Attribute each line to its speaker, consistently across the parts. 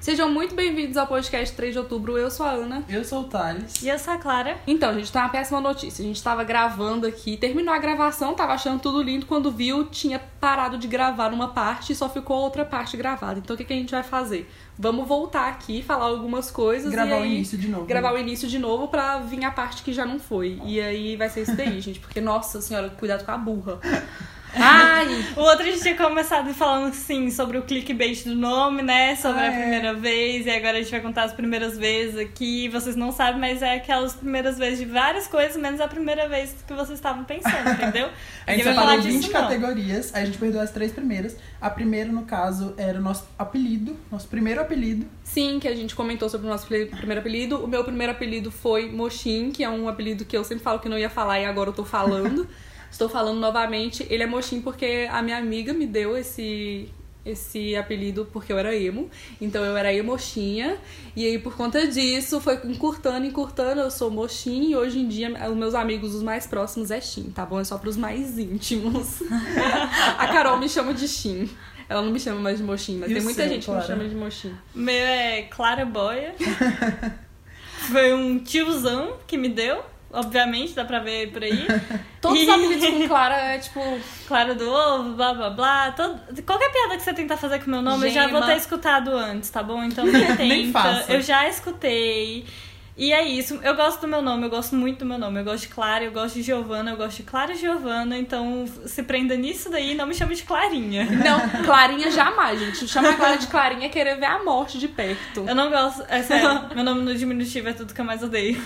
Speaker 1: Sejam muito bem-vindos ao podcast 3 de outubro. Eu sou a Ana.
Speaker 2: Eu sou o Thales.
Speaker 3: E eu sou a Clara.
Speaker 1: Então, gente, tem uma péssima notícia. A gente tava gravando aqui, terminou a gravação, tava achando tudo lindo. Quando viu, tinha parado de gravar uma parte e só ficou outra parte gravada. Então, o que, que a gente vai fazer? Vamos voltar aqui, falar algumas coisas. e
Speaker 2: Gravar o
Speaker 1: aí-
Speaker 2: início de novo.
Speaker 1: Gravar o início de novo pra vir a parte que já não foi. E aí vai ser isso daí, gente. Porque, nossa senhora, cuidado com a burra. Ah, Ai!
Speaker 3: O outro a gente tinha começado falando, sim, sobre o clickbait do nome, né? Sobre
Speaker 2: Ah,
Speaker 3: a
Speaker 2: é.
Speaker 3: primeira vez. E agora a gente vai contar as primeiras vezes aqui. Vocês não sabem, mas é aquelas primeiras vezes de várias coisas, menos a primeira vez que vocês estavam pensando, entendeu?
Speaker 2: A gente
Speaker 3: Ninguém vai
Speaker 2: separou
Speaker 3: falar
Speaker 2: 20
Speaker 3: disso, não.
Speaker 2: categorias, aí a gente perdeu as três primeiras. A primeira, no caso, era o nosso apelido, nosso primeiro apelido.
Speaker 1: Sim, que a gente comentou sobre o nosso apeli- primeiro apelido. O meu primeiro apelido foi Mochin, que é um apelido que eu sempre falo que não ia falar e agora eu tô falando. Estou falando novamente. Ele é Mochin porque a minha amiga me deu esse esse apelido porque eu era emo. Então eu era emochinha. E aí por conta disso foi encurtando, encurtando. Eu sou Mochin e hoje em dia os meus amigos os mais próximos é Shin, tá bom? É só pros mais íntimos. a Carol me chama de Shin. Ela não me chama mais de Mochin, mas
Speaker 2: E o
Speaker 1: tem muita
Speaker 2: seu,
Speaker 1: gente que
Speaker 2: Clara?
Speaker 1: me chama de Mochin.
Speaker 3: O meu é Clara Boia. Foi um tiozão que me deu. Obviamente, dá pra ver por aí.
Speaker 1: Todos os
Speaker 3: E-
Speaker 1: apelidos com Clara é tipo.
Speaker 3: Clara do ovo, blá blá blá. Todo... Qualquer piada que você tentar fazer com o meu nome, eu já
Speaker 1: Gema.
Speaker 3: vou ter escutado antes, tá bom? Então não tenta.
Speaker 2: Nem faça.
Speaker 3: Eu já escutei. E é isso. Eu gosto do meu nome, eu gosto muito do meu nome. Eu gosto de Clara, eu gosto de Giovana, eu gosto de Clara e Giovana. Então se prenda nisso daí e não me chame de Clarinha.
Speaker 1: Não, Clarinha jamais, gente. Chama a Clara de Clarinha é querer ver a morte de perto.
Speaker 3: Eu não gosto. É sério, meu nome no diminutivo é tudo que eu mais odeio.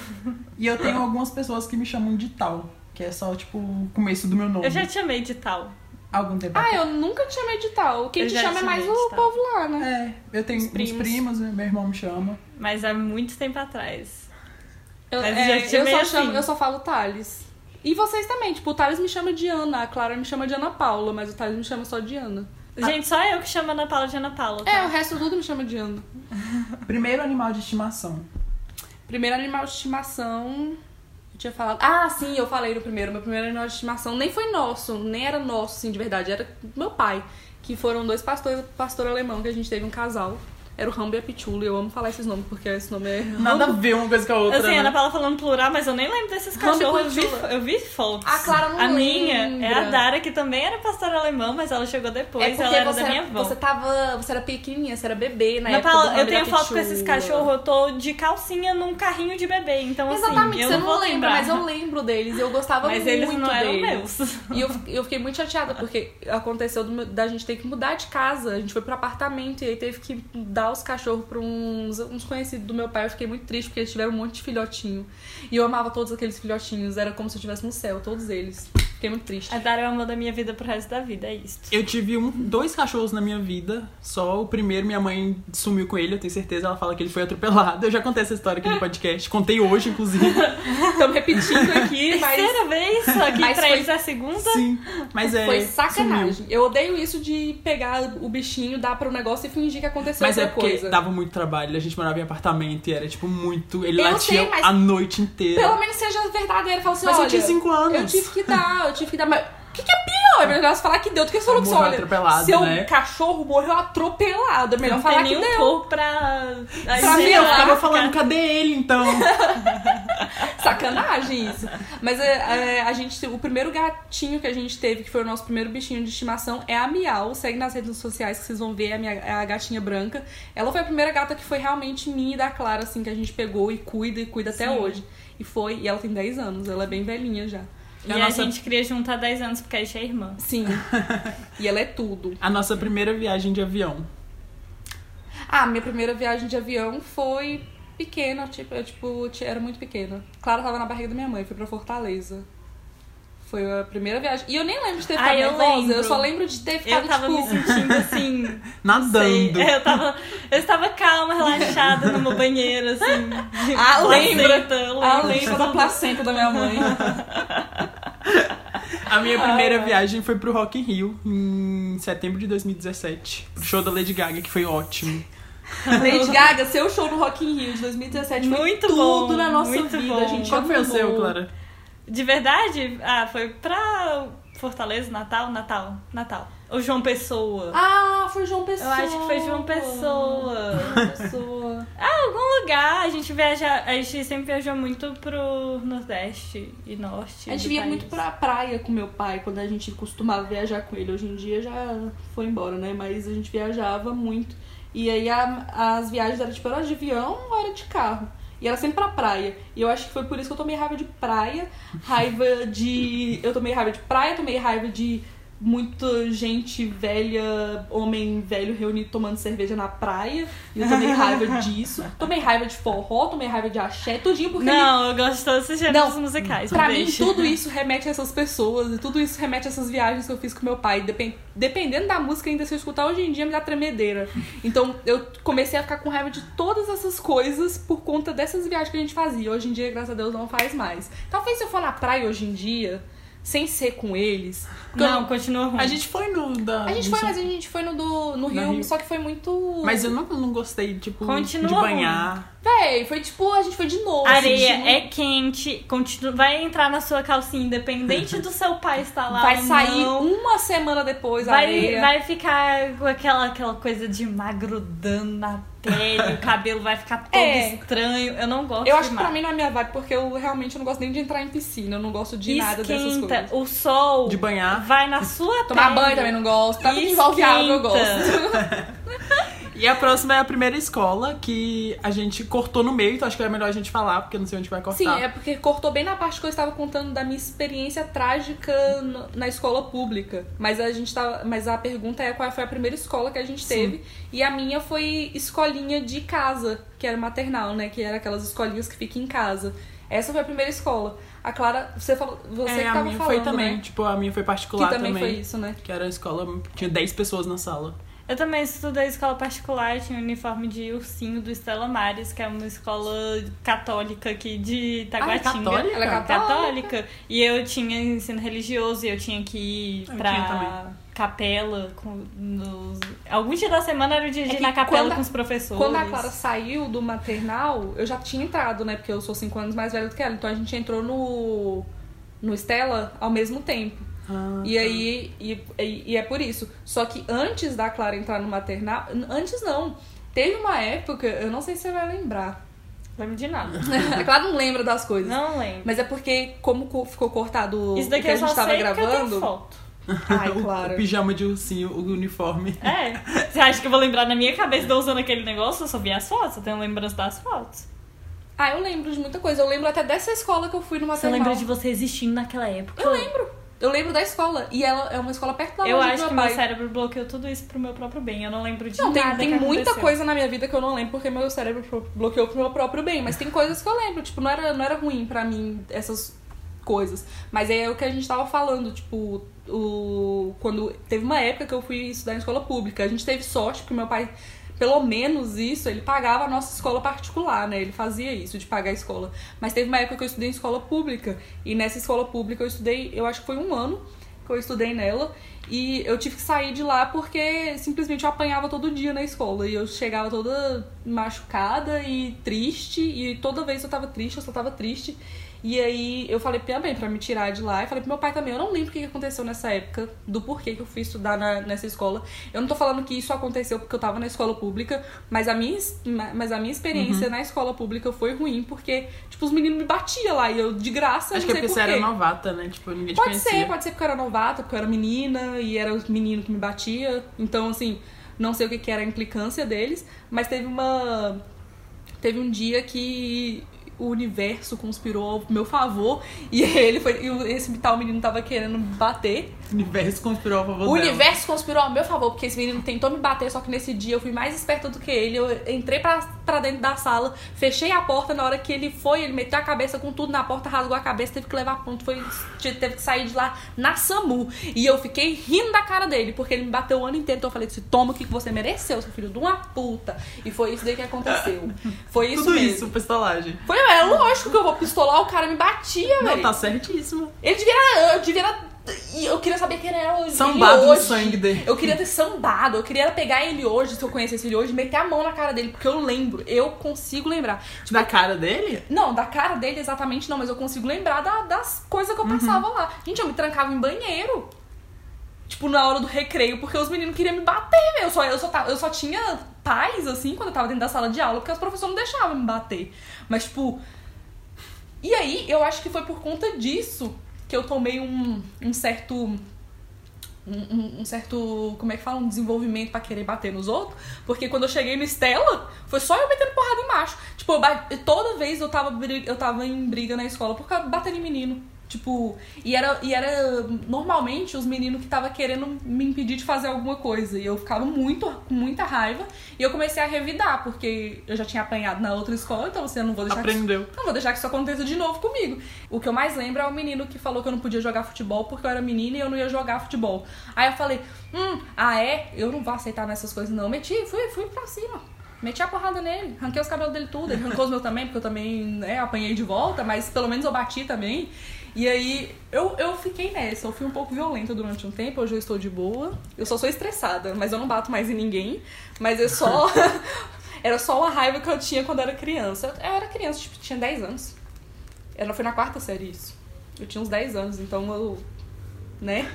Speaker 2: E eu tenho algumas pessoas que me chamam de tal, que é só, tipo, o começo do meu nome.
Speaker 3: Eu já te chamei de tal.
Speaker 2: Algum tempo
Speaker 1: Ah,
Speaker 2: atrás.
Speaker 1: eu nunca te chamei de tal. Quem
Speaker 3: Eu
Speaker 1: te
Speaker 3: já
Speaker 1: chama é
Speaker 3: te
Speaker 1: mais
Speaker 3: chamei
Speaker 1: o
Speaker 3: de tal.
Speaker 1: povo lá, né?
Speaker 2: É, eu tenho
Speaker 3: Os
Speaker 2: uns primos. né,
Speaker 3: primos.
Speaker 2: meu irmão me chama.
Speaker 3: Mas há muito tempo atrás.
Speaker 1: Eu,
Speaker 3: Mas
Speaker 1: é,
Speaker 3: já te
Speaker 1: eu
Speaker 3: chamei
Speaker 1: só
Speaker 3: assim.
Speaker 1: chamo, eu só falo Thales. E vocês também, tipo, o Thales me chama de Ana, a Clara me chama de Ana Paula, mas o Thales me chama só de Ana.
Speaker 3: Gente, só eu que chamo Ana Paula de Ana Paula, tá?
Speaker 1: É, o resto tudo me chama de Ana.
Speaker 2: Primeiro animal de estimação.
Speaker 1: Primeiro animal de estimação. Eu tinha falado. Ah, sim, eu falei no primeiro. Meu primeiro animal de estimação nem foi nosso, nem era nosso, sim, de verdade. Era do meu pai. Que foram dois pastores pastor alemão que a gente teve um casal. Era o Rambo e a Pichula. E eu amo falar esses nomes, porque esse nome é.
Speaker 2: Nada a ver uma coisa com a outra,
Speaker 3: Assim,
Speaker 2: né?
Speaker 3: Ana Paula falando plural, mas eu nem lembro desses
Speaker 1: Rambo e
Speaker 3: cachorros. Eu vi,
Speaker 1: Cotula.
Speaker 3: eu vi Fox.
Speaker 1: A Ah, Clara não
Speaker 3: A minha é
Speaker 1: lembra.
Speaker 3: a Dara, que também era pastora alemã, mas ela chegou
Speaker 1: é
Speaker 3: depois.
Speaker 1: porque
Speaker 3: ela era
Speaker 1: você,
Speaker 3: da minha
Speaker 1: era-
Speaker 3: avó.
Speaker 1: você tava. Você era pequenininha, você era bebê na
Speaker 3: Ana
Speaker 1: época. do
Speaker 3: Paula,
Speaker 1: Rambo
Speaker 3: eu
Speaker 1: e da
Speaker 3: tenho foto com esses
Speaker 1: Pichula.
Speaker 3: cachorros, eu tô de calcinha num carrinho de bebê, então
Speaker 1: Exatamente,
Speaker 3: assim, eu
Speaker 1: você
Speaker 3: não
Speaker 1: não
Speaker 3: vou
Speaker 1: lembra,
Speaker 3: lembrar.
Speaker 1: mas eu lembro deles. Eu gostava
Speaker 3: Mas
Speaker 1: muito
Speaker 3: eles não eram
Speaker 1: deles.
Speaker 3: meus.
Speaker 1: E eu, eu fiquei muito chateada, porque aconteceu do meu- da gente ter que mudar de casa. A gente foi pro apartamento e aí teve que dar os cachorros pra uns, uns conhecidos do meu pai. Eu fiquei muito triste, porque eles tiveram um monte de filhotinho. E eu amava todos aqueles filhotinhos. Era como se eu estivesse no céu, todos eles. Fiquei muito triste.
Speaker 3: A Dara é o amor da minha vida pro resto da vida, é isso.
Speaker 2: Eu tive um, dois cachorros na minha vida, só o primeiro minha mãe sumiu com ele, eu tenho certeza, ela fala que ele foi atropelado. Eu já contei essa história aqui no podcast, contei hoje, inclusive.
Speaker 1: Estamos repetindo
Speaker 3: É
Speaker 1: aqui, mas
Speaker 3: Terceira vez, só que pra
Speaker 1: Mas foi-
Speaker 3: eles é a segunda.
Speaker 2: Sim, mas é.
Speaker 1: foi
Speaker 2: sumiu.
Speaker 1: sacanagem. Eu odeio isso de pegar o bichinho, dar pra um negócio e fingir que aconteceu
Speaker 2: Mas é
Speaker 1: outra
Speaker 2: porque
Speaker 1: coisa.
Speaker 2: dava muito trabalho, a gente morava em apartamento e era tipo muito. Ele
Speaker 1: Eu sei,
Speaker 2: latia
Speaker 1: mas-
Speaker 2: a noite inteira.
Speaker 1: Pelo menos seja verdadeiro. Fala assim,
Speaker 2: Mas
Speaker 1: olha...
Speaker 2: eu tinha 5 anos.
Speaker 1: Eu tive que dar, eu tive que dar. Mas o que, que é pior? É melhor elas falar que deu do que falou que só
Speaker 2: Morreu
Speaker 1: olha.
Speaker 2: atropelado,
Speaker 1: seu
Speaker 2: né?
Speaker 1: cachorro morreu atropelado. É melhor
Speaker 3: Não
Speaker 1: falar
Speaker 3: tem
Speaker 1: que
Speaker 3: nenhum
Speaker 1: deu.
Speaker 3: corpo pra.
Speaker 1: Pra mim, eu
Speaker 2: Eu ficava
Speaker 3: Tava
Speaker 2: falando, cadê ele então?
Speaker 1: Sacanagem isso. Mas é, é, a gente, o primeiro gatinho que a gente teve, que foi o nosso primeiro bichinho de estimação, é a Miau. Segue nas redes sociais que vocês vão ver, é a, minha, é a gatinha branca. Ela foi a primeira gata que foi realmente minha e da Clara, assim, que a gente pegou e cuida e cuida até
Speaker 3: Sim.
Speaker 1: hoje. E foi, e ela tem 10 anos, ela é bem velhinha já.
Speaker 3: E
Speaker 2: A
Speaker 3: a,
Speaker 2: nossa-
Speaker 3: gente queria juntar 10 anos porque a gente é irmã.
Speaker 1: Sim. e ela é tudo.
Speaker 2: A nossa primeira viagem de avião.
Speaker 1: Ah, minha primeira viagem de avião foi pequena, tipo, eu tipo, ti- era muito pequena. Clara tava na barriga da minha mãe, fui pra Fortaleza. Foi a primeira viagem. E eu nem lembro de ter ficado
Speaker 3: Ah, eu
Speaker 1: nervosa, eu
Speaker 3: lembro.
Speaker 1: só lembro de ter ficado,
Speaker 3: Eu tava me
Speaker 1: tipo...
Speaker 3: sentindo assim, Sei.
Speaker 2: Nadando.
Speaker 3: É, Eu tava, eu estava calma, relaxada no meu banheiro, assim. de
Speaker 1: Ah, lembra.
Speaker 3: placenta, eu
Speaker 1: Ah, eu
Speaker 3: lembro.
Speaker 1: lembro da placenta da minha mãe.
Speaker 2: A minha
Speaker 1: Ah.
Speaker 2: primeira viagem foi pro Rock in Rio em setembro de 2017. O show da Lady Gaga, que foi ótimo.
Speaker 1: Lady Gaga, seu show no Rock in Rio de 2017 foi
Speaker 3: Muito
Speaker 1: tudo
Speaker 3: bom,
Speaker 1: na nossa
Speaker 3: muito
Speaker 1: vida,
Speaker 3: bom.
Speaker 1: gente.
Speaker 2: Qual que foi o
Speaker 1: amou.
Speaker 2: seu, Clara?
Speaker 3: De verdade? Ah, foi pra Fortaleza, Natal, Natal, Natal. Ou João Pessoa.
Speaker 1: Ah, foi João Pessoa.
Speaker 3: Eu acho que foi João Pessoa.
Speaker 1: João Pessoa.
Speaker 3: Algum lugar, a gente viaja, a gente sempre viajou muito pro Nordeste e Norte.
Speaker 1: A gente
Speaker 3: do
Speaker 1: vinha
Speaker 3: país.
Speaker 1: muito pra praia com meu pai quando a gente costumava viajar com ele. Hoje em dia já foi embora, né? Mas a gente viajava muito. E aí a- as viagens eram tipo, era de avião ou era de carro. E era sempre pra praia. E eu acho que foi por isso que eu tomei raiva de praia, raiva de. Eu tomei raiva de praia, tomei raiva de muita gente velha, homem velho reunido tomando cerveja na praia. E eu tomei raiva disso. Tomei raiva de forró, tomei raiva de axé, tudinho porque ele-
Speaker 3: Não, eu gosto de todos esses gêneros
Speaker 1: Não,
Speaker 3: musicais.
Speaker 1: Pra mim,
Speaker 3: beijo.
Speaker 1: tudo isso remete a essas pessoas e tudo isso remete a essas viagens que eu fiz com meu pai. Depen- dependendo da música, ainda se eu escutar hoje em dia, me dá tremedeira. Então, eu comecei a ficar com raiva de todas essas coisas por conta dessas viagens que a gente fazia. Hoje em dia, graças a Deus, não faz mais. Talvez se eu for na praia hoje em dia, sem ser com eles. porque eu
Speaker 3: Não, continua ruim.
Speaker 2: A gente foi no da.
Speaker 1: A gente
Speaker 2: no
Speaker 1: foi,
Speaker 2: São-
Speaker 1: mas a gente foi no, do, no
Speaker 2: Na
Speaker 1: Rio,
Speaker 2: Rio.
Speaker 1: só que foi muito.
Speaker 2: Mas eu não, não gostei, tipo,
Speaker 3: Continua
Speaker 2: de banhar.
Speaker 1: Véi, foi tipo, a gente foi de novo.
Speaker 3: Areia
Speaker 1: assim, de-
Speaker 3: é quente, continua, vai entrar na sua calcinha, independente do seu pai estar lá.
Speaker 1: um, Vai
Speaker 3: ou
Speaker 1: sair
Speaker 3: não.
Speaker 1: uma semana depois, a
Speaker 3: Vai,
Speaker 1: areia.
Speaker 3: vai ficar com aquela, aquela coisa de magrudando na pele, o cabelo vai ficar todo
Speaker 1: É.
Speaker 3: estranho. Eu não gosto
Speaker 1: Eu acho que
Speaker 3: demais.
Speaker 1: pra mim não é minha vibe, porque eu realmente não gosto nem de entrar em piscina, eu não gosto de nada dessas
Speaker 3: Esquenta,
Speaker 2: Tá
Speaker 1: coisas.
Speaker 3: o sol
Speaker 2: De banhar.
Speaker 3: vai na sua
Speaker 1: Tomar
Speaker 3: pele.
Speaker 1: banho também não gosto, tá que envolve água eu gosto.
Speaker 2: E a próxima é a primeira escola que a gente cortou no meio, então acho que é melhor a gente falar, porque eu não sei onde vai cortar.
Speaker 1: Sim, é porque cortou bem na parte que eu estava contando da minha experiência trágica no- na escola pública. Mas a gente tava, mas a pergunta é qual foi a primeira escola que a gente teve. E a minha foi escolinha de casa, que era maternal, né, que era aquelas escolinhas que ficam em casa. Essa foi a primeira escola. A Clara, você falou, você
Speaker 2: É,
Speaker 1: que
Speaker 2: a
Speaker 1: tava
Speaker 2: minha
Speaker 1: falando,
Speaker 2: foi também,
Speaker 1: né?
Speaker 2: tipo, a minha foi particular
Speaker 1: Que também foi isso, né?
Speaker 2: Que era a escola, tinha 10 pessoas na sala.
Speaker 3: Eu também estudei escola particular, tinha o uniforme de ursinho do Estela Maris, que é uma escola católica aqui
Speaker 1: Ah,
Speaker 3: de Itaguatinga.
Speaker 2: católica?
Speaker 1: Ela é católica.
Speaker 3: Católica. E eu tinha ensino religioso e eu tinha que ir
Speaker 2: Eu tinha
Speaker 3: pra
Speaker 2: também.
Speaker 3: capela. Com, nos... Algum dia da semana era o dia de
Speaker 1: É
Speaker 3: ir
Speaker 1: que
Speaker 3: na capela
Speaker 1: quando a-
Speaker 3: com os professores.
Speaker 1: Quando a Clara saiu do maternal, eu já tinha entrado, né? Porque eu sou cinco anos mais velha do que ela. Então a gente entrou no. no Stella ao mesmo tempo.
Speaker 2: Ah,
Speaker 1: E aí. E, e- e é por isso. Só que antes da Clara entrar no maternal. Antes não. Teve uma época, eu não sei se você vai lembrar.
Speaker 3: Lembro de nada.
Speaker 1: A Clara não lembra das coisas.
Speaker 3: Não lembro.
Speaker 1: Mas é porque, como co- ficou cortado
Speaker 3: Isso
Speaker 1: o
Speaker 3: daqui
Speaker 1: que a
Speaker 3: eu só
Speaker 1: gente tava
Speaker 3: sei porque eu tenho
Speaker 1: gravando.
Speaker 3: foto.
Speaker 1: Ai,
Speaker 2: o,
Speaker 1: Clara.
Speaker 2: o pijama de ursinho, o uniforme.
Speaker 3: É. Você acha que eu vou lembrar na minha cabeça de eu usando aquele negócio? Eu só vi as fotos, eu tenho lembrança das fotos.
Speaker 1: Ah, eu lembro de muita coisa. Eu lembro até dessa escola que eu fui no
Speaker 3: Você
Speaker 1: maternal.
Speaker 3: lembra de você existindo naquela época?
Speaker 1: Eu lembro. Eu lembro da escola. E ela é uma escola perto da
Speaker 3: Eu
Speaker 1: loja do
Speaker 3: acho
Speaker 1: meu
Speaker 3: que
Speaker 1: pai.
Speaker 3: meu cérebro bloqueou tudo isso pro meu próprio bem. Eu não lembro de
Speaker 1: Não, tem,
Speaker 3: nada.
Speaker 1: tem
Speaker 3: que
Speaker 1: muita
Speaker 3: aconteceu.
Speaker 1: coisa na minha vida que eu não lembro porque meu cérebro pro- bloqueou pro meu próprio bem, mas tem coisas que eu lembro, tipo, não era, não era ruim pra mim essas coisas. Mas é o que a gente tava falando, tipo, o, quando teve uma época que eu fui estudar em escola pública, a gente teve sorte porque meu pai pelo menos isso, ele pagava a nossa escola particular, né? Ele fazia isso de pagar a escola. Mas teve uma época que eu estudei em escola pública. E nessa escola pública eu estudei, eu acho que foi um ano que eu estudei nela. E eu tive que sair de lá porque simplesmente eu apanhava todo dia na escola. E eu chegava toda machucada e triste. E toda vez eu tava triste, eu só tava triste. E aí eu falei pra minha mãe pra me tirar de lá. E falei pro meu pai também. Eu não lembro o que que aconteceu nessa época, do porquê que eu fui estudar na- nessa escola. Eu não tô falando que isso aconteceu porque eu tava na escola pública, mas a minha, es- ma- mas a minha
Speaker 2: Uhum.
Speaker 1: experiência na escola pública foi ruim, porque, tipo, os meninos me batiam lá e eu, de graça,
Speaker 2: Acho que
Speaker 1: não
Speaker 2: é
Speaker 1: sei
Speaker 2: porque
Speaker 1: por
Speaker 2: você
Speaker 1: quê.
Speaker 2: era novata, né? Tipo, ninguém te
Speaker 1: Pode
Speaker 2: conhecia.
Speaker 1: ser, pode ser porque eu era novata, porque eu era menina e era os meninos que me batia. Então, assim, não sei o que, que era a implicância deles, mas teve uma. Teve um dia que o universo conspirou ao meu favor e ele foi. E o- esse tal menino tava querendo me bater.
Speaker 2: O universo conspirou a favor
Speaker 1: O
Speaker 2: dela.
Speaker 1: universo conspirou ao meu favor, porque esse menino tentou me bater, só que nesse dia eu fui mais esperta do que ele. Eu entrei pra, pra dentro da sala, fechei a porta. Na hora que ele foi, ele meteu a cabeça com tudo na porta, rasgou a cabeça, teve que levar ponto, foi, teve que sair de lá na SAMU. E eu fiquei rindo da cara dele, porque ele me bateu o ano inteiro. Então eu falei assim: toma o que você mereceu, seu filho de uma puta. E foi isso daí que aconteceu. Foi isso
Speaker 2: Tudo
Speaker 1: mesmo.
Speaker 2: isso, pistolagem.
Speaker 1: Foi, é lógico que eu vou pistolar, o cara me batia,
Speaker 2: Não,
Speaker 1: velho.
Speaker 2: tá certíssimo.
Speaker 1: Ele devia. Eu devia. e Eu queria saber quem era ele
Speaker 2: Sambado no
Speaker 1: hoje.
Speaker 2: sangue dele.
Speaker 1: Eu queria ter sambado. Eu queria pegar ele hoje, se eu conhecesse ele hoje, e meter a mão na cara dele, porque eu lembro. Eu consigo lembrar.
Speaker 2: Da cara dele?
Speaker 1: Não, da cara dele exatamente
Speaker 2: Uhum.
Speaker 1: não, mas eu consigo lembrar da- das coisas que eu passava lá. Gente, eu me trancava em banheiro. Tipo, na hora do recreio, porque os meninos queriam me bater, meu. Eu só, eu só, ta- eu só tinha paz, assim, quando eu tava dentro da sala de aula, porque as professoras não deixavam me bater. Mas, tipo. E aí, eu acho que foi por conta disso que eu tomei um, um certo. um- Um, um certo. Como é que fala? Um desenvolvimento pra querer bater nos outros. Porque quando eu cheguei no Estela, foi só eu metendo porrada em macho. Tipo, eu ba- toda vez eu tava, bri- eu tava em briga na escola por causa bater em menino. Tipo, e era, e era normalmente os meninos que tava querendo me impedir de fazer alguma coisa. E eu ficava muito, com muita raiva. E eu comecei a revidar, porque eu já tinha apanhado na outra escola, então assim, eu não vou deixar que isso-
Speaker 2: Aprendeu.
Speaker 1: não vou deixar que isso aconteça de novo comigo. O que eu mais lembro é o menino que falou que eu não podia jogar futebol porque eu era menina e eu não ia jogar futebol. Aí eu falei, hum, ah é? Eu não vou aceitar nessas coisas não. Meti, fui, fui pra cima. Meti a porrada nele, arranquei os cabelos dele tudo, ele arrancou os meus também, porque eu também né, apanhei de volta, mas pelo menos eu bati também. E aí eu, eu fiquei nessa, eu fui um pouco violenta durante um tempo, hoje eu estou de boa. Eu só sou estressada, mas eu não bato mais em ninguém. Mas eu só Era só uma raiva que eu tinha quando era criança. Eu era criança, tipo, tinha 10 anos. Era, foi na quarta série isso. Eu tinha uns 10 anos, então eu. Né?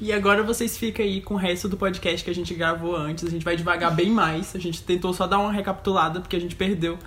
Speaker 2: E agora vocês ficam aí com o resto do podcast que a gente gravou antes. A gente vai devagar bem mais. A gente tentou só dar uma recapitulada porque a gente perdeu.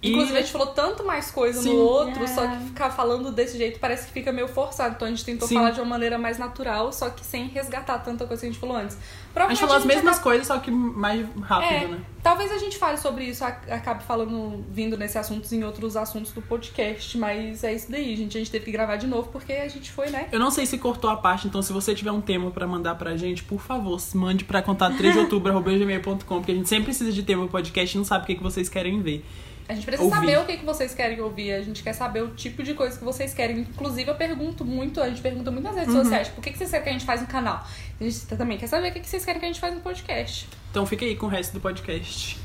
Speaker 2: E-
Speaker 1: Inclusive, a gente falou tanto mais coisa
Speaker 2: Sim.
Speaker 1: no outro,
Speaker 3: É.
Speaker 1: só que ficar falando desse jeito parece que fica meio forçado. Então a gente tentou
Speaker 2: Sim.
Speaker 1: falar de uma maneira mais natural, só que sem resgatar tanta coisa que a gente falou antes.
Speaker 2: a gente falou as
Speaker 1: Provavelmente
Speaker 2: mesmas coisas, só que mais rápido,
Speaker 1: É.
Speaker 2: né?
Speaker 1: Talvez a gente fale sobre isso, a- acabe falando, vindo nesse assunto em outros assuntos do podcast, mas é isso daí, gente. A gente teve que gravar de novo porque a gente foi, né?
Speaker 2: Eu não sei se cortou a parte, então se você tiver um tema pra mandar pra gente, por favor, se mande pra contar 3 de outubro, arroba gmail.com, porque a gente sempre precisa de tema pro podcast e não sabe o que, que vocês querem ver.
Speaker 1: A gente precisa
Speaker 2: Ouvir.
Speaker 1: saber o que, que vocês querem ouvir, a gente quer saber o tipo de coisa que vocês querem. Inclusive, eu pergunto muito, a gente pergunta muito nas redes sociais, tipo, o que, que vocês querem que a gente faz no canal? A gente também quer saber o que, que vocês querem que a gente faz no podcast.
Speaker 2: Então fica aí com o resto do podcast.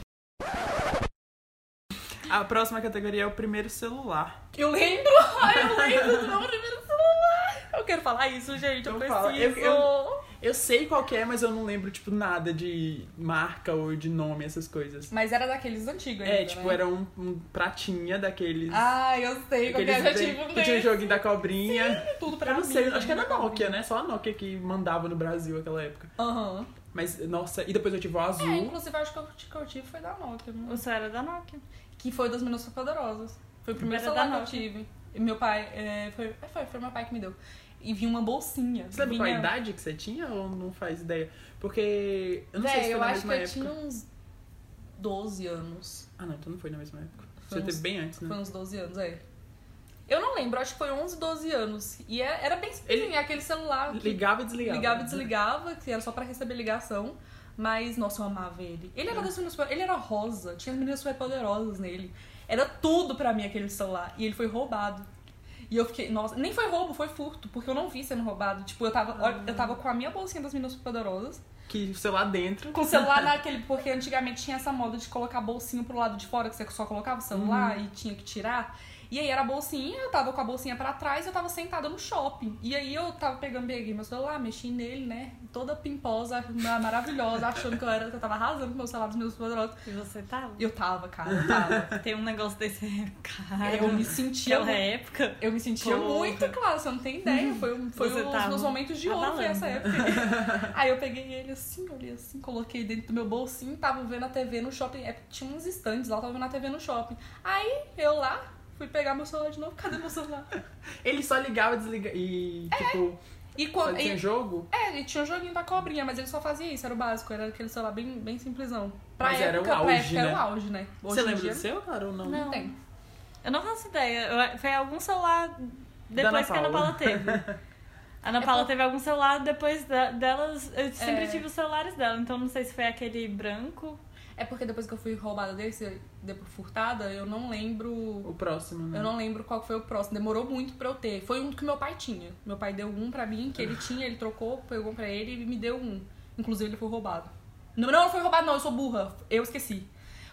Speaker 2: A próxima categoria é o primeiro celular.
Speaker 1: Eu lembro, eu lembro do meu primeiro celular. Eu quero falar isso, gente, eu,
Speaker 2: Então
Speaker 1: preciso.
Speaker 2: fala. Eu- Eu sei qual que é, mas eu não lembro, tipo, nada de marca ou de nome, essas coisas.
Speaker 1: Mas era daqueles antigos ainda,
Speaker 2: É, tipo,
Speaker 1: né?
Speaker 2: era um, um pratinha daqueles.
Speaker 1: Ah, eu sei, qual que é, eu já
Speaker 2: de-
Speaker 1: tive um
Speaker 2: que tinha o
Speaker 1: desse.
Speaker 2: joguinho da cobrinha.
Speaker 1: tudo pra
Speaker 2: Eu não
Speaker 1: mim,
Speaker 2: sei,
Speaker 1: tudo
Speaker 2: acho que era
Speaker 1: pra mim.
Speaker 2: Nokia, né? Só a Nokia que mandava no Brasil naquela época.
Speaker 1: Aham.
Speaker 2: Mas, nossa, e depois eu tive o azul.
Speaker 1: É, inclusive, eu acho que eu, que eu tive foi da Nokia. né?
Speaker 3: O seu era da Nokia.
Speaker 1: Que foi das Meninas Poderosas. Foi o primeiro
Speaker 3: Era da
Speaker 1: celular que eu
Speaker 3: Nokia.
Speaker 1: tive. E meu pai, é, foi, foi, foi meu pai que me deu. E vinha uma bolsinha.
Speaker 2: Você lembra
Speaker 1: vinha...
Speaker 2: qual a idade que você tinha ou não faz ideia? Porque eu não
Speaker 1: Véi,
Speaker 2: sei se foi
Speaker 1: eu
Speaker 2: na
Speaker 1: acho que
Speaker 2: mesma
Speaker 1: eu
Speaker 2: época.
Speaker 1: tinha uns 12 anos.
Speaker 2: Ah, não, então não foi na mesma época.
Speaker 1: Foi
Speaker 2: Você
Speaker 1: uns-
Speaker 2: teve bem antes, né?
Speaker 1: Foi uns 12 anos, é. Eu não lembro, acho que foi 11, 12 anos. E é- era bem simples,
Speaker 2: Ele-
Speaker 1: é aquele celular que
Speaker 2: Ligava e desligava. né?
Speaker 1: ligava e desligava, que era só pra receber ligação. Mas, nossa, eu amava ele. Ele era das meninas super- ele era rosa, tinha as meninas super poderosas nele. Era tudo pra mim aquele celular. E ele foi roubado. E eu fiquei, nossa, nem foi roubo, foi furto, porque eu não vi sendo roubado. Tipo, eu tava, olha, eu tava com a minha bolsinha das meninas super poderosas,
Speaker 2: Que, sei lá, dentro.
Speaker 1: com o celular naquele, porque antigamente tinha essa moda de colocar a bolsinha pro lado de fora, que você só colocava o celular e tinha que tirar. E aí era a bolsinha, eu tava com a bolsinha pra trás, eu tava sentada no shopping. E aí eu tava pegando, peguei meu celular, mexi nele, né? Toda pimposa, maravilhosa, achando que eu, era, que eu tava arrasando com meu celular dos meus poderosos.
Speaker 3: E você tava?
Speaker 1: Eu tava, cara, eu tava.
Speaker 3: Tem um negócio desse cara. é
Speaker 1: Eu me sentia
Speaker 3: Naquela época.
Speaker 1: Eu me sentia
Speaker 3: Porra.
Speaker 1: muito classe, você não tem ideia. Foi, um- foi
Speaker 3: Você
Speaker 1: um
Speaker 2: tá
Speaker 1: dos
Speaker 3: tava
Speaker 1: meus momentos de ouro foi
Speaker 3: abalando.
Speaker 1: essa época. Aí eu peguei ele assim, olhei assim, coloquei dentro do meu bolsinho, tava vendo a TV no shopping. É, tinha uns stands lá, tava vendo a TV no shopping. Aí eu lá fui pegar meu celular de novo, cadê meu celular?
Speaker 2: Ele só ligava e desligava. E, tipo,
Speaker 1: E É, quando.
Speaker 2: tinha
Speaker 1: E,
Speaker 2: jogo?
Speaker 1: é, ele tinha um joguinho da cobrinha, mas ele só fazia isso, era o básico, era aquele celular bem, bem simplesão. Pra
Speaker 2: Mas era
Speaker 1: época,
Speaker 2: o
Speaker 1: pra
Speaker 2: auge,
Speaker 1: época
Speaker 2: né?
Speaker 1: era o auge, né? Hoje
Speaker 2: você
Speaker 1: em
Speaker 2: lembra
Speaker 1: dia,
Speaker 2: do seu, cara, ou não?
Speaker 1: Não tem.
Speaker 3: Eu não faço ideia. Eu- Foi algum celular depois que a Ana
Speaker 2: Paula.
Speaker 3: Paula teve. A Ana
Speaker 1: É
Speaker 3: Paula
Speaker 1: por-
Speaker 3: teve algum celular depois da- delas. Eu sempre
Speaker 1: É.
Speaker 3: tive os celulares dela, então não sei se foi aquele branco.
Speaker 1: É porque depois que eu fui roubada desse, depois furtada, eu não lembro.
Speaker 2: O próximo, né?
Speaker 1: Eu não lembro qual que foi o próximo. Demorou muito pra eu ter. Foi um que meu pai tinha. Meu pai deu um pra mim, que
Speaker 2: Ah.
Speaker 1: ele tinha, ele trocou, pegou um pra ele e me deu um. Inclusive, ele foi roubado. Não, não foi roubado, não. Eu sou burra. Eu esqueci.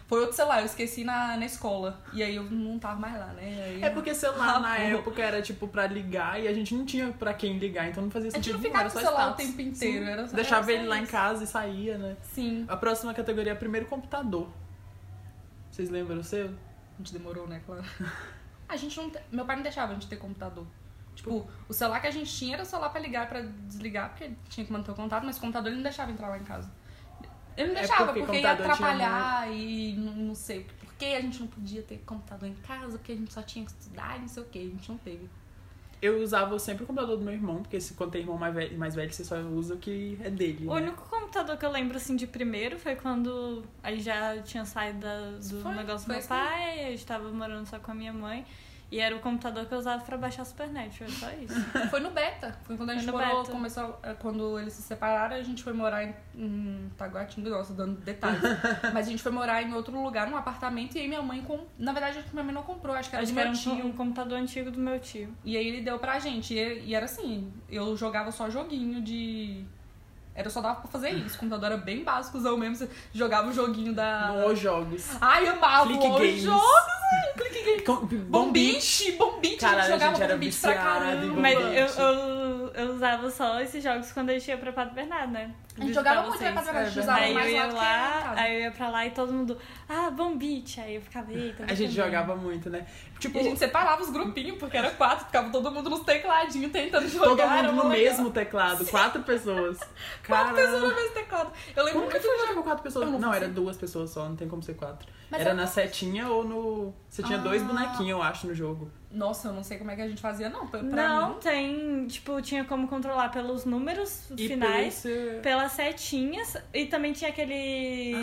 Speaker 1: Foi outro celular, eu esqueci na, na escola. E aí eu não tava mais lá, né? Aí-
Speaker 2: É porque celular na
Speaker 1: Rapou.
Speaker 2: época era tipo pra ligar e a gente não tinha pra quem ligar, então não fazia
Speaker 1: A gente
Speaker 2: sentido.
Speaker 1: não ficava
Speaker 2: era
Speaker 1: É tipo com
Speaker 2: só
Speaker 1: o celular o
Speaker 2: status.
Speaker 1: tempo inteiro. Era só,
Speaker 2: Deixava
Speaker 1: era só
Speaker 2: ele lá em
Speaker 1: isso.
Speaker 2: casa e saía, né?
Speaker 1: Sim.
Speaker 2: A próxima categoria é primeiro computador. Vocês lembram o seu?
Speaker 1: A gente demorou, né, claro. A gente não. te- Meu pai não deixava a gente ter computador. Tipo, o celular que a gente tinha era o celular pra ligar, pra desligar, porque tinha que manter o contato, mas o computador ele não deixava entrar lá em casa. Ele não
Speaker 2: É
Speaker 1: deixava,
Speaker 2: porque
Speaker 1: porque,
Speaker 2: o
Speaker 1: ia
Speaker 2: computador tinha
Speaker 1: atrapalhar e não, não sei por que a gente não podia ter computador em casa, porque a gente só tinha que estudar e não sei o que, a gente não teve.
Speaker 2: Eu usava sempre o computador do meu irmão, porque se, quando tem irmão mais velho, mais velho, você só usa o que é dele.
Speaker 3: O
Speaker 2: né?
Speaker 3: único computador que eu lembro, assim, de primeiro foi quando aí já tinha saído da- do
Speaker 1: Foi,
Speaker 3: negócio do
Speaker 1: foi
Speaker 3: meu
Speaker 1: assim.
Speaker 3: pai, eu estava morando só com a minha mãe. E era o computador que eu usava pra baixar Supernet, foi só isso.
Speaker 1: Foi no beta. Foi quando a gente
Speaker 3: Foi no
Speaker 1: morou,
Speaker 3: beta.
Speaker 1: começou. é, Quando eles se separaram, a gente foi morar em, em Taguatinga, nossa, dando detalhes. Mas a gente foi morar em outro lugar, num apartamento, e aí minha mãe. Com... Na verdade, acho que minha mãe não comprou, acho que era
Speaker 3: Acho
Speaker 1: do
Speaker 3: que era
Speaker 1: meu
Speaker 3: um,
Speaker 1: tio.
Speaker 3: um computador antigo do meu tio.
Speaker 1: E aí ele deu pra gente. E, e era assim, eu jogava só joguinho de. Era só dava pra fazer isso. O computador era bem básicozão mesmo. Você jogava o joguinho da.
Speaker 2: No Os jogos.
Speaker 1: Ai, eu amava
Speaker 2: Click
Speaker 1: os
Speaker 2: Games.
Speaker 1: jogos, ai, Click Games.
Speaker 2: Com-
Speaker 1: Bombite, bombite, a
Speaker 2: Caralho,
Speaker 1: gente
Speaker 2: a
Speaker 1: jogava
Speaker 2: gente era
Speaker 1: bombite pra
Speaker 2: viciado em
Speaker 1: caramba.
Speaker 2: Bombite.
Speaker 3: Mas eu, eu, eu usava só esses jogos quando eu ia pra Pato Bernardo, né?
Speaker 1: A gente
Speaker 3: Visitava
Speaker 1: jogava muito na
Speaker 3: vocês.
Speaker 1: Casa a gente
Speaker 2: é
Speaker 1: usava
Speaker 3: Aí eu
Speaker 1: mais lá
Speaker 3: ia
Speaker 1: do que lá em
Speaker 3: lá,
Speaker 1: casa.
Speaker 3: aí eu ia pra lá e todo mundo, ah, bombite. Aí eu ficava, eita.
Speaker 2: A gente
Speaker 3: vou comer."
Speaker 2: jogava muito, né? Tipo,
Speaker 1: E a gente separava os grupinhos, porque era quatro, ficava todo mundo nos tecladinhos tentando jogar.
Speaker 2: todo
Speaker 1: era
Speaker 2: mundo
Speaker 1: mó
Speaker 2: no
Speaker 1: legal.
Speaker 2: mesmo teclado. Quatro pessoas.
Speaker 1: Quatro pessoas
Speaker 2: Caramba.
Speaker 1: no mesmo teclado. Eu lembro
Speaker 2: Como que
Speaker 1: muito
Speaker 2: foi jogar com quatro pessoas?
Speaker 1: Eu não
Speaker 2: Não, era
Speaker 1: consigo.
Speaker 2: duas pessoas só, não tem como ser quatro.
Speaker 1: Mas
Speaker 2: era
Speaker 1: eu
Speaker 2: na setinha ou no. Você tinha dois
Speaker 1: Ah.
Speaker 2: bonequinhos, eu acho, no jogo.
Speaker 1: Nossa, eu não sei como é que a gente fazia, não. Pra, pra
Speaker 3: Não,
Speaker 1: mim,
Speaker 3: tem, tipo, tinha como controlar pelos números finais,
Speaker 2: por isso-
Speaker 3: pelas setinhas, e também tinha aquele.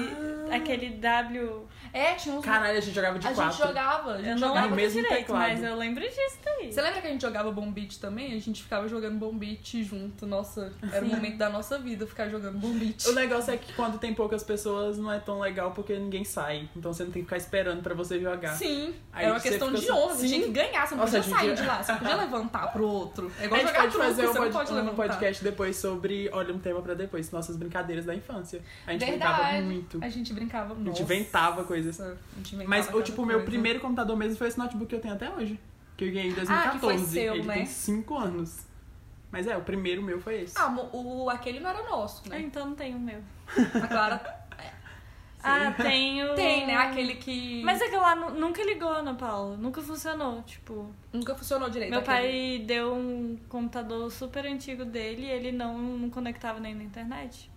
Speaker 2: Ah.
Speaker 3: aquele W.
Speaker 1: É, tinha uns.
Speaker 2: Caralho, a gente jogava de
Speaker 1: a
Speaker 2: quatro.
Speaker 1: gente jogava, a
Speaker 3: Eu
Speaker 1: gente
Speaker 3: não
Speaker 1: jogava.
Speaker 2: no
Speaker 3: lembro
Speaker 2: mesmo
Speaker 3: direito,
Speaker 2: teclado.
Speaker 3: mas eu lembro disso daí.
Speaker 1: Você lembra que a gente jogava bombite também? A gente ficava jogando bombite junto. Nossa, era o momento da nossa vida ficar jogando bombite.
Speaker 2: O negócio é que quando tem poucas pessoas não é tão legal porque ninguém sai. Então você não tem que ficar esperando pra você jogar.
Speaker 1: Sim,
Speaker 2: Aí
Speaker 1: era uma
Speaker 2: você
Speaker 1: questão
Speaker 2: fica
Speaker 1: de
Speaker 2: assim,
Speaker 1: honra, você
Speaker 2: sim.
Speaker 1: tinha que ganhar, você não
Speaker 2: Nossa,
Speaker 1: podia
Speaker 2: a
Speaker 1: sair
Speaker 2: gente-
Speaker 1: de lá, você não podia levantar pro outro. É
Speaker 2: A
Speaker 1: igual
Speaker 2: gente
Speaker 1: jogar
Speaker 2: pode
Speaker 1: truco,
Speaker 2: fazer um,
Speaker 1: você não pode
Speaker 2: pod- um
Speaker 1: levantar.
Speaker 2: podcast depois sobre. Olha, um tema pra depois. Nossas brincadeiras da infância. A gente brincava
Speaker 1: Verdade.
Speaker 2: muito.
Speaker 1: A gente brincava
Speaker 2: A gente
Speaker 1: nossa.
Speaker 2: inventava coisas.
Speaker 1: A gente inventava
Speaker 2: Mas, ou,
Speaker 1: cada
Speaker 2: tipo, o meu
Speaker 1: coisa.
Speaker 2: primeiro computador mesmo foi esse notebook que eu tenho até hoje. Que eu ganhei em
Speaker 1: Ah, que
Speaker 2: 2014.
Speaker 1: foi seu,
Speaker 2: Ele
Speaker 1: né?
Speaker 2: tem 5 anos. Mas é, o primeiro meu foi esse.
Speaker 1: Ah, mo- o, aquele não era nosso,
Speaker 3: Ah,
Speaker 1: né?
Speaker 3: Então não tem o meu.
Speaker 1: A Clara
Speaker 3: Ah, tem o.
Speaker 1: tem, né? Aquele que
Speaker 3: Mas aquele lá nu- nunca ligou, Ana Paula. Nunca funcionou. Tipo,
Speaker 1: nunca funcionou direito.
Speaker 3: meu
Speaker 1: aquele.
Speaker 3: pai deu um computador super antigo dele e ele não, não conectava nem na internet.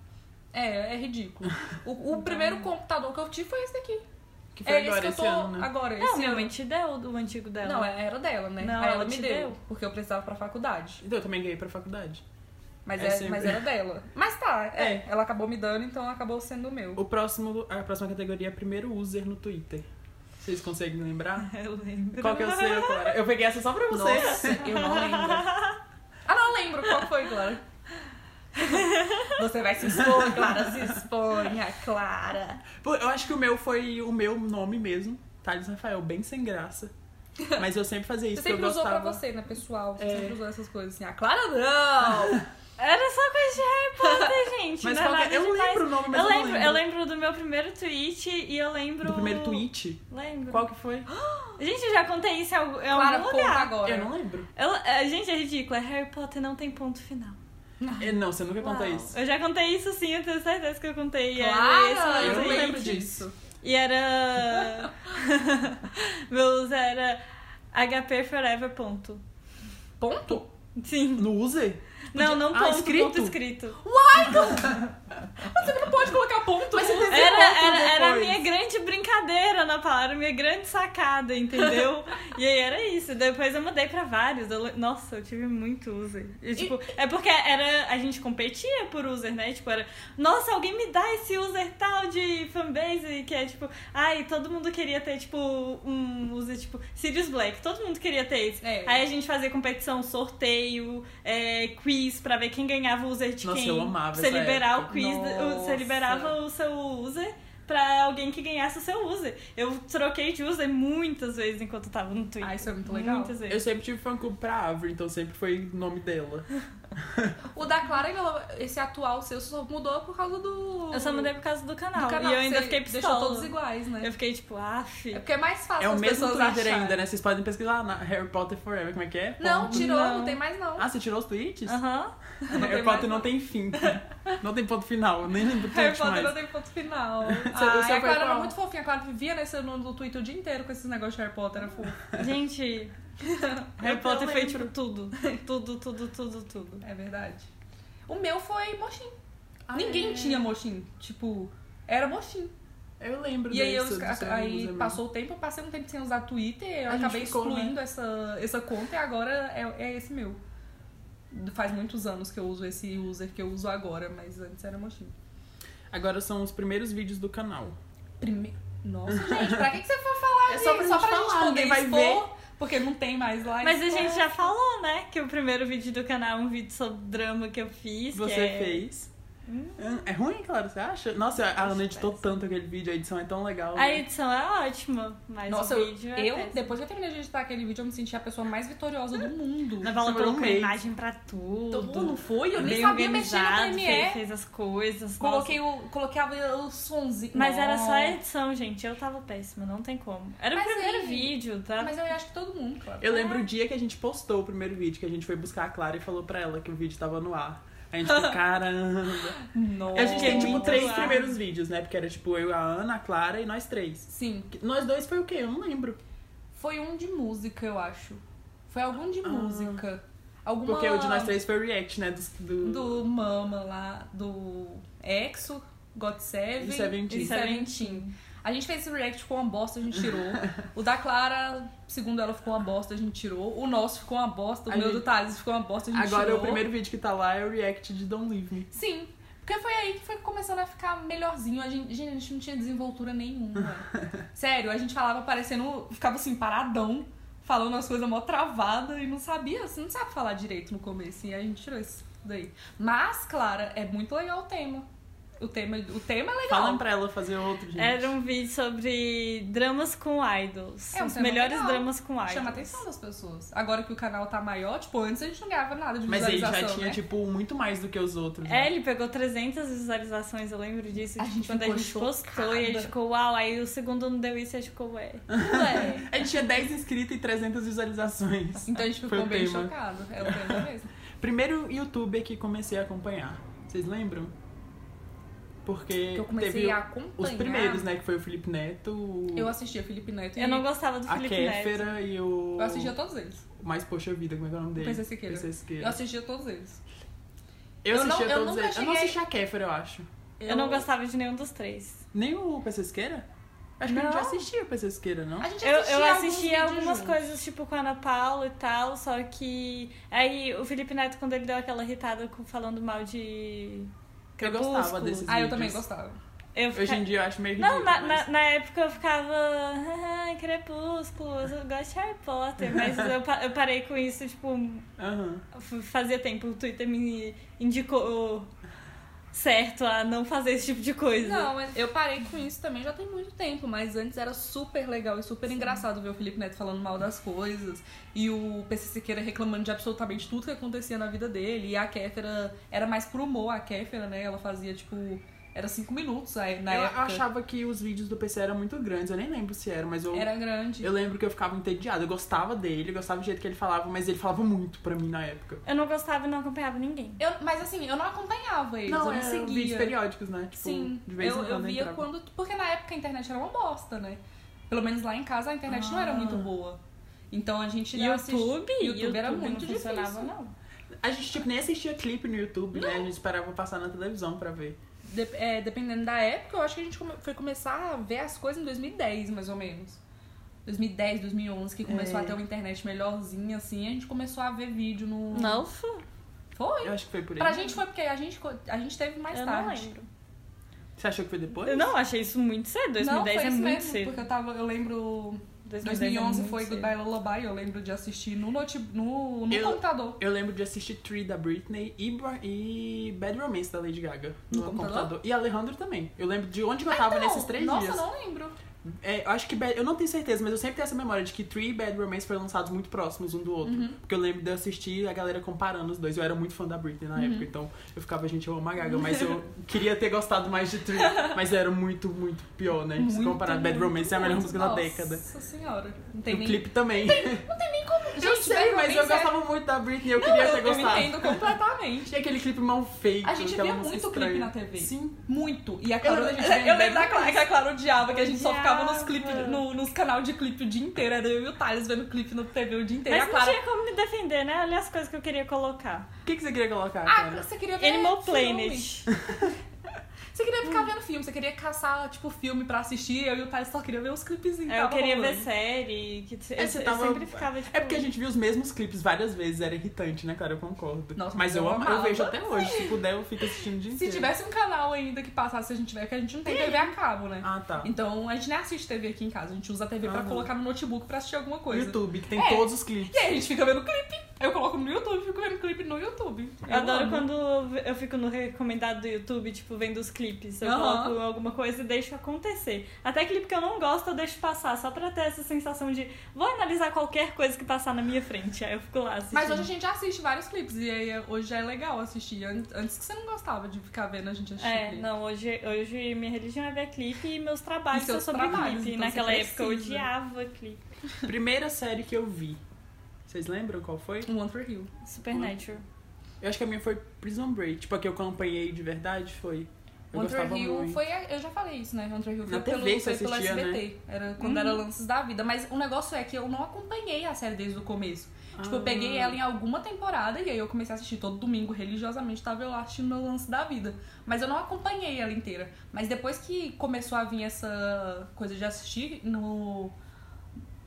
Speaker 1: É, é ridículo. O,
Speaker 3: Então.
Speaker 1: o primeiro computador que eu tive foi esse daqui.
Speaker 2: que foi
Speaker 1: É
Speaker 2: agora,
Speaker 1: esse
Speaker 2: esse
Speaker 1: que eu tô
Speaker 2: ano, né?
Speaker 1: agora.
Speaker 3: Não,
Speaker 1: esse
Speaker 3: minha
Speaker 1: ano.
Speaker 3: mãe te deu o antigo dela.
Speaker 2: é.
Speaker 1: Não, era dela, né?
Speaker 3: Não,
Speaker 1: Aí ela
Speaker 3: ela
Speaker 1: me
Speaker 3: te
Speaker 1: deu,
Speaker 3: deu.
Speaker 1: porque eu precisava pra faculdade.
Speaker 2: Então, Eu também ganhei pra faculdade.
Speaker 1: Mas,
Speaker 2: É
Speaker 1: é-
Speaker 2: sempre.
Speaker 1: mas era dela. Mas tá, é,
Speaker 2: É.
Speaker 1: ela acabou me dando, então acabou sendo o meu.
Speaker 2: O próximo, a próxima categoria é primeiro user no Twitter. Vocês conseguem lembrar?
Speaker 3: né? Eu lembro.
Speaker 2: Qual que é o seu, Clara? Eu peguei essa só pra você.
Speaker 1: Nossa, eu não lembro. Ah, não, eu lembro qual foi, Clara. Você vai se expor, Clara, se exponha, Clara.
Speaker 2: Pô, Eu acho que o meu foi o meu nome mesmo. Thales Rafael, bem sem graça. Mas eu sempre fazia
Speaker 1: Você
Speaker 2: isso, porque eu
Speaker 1: sempre usou
Speaker 2: gostava.
Speaker 1: pra você, né, pessoal? Você
Speaker 2: É.
Speaker 1: sempre usou essas coisas assim. Ah, Clara não!
Speaker 3: Era só coisa de Harry Potter, gente.
Speaker 2: Mas
Speaker 3: não é
Speaker 2: qual que é?
Speaker 3: nada
Speaker 2: eu
Speaker 3: demais.
Speaker 2: lembro o nome, mas eu,
Speaker 3: Eu
Speaker 2: não
Speaker 3: lembro, eu lembro do meu primeiro tweet e eu lembro.
Speaker 2: Do primeiro tweet?
Speaker 3: Lembro.
Speaker 2: Qual que foi?
Speaker 3: Gente, eu já contei isso em algum, em
Speaker 1: Clara,
Speaker 3: algum
Speaker 1: conta
Speaker 3: É um lugar.
Speaker 1: agora.
Speaker 2: Eu não lembro.
Speaker 3: Eu- é, gente, é ridículo. É Harry Potter não tem ponto final.
Speaker 2: É, Não, você nunca conta
Speaker 3: Uau.
Speaker 2: isso.
Speaker 3: Eu já contei isso sim, eu tenho certeza que eu contei. E era esse
Speaker 1: Clara,
Speaker 3: meu
Speaker 2: eu não
Speaker 3: tweet.
Speaker 2: lembro disso.
Speaker 3: E era. Meus era HP Forever. Ponto.
Speaker 1: Ponto?
Speaker 3: Sim.
Speaker 2: No user?
Speaker 3: Não, não
Speaker 2: Ah,
Speaker 3: ponto,
Speaker 2: escrito?
Speaker 3: ponto escrito.
Speaker 1: Você não pode colocar ponto.
Speaker 2: Mas você
Speaker 1: né?
Speaker 2: teve
Speaker 3: Era,
Speaker 2: outro
Speaker 3: era, era a
Speaker 2: depois.
Speaker 3: minha grande brincadeira, Ana Paula, era a minha grande sacada, entendeu? e aí era isso. Depois eu mudei pra vários. Eu le- nossa, eu tive muito user. E, tipo, É porque era, a gente competia por user, né? Tipo, era, nossa, alguém me dá esse user tal de fanbase, que é tipo, ai, todo mundo queria ter, tipo, um user, tipo, Sirius Black, todo mundo queria ter esse.
Speaker 1: É.
Speaker 3: Aí a gente fazia competição, sorteio, é, quiz pra ver quem ganhava o user de
Speaker 2: Nossa,
Speaker 3: quem.
Speaker 2: eu amava
Speaker 3: Você
Speaker 2: essa
Speaker 3: liberar
Speaker 2: época.
Speaker 3: o quiz,
Speaker 1: Nossa.
Speaker 3: o- você liberava o seu user pra alguém que ganhasse o seu user. Eu troquei de user muitas vezes enquanto eu tava no Twitter.
Speaker 1: Ah, isso é muito legal.
Speaker 3: Muitas
Speaker 2: Eu
Speaker 3: vezes.
Speaker 2: sempre tive fã clube pra Avery, então sempre foi o nome dela.
Speaker 1: O da Clara, ela- esse atual seu, só mudou por causa do...
Speaker 3: Eu, só mandei por causa do canal.
Speaker 1: do canal.
Speaker 3: E eu ainda
Speaker 1: Você
Speaker 3: fiquei
Speaker 1: Deixou
Speaker 3: pistola.
Speaker 1: todos iguais, né?
Speaker 3: Eu fiquei tipo, af.
Speaker 1: É porque é mais fácil
Speaker 2: É o
Speaker 1: as
Speaker 2: mesmo
Speaker 1: pessoas
Speaker 2: Twitter
Speaker 1: acharem.
Speaker 2: ainda, né? Vocês podem pesquisar na Harry Potter Forever, como é que é?
Speaker 1: Não,
Speaker 2: Ponto.
Speaker 1: tirou, não,
Speaker 3: Não.
Speaker 1: tem mais não.
Speaker 2: Ah, você tirou os tweets?
Speaker 3: Aham.
Speaker 2: Harry
Speaker 1: tem
Speaker 2: Potter
Speaker 1: mais,
Speaker 2: não
Speaker 1: não.
Speaker 2: tem fim. Não tem ponto final, nem lembro o
Speaker 1: Harry
Speaker 2: tweet
Speaker 1: Potter não
Speaker 2: mais.
Speaker 1: tem ponto final.
Speaker 2: o
Speaker 1: Ai,
Speaker 2: seu
Speaker 1: a
Speaker 2: foi
Speaker 1: Clara
Speaker 2: qual?
Speaker 1: era muito fofinha. A Clara vivia nesse no, no Twitter o dia inteiro com esses negócios de Harry Potter. Era fofo.
Speaker 3: Gente, Harry
Speaker 1: Eu
Speaker 3: Potter foi,
Speaker 1: lembro.
Speaker 3: tipo, tudo. Tudo, tudo, tudo, tudo.
Speaker 1: É verdade. O meu foi mochim.
Speaker 2: Ah,
Speaker 1: Ninguém
Speaker 2: é.
Speaker 1: tinha mochim. Tipo, era mochim.
Speaker 2: Eu lembro
Speaker 1: E aí, eu,
Speaker 2: dessa dos seus
Speaker 1: aí
Speaker 2: amigos.
Speaker 1: passou o tempo, eu passei um tempo sem usar Twitter, eu
Speaker 2: A gente
Speaker 1: acabei
Speaker 2: ficou, né?
Speaker 1: excluindo essa, essa conta e agora é, é esse meu. Faz muitos anos que eu uso esse user que eu uso agora, mas antes era Mochim.
Speaker 2: Agora são os primeiros vídeos do canal.
Speaker 1: Primeiro. Nossa, gente, pra que, que você for falar
Speaker 2: É
Speaker 1: disso?
Speaker 2: só pra gente falar,
Speaker 1: poder
Speaker 2: ninguém vai
Speaker 1: expor, porque não tem mais lá.
Speaker 3: Mas a
Speaker 1: expor.
Speaker 3: gente já falou, né? Que o primeiro vídeo do canal é um vídeo sobre drama que eu fiz. que
Speaker 2: Você
Speaker 3: é-
Speaker 2: fez.
Speaker 1: Hum.
Speaker 2: É ruim, claro, você acha? Nossa, a Ana editou tanto aquele vídeo, a edição é tão legal.
Speaker 3: A
Speaker 2: né?
Speaker 3: edição é ótima, mas
Speaker 1: Nossa,
Speaker 3: o
Speaker 1: eu,
Speaker 3: vídeo é
Speaker 1: eu,
Speaker 3: péssimo.
Speaker 1: depois que eu terminei de editar aquele vídeo, eu me senti a pessoa mais vitoriosa do mundo.
Speaker 3: Na
Speaker 2: demorou
Speaker 3: Paula
Speaker 2: um
Speaker 3: colocou
Speaker 2: mês.
Speaker 3: imagem pra tudo.
Speaker 1: Todo não foi? Eu nem
Speaker 3: bem
Speaker 1: sabia mexer no
Speaker 3: organizado, fez,
Speaker 1: Premiere.
Speaker 3: fez as coisas.
Speaker 1: Coloquei o, colocava o sonzinho.
Speaker 3: nossa. Mas era só a
Speaker 1: Nossa.
Speaker 3: edição, gente. Eu tava péssima, não tem como. Era
Speaker 1: Mas
Speaker 3: o primeiro
Speaker 1: aí-
Speaker 3: vídeo, tá?
Speaker 1: Mas eu acho que todo mundo, claro.
Speaker 2: Eu lembro o dia que a gente postou o primeiro vídeo, que a gente foi buscar a Clara e falou pra ela que o vídeo tava no ar. A gente ficou, caramba.
Speaker 1: Nossa.
Speaker 2: A gente tem, tipo,
Speaker 3: Nossa.
Speaker 2: três primeiros vídeos, né? Porque era, tipo, eu, a Ana, a Clara e nós três.
Speaker 1: Sim.
Speaker 2: Que- Nós dois foi o quê? Eu não lembro.
Speaker 1: Foi um de música, eu acho. Foi algum de
Speaker 2: Ah.
Speaker 1: música. Alguma...
Speaker 2: Porque o de nós três foi o react, né? Do, do-
Speaker 1: Do Mama lá, do EXO, Got Seven
Speaker 2: E Seventeen.
Speaker 1: e Seventeen. A gente fez esse react, ficou uma bosta, a gente tirou. O da Clara, segundo ela, ficou uma bosta, a gente tirou. O nosso ficou uma bosta, o
Speaker 2: A
Speaker 1: meu
Speaker 2: gente-
Speaker 1: do Thales ficou uma bosta, a gente
Speaker 2: Agora
Speaker 1: tirou.
Speaker 2: o primeiro vídeo que tá lá é o react de Don't Leave Me.
Speaker 1: Sim. Porque foi aí que foi começando a ficar melhorzinho. A gente, gente, a gente não tinha desenvoltura nenhuma. Sério, a gente falava parecendo. Ficava assim, paradão, falando as coisas mó travada e não sabia, assim, não sabe falar direito no começo. E a gente tirou isso daí. Mas, Clara, é muito legal o tema. O tema, o tema é legal.
Speaker 2: Falam pra ela fazer outro, gente.
Speaker 3: Era um vídeo sobre dramas com idols.
Speaker 1: É um
Speaker 3: os
Speaker 1: tema
Speaker 3: melhores
Speaker 1: legal.
Speaker 3: dramas com idols.
Speaker 1: Chama a atenção das pessoas. Agora que o canal tá maior, tipo, antes a gente não ganhava nada de
Speaker 2: Mas ele
Speaker 1: visualização,
Speaker 2: já tinha,
Speaker 1: né?
Speaker 2: tipo, muito mais do que os outros.
Speaker 3: É,
Speaker 2: né?
Speaker 3: ele pegou 300 visualizações, eu lembro disso.
Speaker 1: A
Speaker 3: tipo,
Speaker 1: gente
Speaker 3: quando a
Speaker 1: ficou
Speaker 3: gente postou e a gente
Speaker 1: chocada.
Speaker 3: ficou, uau, aí o segundo não deu isso, a gente ficou, ué.
Speaker 2: tipo,
Speaker 1: Ué.
Speaker 2: A gente tinha 10 inscritos e 300 visualizações.
Speaker 1: É. Então a gente
Speaker 2: Foi
Speaker 1: ficou
Speaker 2: o
Speaker 1: bem
Speaker 2: tema.
Speaker 1: chocado. É o tema mesmo.
Speaker 2: Primeiro youtuber que comecei a acompanhar. Vocês lembram? Porque
Speaker 1: Que eu comecei
Speaker 2: teve
Speaker 1: a acompanhar.
Speaker 2: os primeiros, né? Que foi o Felipe Neto, o-
Speaker 1: Eu assistia Felipe Neto e
Speaker 3: Eu não gostava do
Speaker 2: a
Speaker 3: Felipe Neto.
Speaker 2: Kéfera e o...
Speaker 1: eu assistia todos eles.
Speaker 2: Mais Poxa Vida, como é que é o nome dele?
Speaker 1: PC Siqueira.
Speaker 2: PC Siqueira.
Speaker 1: Eu assistia todos eles.
Speaker 2: Eu,
Speaker 1: eu não-
Speaker 2: assistia
Speaker 1: eu
Speaker 2: todos
Speaker 1: nunca
Speaker 2: eles. Eu não
Speaker 1: cheguei-
Speaker 2: assisti a Kéfera, eu acho.
Speaker 3: Eu...
Speaker 2: é
Speaker 3: não gostava de nenhum dos três.
Speaker 2: Nem o PC Siqueira? Acho que a
Speaker 3: Não.
Speaker 2: gente já assistia o PC Siqueira, não?
Speaker 1: A gente
Speaker 3: Eu,
Speaker 1: assistia
Speaker 3: eu
Speaker 1: alguns
Speaker 3: assistia
Speaker 1: vídeos
Speaker 3: algumas
Speaker 1: juntos.
Speaker 3: coisas, tipo, com a Ana Paula e tal, só que. Aí o Felipe Neto, quando ele deu aquela irritada com- falando mal de.
Speaker 2: Eu gostava
Speaker 3: Crepúsculo.
Speaker 2: desses
Speaker 1: Ah, eu
Speaker 2: vídeos.
Speaker 1: também gostava.
Speaker 3: Eu
Speaker 2: Hoje
Speaker 3: fica-
Speaker 2: em dia eu acho meio ridículo.
Speaker 3: Não, na,
Speaker 2: mas-
Speaker 3: na, na época eu ficava. Ah, crepúsculo, eu gosto de Harry Potter, mas eu, pa- eu parei com isso, tipo,
Speaker 2: Aham.
Speaker 3: f- fazia tempo. O Twitter me indicou certo a não fazer esse tipo de coisa.
Speaker 1: Não, mas eu parei com isso também já tem muito tempo, mas antes era super legal e super engraçado ver o Felipe Neto falando mal das coisas e o PC Siqueira reclamando de absolutamente tudo que acontecia na vida dele. E a Kéfera era mais pro humor, a Kéfera, né? Ela fazia tipo. Era cinco minutos aí, na
Speaker 2: eu
Speaker 1: época.
Speaker 2: achava que os vídeos do PC eram muito grandes, eu nem lembro se eram, mas eu,
Speaker 1: Era grande.
Speaker 2: eu lembro que eu ficava entediada. Eu gostava dele, eu gostava do jeito que ele falava, mas ele falava muito pra mim na época.
Speaker 3: Eu não gostava e não acompanhava ninguém.
Speaker 1: Eu- mas assim, eu não acompanhava eles, eu não
Speaker 2: eram
Speaker 1: seguia.
Speaker 2: vídeos periódicos, né? Tipo,
Speaker 1: Sim,
Speaker 2: de vez
Speaker 1: eu,
Speaker 2: em
Speaker 1: eu
Speaker 2: quando
Speaker 1: via
Speaker 2: entrava.
Speaker 1: quando. Porque na época a internet era uma bosta, né? Pelo menos lá em casa a internet não era
Speaker 2: Ah.
Speaker 1: muito boa. Então a gente não assistia-
Speaker 3: YouTube,
Speaker 1: YouTube era muito
Speaker 3: não funcionava,
Speaker 1: difícil.
Speaker 3: não.
Speaker 2: A gente tipo, nem assistia clipe no YouTube, né? A gente esperava passar na televisão pra ver.
Speaker 1: De- é, dependendo da época, eu acho que a gente come- foi começar a ver as coisas em 2010, mais ou menos. 2010, 2011, que começou
Speaker 2: É.
Speaker 1: a ter uma internet melhorzinha, assim, a gente começou a ver vídeo no.
Speaker 3: Não, fu-
Speaker 1: Foi?
Speaker 2: Eu acho que foi por aí.
Speaker 1: Pra gente foi porque a gente, co- a gente teve mais
Speaker 3: eu não
Speaker 1: tarde.
Speaker 3: lembro.
Speaker 2: Você achou que foi depois?
Speaker 3: Eu não achei isso muito cedo. 2010
Speaker 1: não, foi
Speaker 3: é
Speaker 1: isso
Speaker 3: muito
Speaker 1: mesmo,
Speaker 3: cedo.
Speaker 1: porque eu tava. Eu lembro.
Speaker 3: 2010 é
Speaker 1: 2011
Speaker 3: muito
Speaker 1: foi
Speaker 3: cedo.
Speaker 1: Goodbye Lullaby, eu lembro de assistir no, note, no, no
Speaker 2: Eu-
Speaker 1: computador.
Speaker 2: Eu lembro de assistir Tree da Britney e, Bra- e Bad Romance da Lady Gaga no,
Speaker 1: No computador?
Speaker 2: E Alejandro também. Eu lembro de onde que eu tava
Speaker 1: Então,
Speaker 2: nesses três
Speaker 1: nossa,
Speaker 2: dias.
Speaker 1: não lembro.
Speaker 2: É, eu acho que Bad- eu não tenho certeza, mas eu sempre tenho essa memória de que Tree e Bad Romance foram lançados muito próximos um do outro.
Speaker 1: Uhum.
Speaker 2: Porque eu lembro de eu assistir a galera comparando os dois. Eu era muito fã da Britney
Speaker 1: Uhum.
Speaker 2: na época, então eu ficava, gente, eu amo a Gaga, mas eu queria ter gostado mais de Tree. Mas era muito, muito pior, né? Se
Speaker 1: Muito,
Speaker 2: comparar Bad
Speaker 1: muito,
Speaker 2: Romance é a melhor
Speaker 1: muito.
Speaker 2: música da
Speaker 1: Nossa
Speaker 2: década.
Speaker 1: senhora. Não
Speaker 2: E
Speaker 1: tem
Speaker 2: o
Speaker 1: nem...
Speaker 2: clipe também.
Speaker 1: Não tem nem como... Gente,
Speaker 2: eu sei,
Speaker 1: Bad
Speaker 2: mas eu
Speaker 1: Romance é-
Speaker 2: gostava muito da Britney, eu
Speaker 1: Não,
Speaker 2: queria
Speaker 1: eu-
Speaker 2: ter gostado.
Speaker 1: Eu entendo completamente.
Speaker 2: E aquele clipe mal feito.
Speaker 1: A gente
Speaker 2: aquela
Speaker 1: via
Speaker 2: música
Speaker 1: muito
Speaker 2: estranha.
Speaker 1: clipe na TV.
Speaker 2: Sim.
Speaker 1: Muito. E a Clara,
Speaker 2: Eu-
Speaker 1: a gente
Speaker 2: eu
Speaker 1: via
Speaker 2: lembro
Speaker 1: Clara, que a Clara odiava, que a gente só ficava nos
Speaker 3: Tava.
Speaker 1: clipes, no, nos canal de clipe o dia inteiro. Era eu e o Thales vendo clipe no TV o dia inteiro.
Speaker 3: Mas
Speaker 1: a
Speaker 3: não
Speaker 1: Clara,
Speaker 3: tinha como me defender, né? Olha as coisas que eu queria colocar.
Speaker 2: O que, que você queria colocar,
Speaker 1: ah,
Speaker 2: cara?
Speaker 1: você queria ver
Speaker 3: Animal
Speaker 1: filme.
Speaker 3: Planet.
Speaker 1: Você queria ficar vendo filme, você queria caçar, tipo, filme pra assistir. Eu e o Thales só queria ver os clipezinhos.
Speaker 3: É, eu
Speaker 1: tava
Speaker 3: queria ver
Speaker 1: rolando.
Speaker 3: série. Que se-
Speaker 2: É,
Speaker 3: eu,
Speaker 2: você
Speaker 3: eu
Speaker 2: tava-
Speaker 3: sempre ficava, tipo...
Speaker 2: É porque a gente viu os mesmos clipes várias vezes, era irritante, né, cara? Eu concordo.
Speaker 1: Nossa,
Speaker 2: mas
Speaker 1: mas
Speaker 2: eu,
Speaker 1: eu
Speaker 2: amo, eu
Speaker 1: amava.
Speaker 2: vejo até hoje. Se puder, eu fico assistindo o dia
Speaker 1: Se
Speaker 2: inteiro.
Speaker 1: tivesse um canal ainda que passasse, a gente tiver, que a gente não tem TV a cabo, né?
Speaker 2: Ah, tá.
Speaker 1: Então a gente nem assiste TV aqui em casa, a gente usa a TV pra
Speaker 2: Aham.
Speaker 1: colocar no notebook pra assistir alguma
Speaker 2: O
Speaker 1: coisa.
Speaker 2: YouTube, que tem
Speaker 1: É.
Speaker 2: todos os clipes.
Speaker 1: E aí a gente fica vendo clipe. Eu coloco no YouTube, fico vendo clipe no YouTube.
Speaker 3: Eu adoro
Speaker 1: amo.
Speaker 3: quando eu fico no recomendado do YouTube, tipo, vendo os clipes. Eu
Speaker 1: Aham.
Speaker 3: coloco alguma coisa e deixo acontecer. Até clipe que eu não gosto, eu deixo passar, só pra ter essa sensação de vou analisar qualquer coisa que passar na minha frente. Aí eu fico lá assistindo.
Speaker 1: Mas hoje a gente assiste vários clipes e aí hoje já é legal assistir. An- Antes que você não gostava de ficar vendo a gente assistir.
Speaker 3: É,
Speaker 1: clipe.
Speaker 3: não, hoje, hoje minha religião é ver clipe e meus trabalhos
Speaker 1: E
Speaker 3: são
Speaker 1: seus
Speaker 3: sobre
Speaker 1: trabalhos,
Speaker 3: clipe.
Speaker 1: então você
Speaker 3: Naquela época eu
Speaker 1: precisa.
Speaker 3: odiava clipe.
Speaker 2: Primeira série que eu vi. Vocês lembram qual foi?
Speaker 1: Um One for Hill.
Speaker 3: Supernatural.
Speaker 2: Eu acho que a minha foi Prison Break. Tipo, a que eu acompanhei de verdade foi. Eu
Speaker 1: One
Speaker 2: gostava
Speaker 1: for Hill
Speaker 2: muito.
Speaker 1: foi. Eu já falei isso, né? One for Hill foi,
Speaker 2: Na
Speaker 1: pelo,
Speaker 2: TV você
Speaker 1: foi pelo
Speaker 2: assistia, né?
Speaker 1: SBT. Era quando
Speaker 3: Uhum.
Speaker 1: era Lances da Vida. Mas o negócio é que eu não acompanhei a série desde o começo. Tipo, eu
Speaker 2: Ah.
Speaker 1: peguei ela em alguma temporada e aí eu comecei a assistir todo domingo religiosamente, tava eu lá assistindo meu lance da vida. Mas eu não acompanhei ela inteira. Mas depois que começou a vir essa coisa de assistir no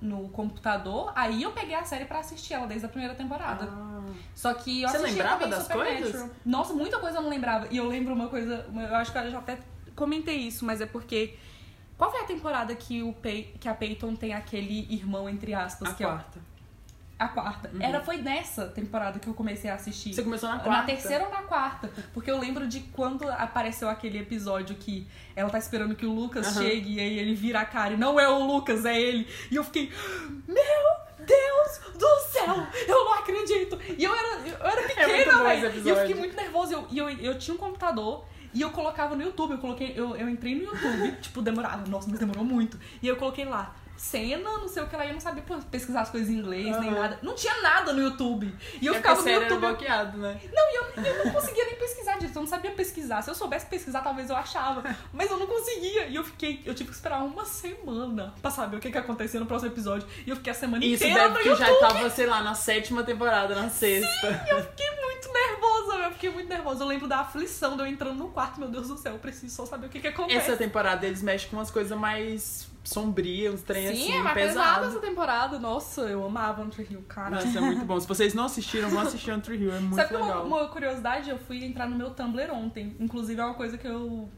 Speaker 1: no computador, aí eu peguei a série pra assistir ela desde a primeira temporada.
Speaker 2: Ah.
Speaker 1: Só que eu
Speaker 2: Você
Speaker 1: assistia
Speaker 2: lembrava
Speaker 1: também
Speaker 2: das
Speaker 1: Supernatural.
Speaker 2: coisas?
Speaker 1: Nossa, muita coisa eu não lembrava. E eu lembro uma coisa, eu acho que eu já até comentei isso, mas é porque qual foi a temporada que o Pey- que a Peyton tem aquele irmão entre aspas
Speaker 2: A
Speaker 1: que é o-
Speaker 2: quarta.
Speaker 1: a quarta.
Speaker 2: Uhum.
Speaker 1: Era, foi nessa temporada que eu comecei a assistir.
Speaker 2: Você começou na quarta.
Speaker 1: É Na terceira ou na quarta? Porque eu lembro de quando apareceu aquele episódio que ela tá esperando que o Lucas
Speaker 2: Aham.
Speaker 1: chegue e aí ele vira a cara e não é o Lucas, é ele. E eu fiquei, meu Deus do céu, eu não acredito. E eu era, eu era
Speaker 2: É muito
Speaker 1: pequena,
Speaker 2: bom
Speaker 1: velho. E
Speaker 2: esse
Speaker 1: eu fiquei
Speaker 2: episódio.
Speaker 1: muito nervosa. E eu, e eu, eu tinha um computador e eu colocava no YouTube. Eu, coloquei, eu, eu entrei no YouTube, tipo, demorava. Nossa, mas demorou muito. E eu coloquei lá. Cena, não sei o que lá, e eu não sabia pô, pesquisar as coisas em inglês, nem
Speaker 2: Aham.
Speaker 1: nada. Não tinha nada no YouTube. E
Speaker 2: E
Speaker 1: eu ficava no
Speaker 2: era
Speaker 1: YouTube,
Speaker 2: bloqueado, né?
Speaker 1: não, e eu, eu não conseguia nem pesquisar direito, eu não sabia pesquisar. Se eu soubesse pesquisar, talvez eu achava. Mas eu não conseguia. E eu fiquei, eu tive que esperar uma semana pra saber o que, que acontecia no próximo episódio. E eu fiquei a semana
Speaker 2: Isso
Speaker 1: inteira
Speaker 2: deve
Speaker 1: no
Speaker 2: que
Speaker 1: YouTube.
Speaker 2: já tava, sei lá, na sétima temporada, na sexta.
Speaker 1: E eu fiquei muito nervosa, eu fiquei muito nervosa. Eu lembro da aflição de eu entrando no quarto, meu Deus do céu, eu preciso só saber o que, que acontece.
Speaker 2: Essa temporada eles mexem com umas coisas mais sombrias, uns trem
Speaker 1: Sim,
Speaker 2: assim,
Speaker 1: é mais pesada
Speaker 2: pesado.
Speaker 1: essa temporada. Nossa, eu amava Hunter Hill, cara.
Speaker 2: Nossa, é muito bom. Se vocês não assistiram, vão assistir Antry Hill, é muito
Speaker 1: Sabe que uma,
Speaker 2: legal.
Speaker 1: uma curiosidade? Eu fui entrar no meu Tumblr ontem. Inclusive, é uma coisa que eu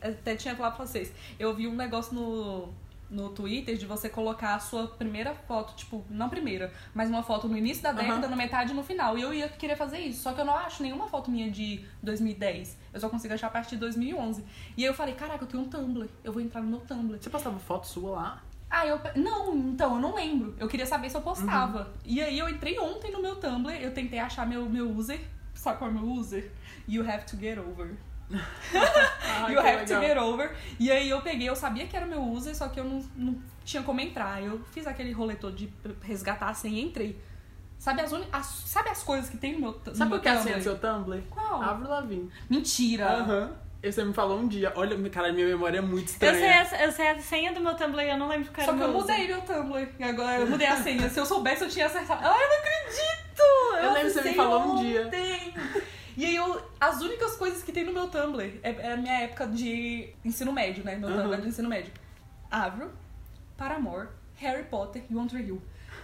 Speaker 1: até tinha falado pra vocês. Eu vi um negócio no, no Twitter de você colocar a sua primeira foto, tipo, não primeira, mas uma foto no início da
Speaker 2: Aham.
Speaker 1: década, na metade e no final. E eu ia querer fazer isso, só que eu não acho nenhuma foto minha de 2010. Eu só consigo achar a partir de 2011. E aí eu falei, caraca, eu tenho um Tumblr. Eu vou entrar no meu Tumblr.
Speaker 2: Você postava foto sua lá?
Speaker 1: Ah, eu. Não, então, eu não lembro. Eu queria saber se eu postava.
Speaker 2: Uhum.
Speaker 1: E aí eu entrei ontem no meu Tumblr, eu tentei achar meu, meu user. Sabe qual é meu user? You have to get over.
Speaker 2: Ah,
Speaker 1: you
Speaker 2: que
Speaker 1: have to
Speaker 2: legal.
Speaker 1: get over. E aí eu peguei, eu sabia que era meu user, só que eu não, não tinha como entrar. Eu fiz aquele rolê todo de resgatar a senha e entrei. Sabe as, uni- as- sabe as coisas que tem no meu, t- no
Speaker 2: Sabe
Speaker 1: meu
Speaker 2: o que é a senha
Speaker 1: Tumblr?
Speaker 2: do seu Tumblr?
Speaker 1: Qual? Tá.
Speaker 2: Avril Lavigne.
Speaker 1: Mentira!
Speaker 2: Aham. E Você me falou um dia. Olha, cara, minha memória é muito
Speaker 3: Eu
Speaker 2: estranha.
Speaker 3: sei, a, eu sei a senha do meu Tumblr, eu não lembro qual
Speaker 1: Só
Speaker 3: era
Speaker 1: que eu
Speaker 3: meu user.
Speaker 1: mudei meu Tumblr. E agora eu mudei a senha. Se eu soubesse, eu tinha acertado. Ah, eu não acredito!
Speaker 2: Eu lembro que você me
Speaker 1: acessei
Speaker 2: falou um dia.
Speaker 1: ontem. E aí eu. As únicas coisas que tem no meu Tumblr é, é a minha época de ensino médio, né? Meu
Speaker 2: Aham.
Speaker 1: Tumblr é de ensino médio. Avro, Paramore, Harry Potter e One Tree Hill.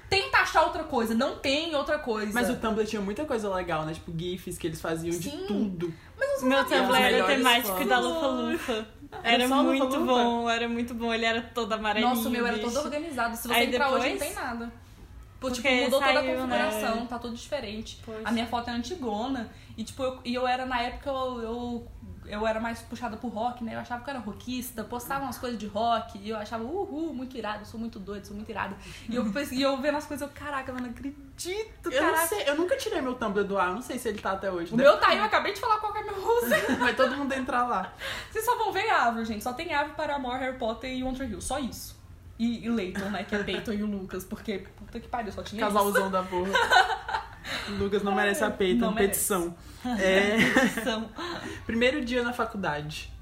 Speaker 1: Tenta achar outra coisa, não tem outra coisa.
Speaker 2: Mas o Tumblr tinha muita coisa legal, né? Tipo, GIFs que eles faziam de
Speaker 1: Sim.
Speaker 2: tudo.
Speaker 1: Mas os
Speaker 3: Meu
Speaker 1: meus
Speaker 3: Tumblr
Speaker 1: amigos-
Speaker 3: era
Speaker 2: melhores
Speaker 3: temático da Lufa Lufa. Era
Speaker 2: só Lufa
Speaker 3: muito
Speaker 2: Lufa?
Speaker 3: bom, era muito bom. Ele era todo amarelinho.
Speaker 1: Nossa, o meu era
Speaker 3: bicho.
Speaker 1: todo organizado. Se você
Speaker 3: Aí
Speaker 1: entrar hoje, não
Speaker 3: depois-
Speaker 1: tem nada. Pô, tipo,
Speaker 3: Porque
Speaker 1: mudou toda a
Speaker 3: saiu, né?
Speaker 1: configuração, tá tudo diferente.
Speaker 3: Pois.
Speaker 1: A minha foto é antigona. E, tipo, eu, e eu era, na época, eu, eu, eu era mais puxada pro rock, né? Eu achava que eu era rockista, postava umas coisas de rock. E eu achava, uhul, muito irado, sou muito doido, sou muito irada. E eu, pens- e eu vendo as coisas, eu, caraca, eu não acredito,
Speaker 2: Eu não
Speaker 1: caraca.
Speaker 2: sei, eu nunca tirei meu Tumblr do ar, eu não sei se ele tá até hoje.
Speaker 1: O meu tá aí, eu acabei de falar qual que é meu user.
Speaker 2: Vai todo mundo entrar lá.
Speaker 1: Vocês só vão ver árvore, gente. Só tem árvore para amor, Harry Potter e One Tree Hill. Só isso. E, e Leighton, né? Que é Peyton e o Lucas. Porque, puta que pariu, só tinha isso.
Speaker 2: Casalzão da porra. O Lucas não merece a peita,
Speaker 1: Não
Speaker 2: uma petição. É,
Speaker 3: São-
Speaker 2: primeiro dia na faculdade.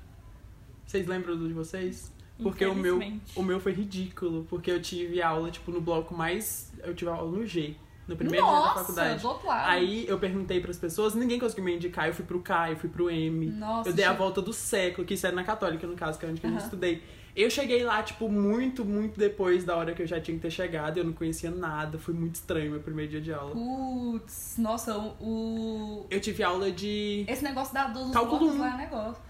Speaker 2: Vocês lembram do de vocês? Porque o meu,
Speaker 3: Infelizmente.
Speaker 2: o meu foi ridículo, porque eu tive aula, tipo, no bloco mais. Eu tive aula no G, no primeiro dia da faculdade.
Speaker 1: do outro lado.
Speaker 2: Aí eu perguntei pras pessoas, ninguém conseguiu me indicar. Eu fui pro K, eu fui pro M.
Speaker 1: Nossa,
Speaker 2: eu dei a
Speaker 1: gente.
Speaker 2: volta do século, que isso era na Católica, no caso, que é onde que eu
Speaker 1: Aham.
Speaker 2: estudei. Eu cheguei lá, tipo, muito, muito depois da hora que eu já tinha que ter chegado. Eu não conhecia nada, foi muito estranho meu primeiro dia de aula.
Speaker 1: Putz, nossa, o. o-
Speaker 2: Eu tive aula de.
Speaker 1: Esse negócio da, dos
Speaker 2: Cálculo
Speaker 1: blocos
Speaker 2: um.
Speaker 1: lá é negócio.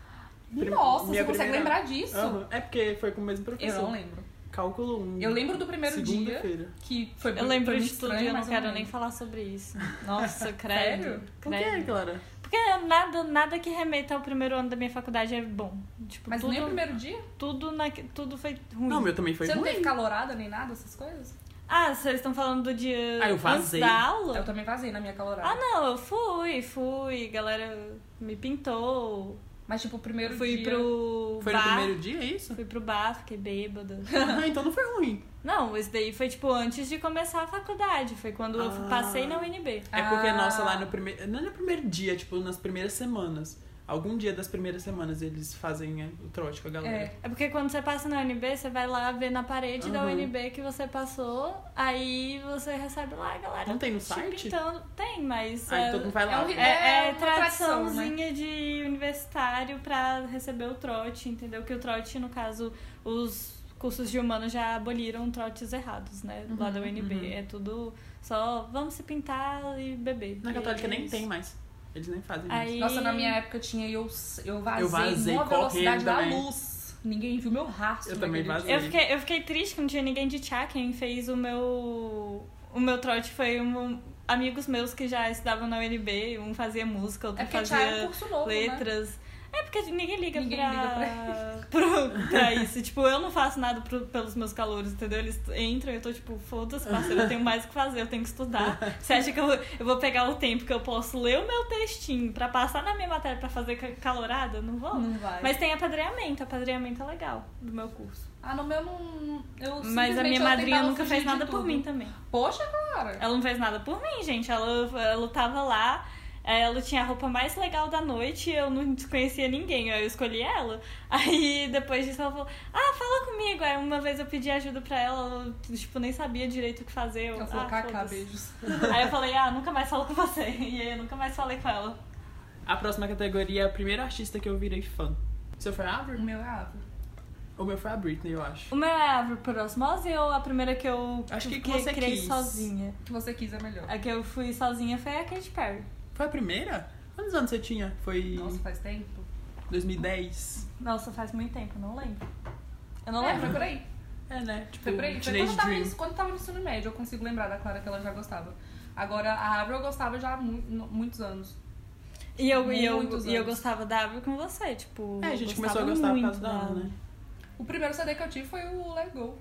Speaker 2: Prim-
Speaker 1: Nossa,
Speaker 2: minha
Speaker 1: você consegue
Speaker 2: primeira-
Speaker 1: lembrar disso?
Speaker 2: Aham, É porque foi com o mesmo
Speaker 1: Eu
Speaker 2: professor.
Speaker 1: não lembro.
Speaker 2: Cálculo 1.
Speaker 1: Eu lembro do primeiro dia,
Speaker 2: Segunda-feira.
Speaker 1: que foi
Speaker 3: Eu lembro
Speaker 1: pra mim
Speaker 3: de tudo e
Speaker 1: estranho,
Speaker 3: eu não
Speaker 1: mas
Speaker 3: quero
Speaker 1: lembro.
Speaker 3: nem falar sobre isso. Nossa, credo.
Speaker 1: Sério?
Speaker 2: Por que,
Speaker 1: Né?
Speaker 3: credo.
Speaker 2: Clara?
Speaker 3: Porque nada, nada que remeta ao primeiro ano da minha faculdade é bom. Tipo,
Speaker 1: Mas
Speaker 3: tudo,
Speaker 1: nem o primeiro dia?
Speaker 3: tudo, na, tudo foi ruim.
Speaker 2: Não, o meu também foi
Speaker 1: você não
Speaker 2: ruim.
Speaker 1: teve calorada nem nada, essas coisas?
Speaker 3: Ah, vocês estão falando do dia
Speaker 2: Ah, eu
Speaker 3: antes
Speaker 2: vazei.
Speaker 3: da
Speaker 1: Eu
Speaker 3: aula?
Speaker 1: também vazei na minha calorada.
Speaker 3: Ah, não, eu fui, fui. A galera me pintou.
Speaker 1: Mas, tipo, o primeiro
Speaker 3: Eu fui
Speaker 1: dia...
Speaker 3: pro
Speaker 2: Foi no
Speaker 3: bar.
Speaker 2: primeiro dia, é isso?
Speaker 3: Fui pro bar, fiquei bêbada.
Speaker 2: ah, então não foi ruim.
Speaker 3: Não, esse daí foi tipo antes de começar a faculdade. Foi quando
Speaker 2: Ah.
Speaker 3: eu passei na UNB.
Speaker 2: É porque,
Speaker 1: Ah.
Speaker 2: nossa, lá no primeiro. Não é no primeiro dia, tipo, nas primeiras semanas. Algum dia das primeiras semanas eles fazem é, o trote com a galera.
Speaker 1: É.
Speaker 3: É porque quando você passa na UNB, você vai lá ver na parede da
Speaker 2: Aham.
Speaker 3: UNB que você passou, aí você recebe lá a galera.
Speaker 2: Não tem no
Speaker 3: te
Speaker 2: site?
Speaker 3: pintando. Tem, mas.
Speaker 2: Ah,
Speaker 3: é,
Speaker 2: então não vai lá.
Speaker 1: Tipo, então, É um ri-
Speaker 3: é, é
Speaker 1: É uma
Speaker 3: tradiçãozinha de universitário pra receber o trote, entendeu? Que o trote, no caso, os cursos de humanos já aboliram trotes errados, né? Lá da UNB.
Speaker 2: uhum.
Speaker 3: É tudo só vamos se pintar e beber.
Speaker 2: Na
Speaker 3: E
Speaker 2: católica
Speaker 3: é
Speaker 2: nem
Speaker 3: isso.
Speaker 2: tem mais. Eles nem fazem mais.
Speaker 3: Aí-
Speaker 1: Nossa, na minha época tinha... Eu, eu vazei,
Speaker 2: Eu vazei
Speaker 1: numa
Speaker 2: correndo
Speaker 1: velocidade da
Speaker 2: também.
Speaker 1: luz. Ninguém viu meu rastro.
Speaker 2: Eu também
Speaker 1: naquele
Speaker 2: vazei.
Speaker 1: dia.
Speaker 3: Eu fiquei, eu fiquei triste que não tinha ninguém de chá. Quem fez o meu. O meu trote foi um, amigos meus que já estudavam na UNB. Um fazia música, outro
Speaker 1: É porque
Speaker 3: fazia
Speaker 1: já era um curso novo, né?
Speaker 3: letras. É porque ninguém liga,
Speaker 1: Ninguém
Speaker 3: pra...
Speaker 1: liga
Speaker 3: pro- pra isso. Tipo, eu não faço nada pro- pelos meus calouros, entendeu? Eles entram e eu tô tipo, foda-se, parceiro, eu tenho mais o que fazer, eu tenho que estudar. Você acha que eu, eu vou pegar o tempo que eu posso ler o meu textinho pra passar na minha matéria pra fazer ca- calorada? Não vou.
Speaker 1: Não vai.
Speaker 3: Mas tem apadreamento, apadreamento é legal do meu curso.
Speaker 1: Ah, no meu não... Eu
Speaker 3: Mas a
Speaker 1: simplesmente
Speaker 3: minha
Speaker 1: eu
Speaker 3: madrinha
Speaker 1: tentava
Speaker 3: nunca
Speaker 1: fugir
Speaker 3: fez
Speaker 1: de
Speaker 3: nada por
Speaker 1: tudo.
Speaker 3: mim também.
Speaker 1: Poxa, Clara.
Speaker 3: Ela não fez nada por mim, gente. Ela, ela tava lá, eh, ela tinha a roupa mais legal da noite, eu não desconhecia ninguém, eu escolhi ela. Aí depois disso ela falou, ah, fala comigo. Aí uma vez eu pedi ajuda pra ela, eu, tipo, nem sabia direito o que fazer. Eu,
Speaker 1: Eu
Speaker 3: ah,
Speaker 1: falei, cacá,
Speaker 3: foda-se."
Speaker 1: beijos.
Speaker 3: Aí eu falei, ah, nunca mais falo com você. E aí eu nunca mais falei com ela.
Speaker 2: A próxima categoria é a primeira artista que eu virei fã. O seu foi a
Speaker 1: O
Speaker 2: Avril?
Speaker 1: meu é ave.
Speaker 2: O meu foi a Britney, eu acho.
Speaker 3: O meu é a Avril por osmose ou a primeira que eu
Speaker 2: Acho que
Speaker 3: que
Speaker 2: você
Speaker 3: criei
Speaker 2: quis.
Speaker 3: sozinha?
Speaker 1: O que você quis é melhor.
Speaker 3: A que eu fui sozinha foi a Katy Perry.
Speaker 2: Foi a primeira? Quantos anos você tinha? Foi
Speaker 1: Nossa, faz tempo.
Speaker 2: 2010?
Speaker 3: Nossa, faz muito tempo, não lembro. Eu não
Speaker 1: é,
Speaker 3: lembro.
Speaker 1: foi por aí.
Speaker 2: É, né? Tipo,
Speaker 1: Foi por aí. Foi quando,
Speaker 2: Teenage
Speaker 1: eu tava,
Speaker 2: Dream.
Speaker 1: no- quando eu tava no ensino médio, eu consigo lembrar da Clara que ela já gostava. Agora, a Avril eu gostava já há mu- no- muitos anos.
Speaker 3: E eu, e eu,
Speaker 1: Muitos
Speaker 3: e eu
Speaker 1: anos.
Speaker 3: gostava da Avril com você, tipo.
Speaker 2: É, a gente começou a gostar
Speaker 3: gostava
Speaker 2: por causa
Speaker 3: muito
Speaker 2: da Ana,
Speaker 3: Avril.
Speaker 2: né?
Speaker 1: O primeiro CD que eu tive foi o Let Go.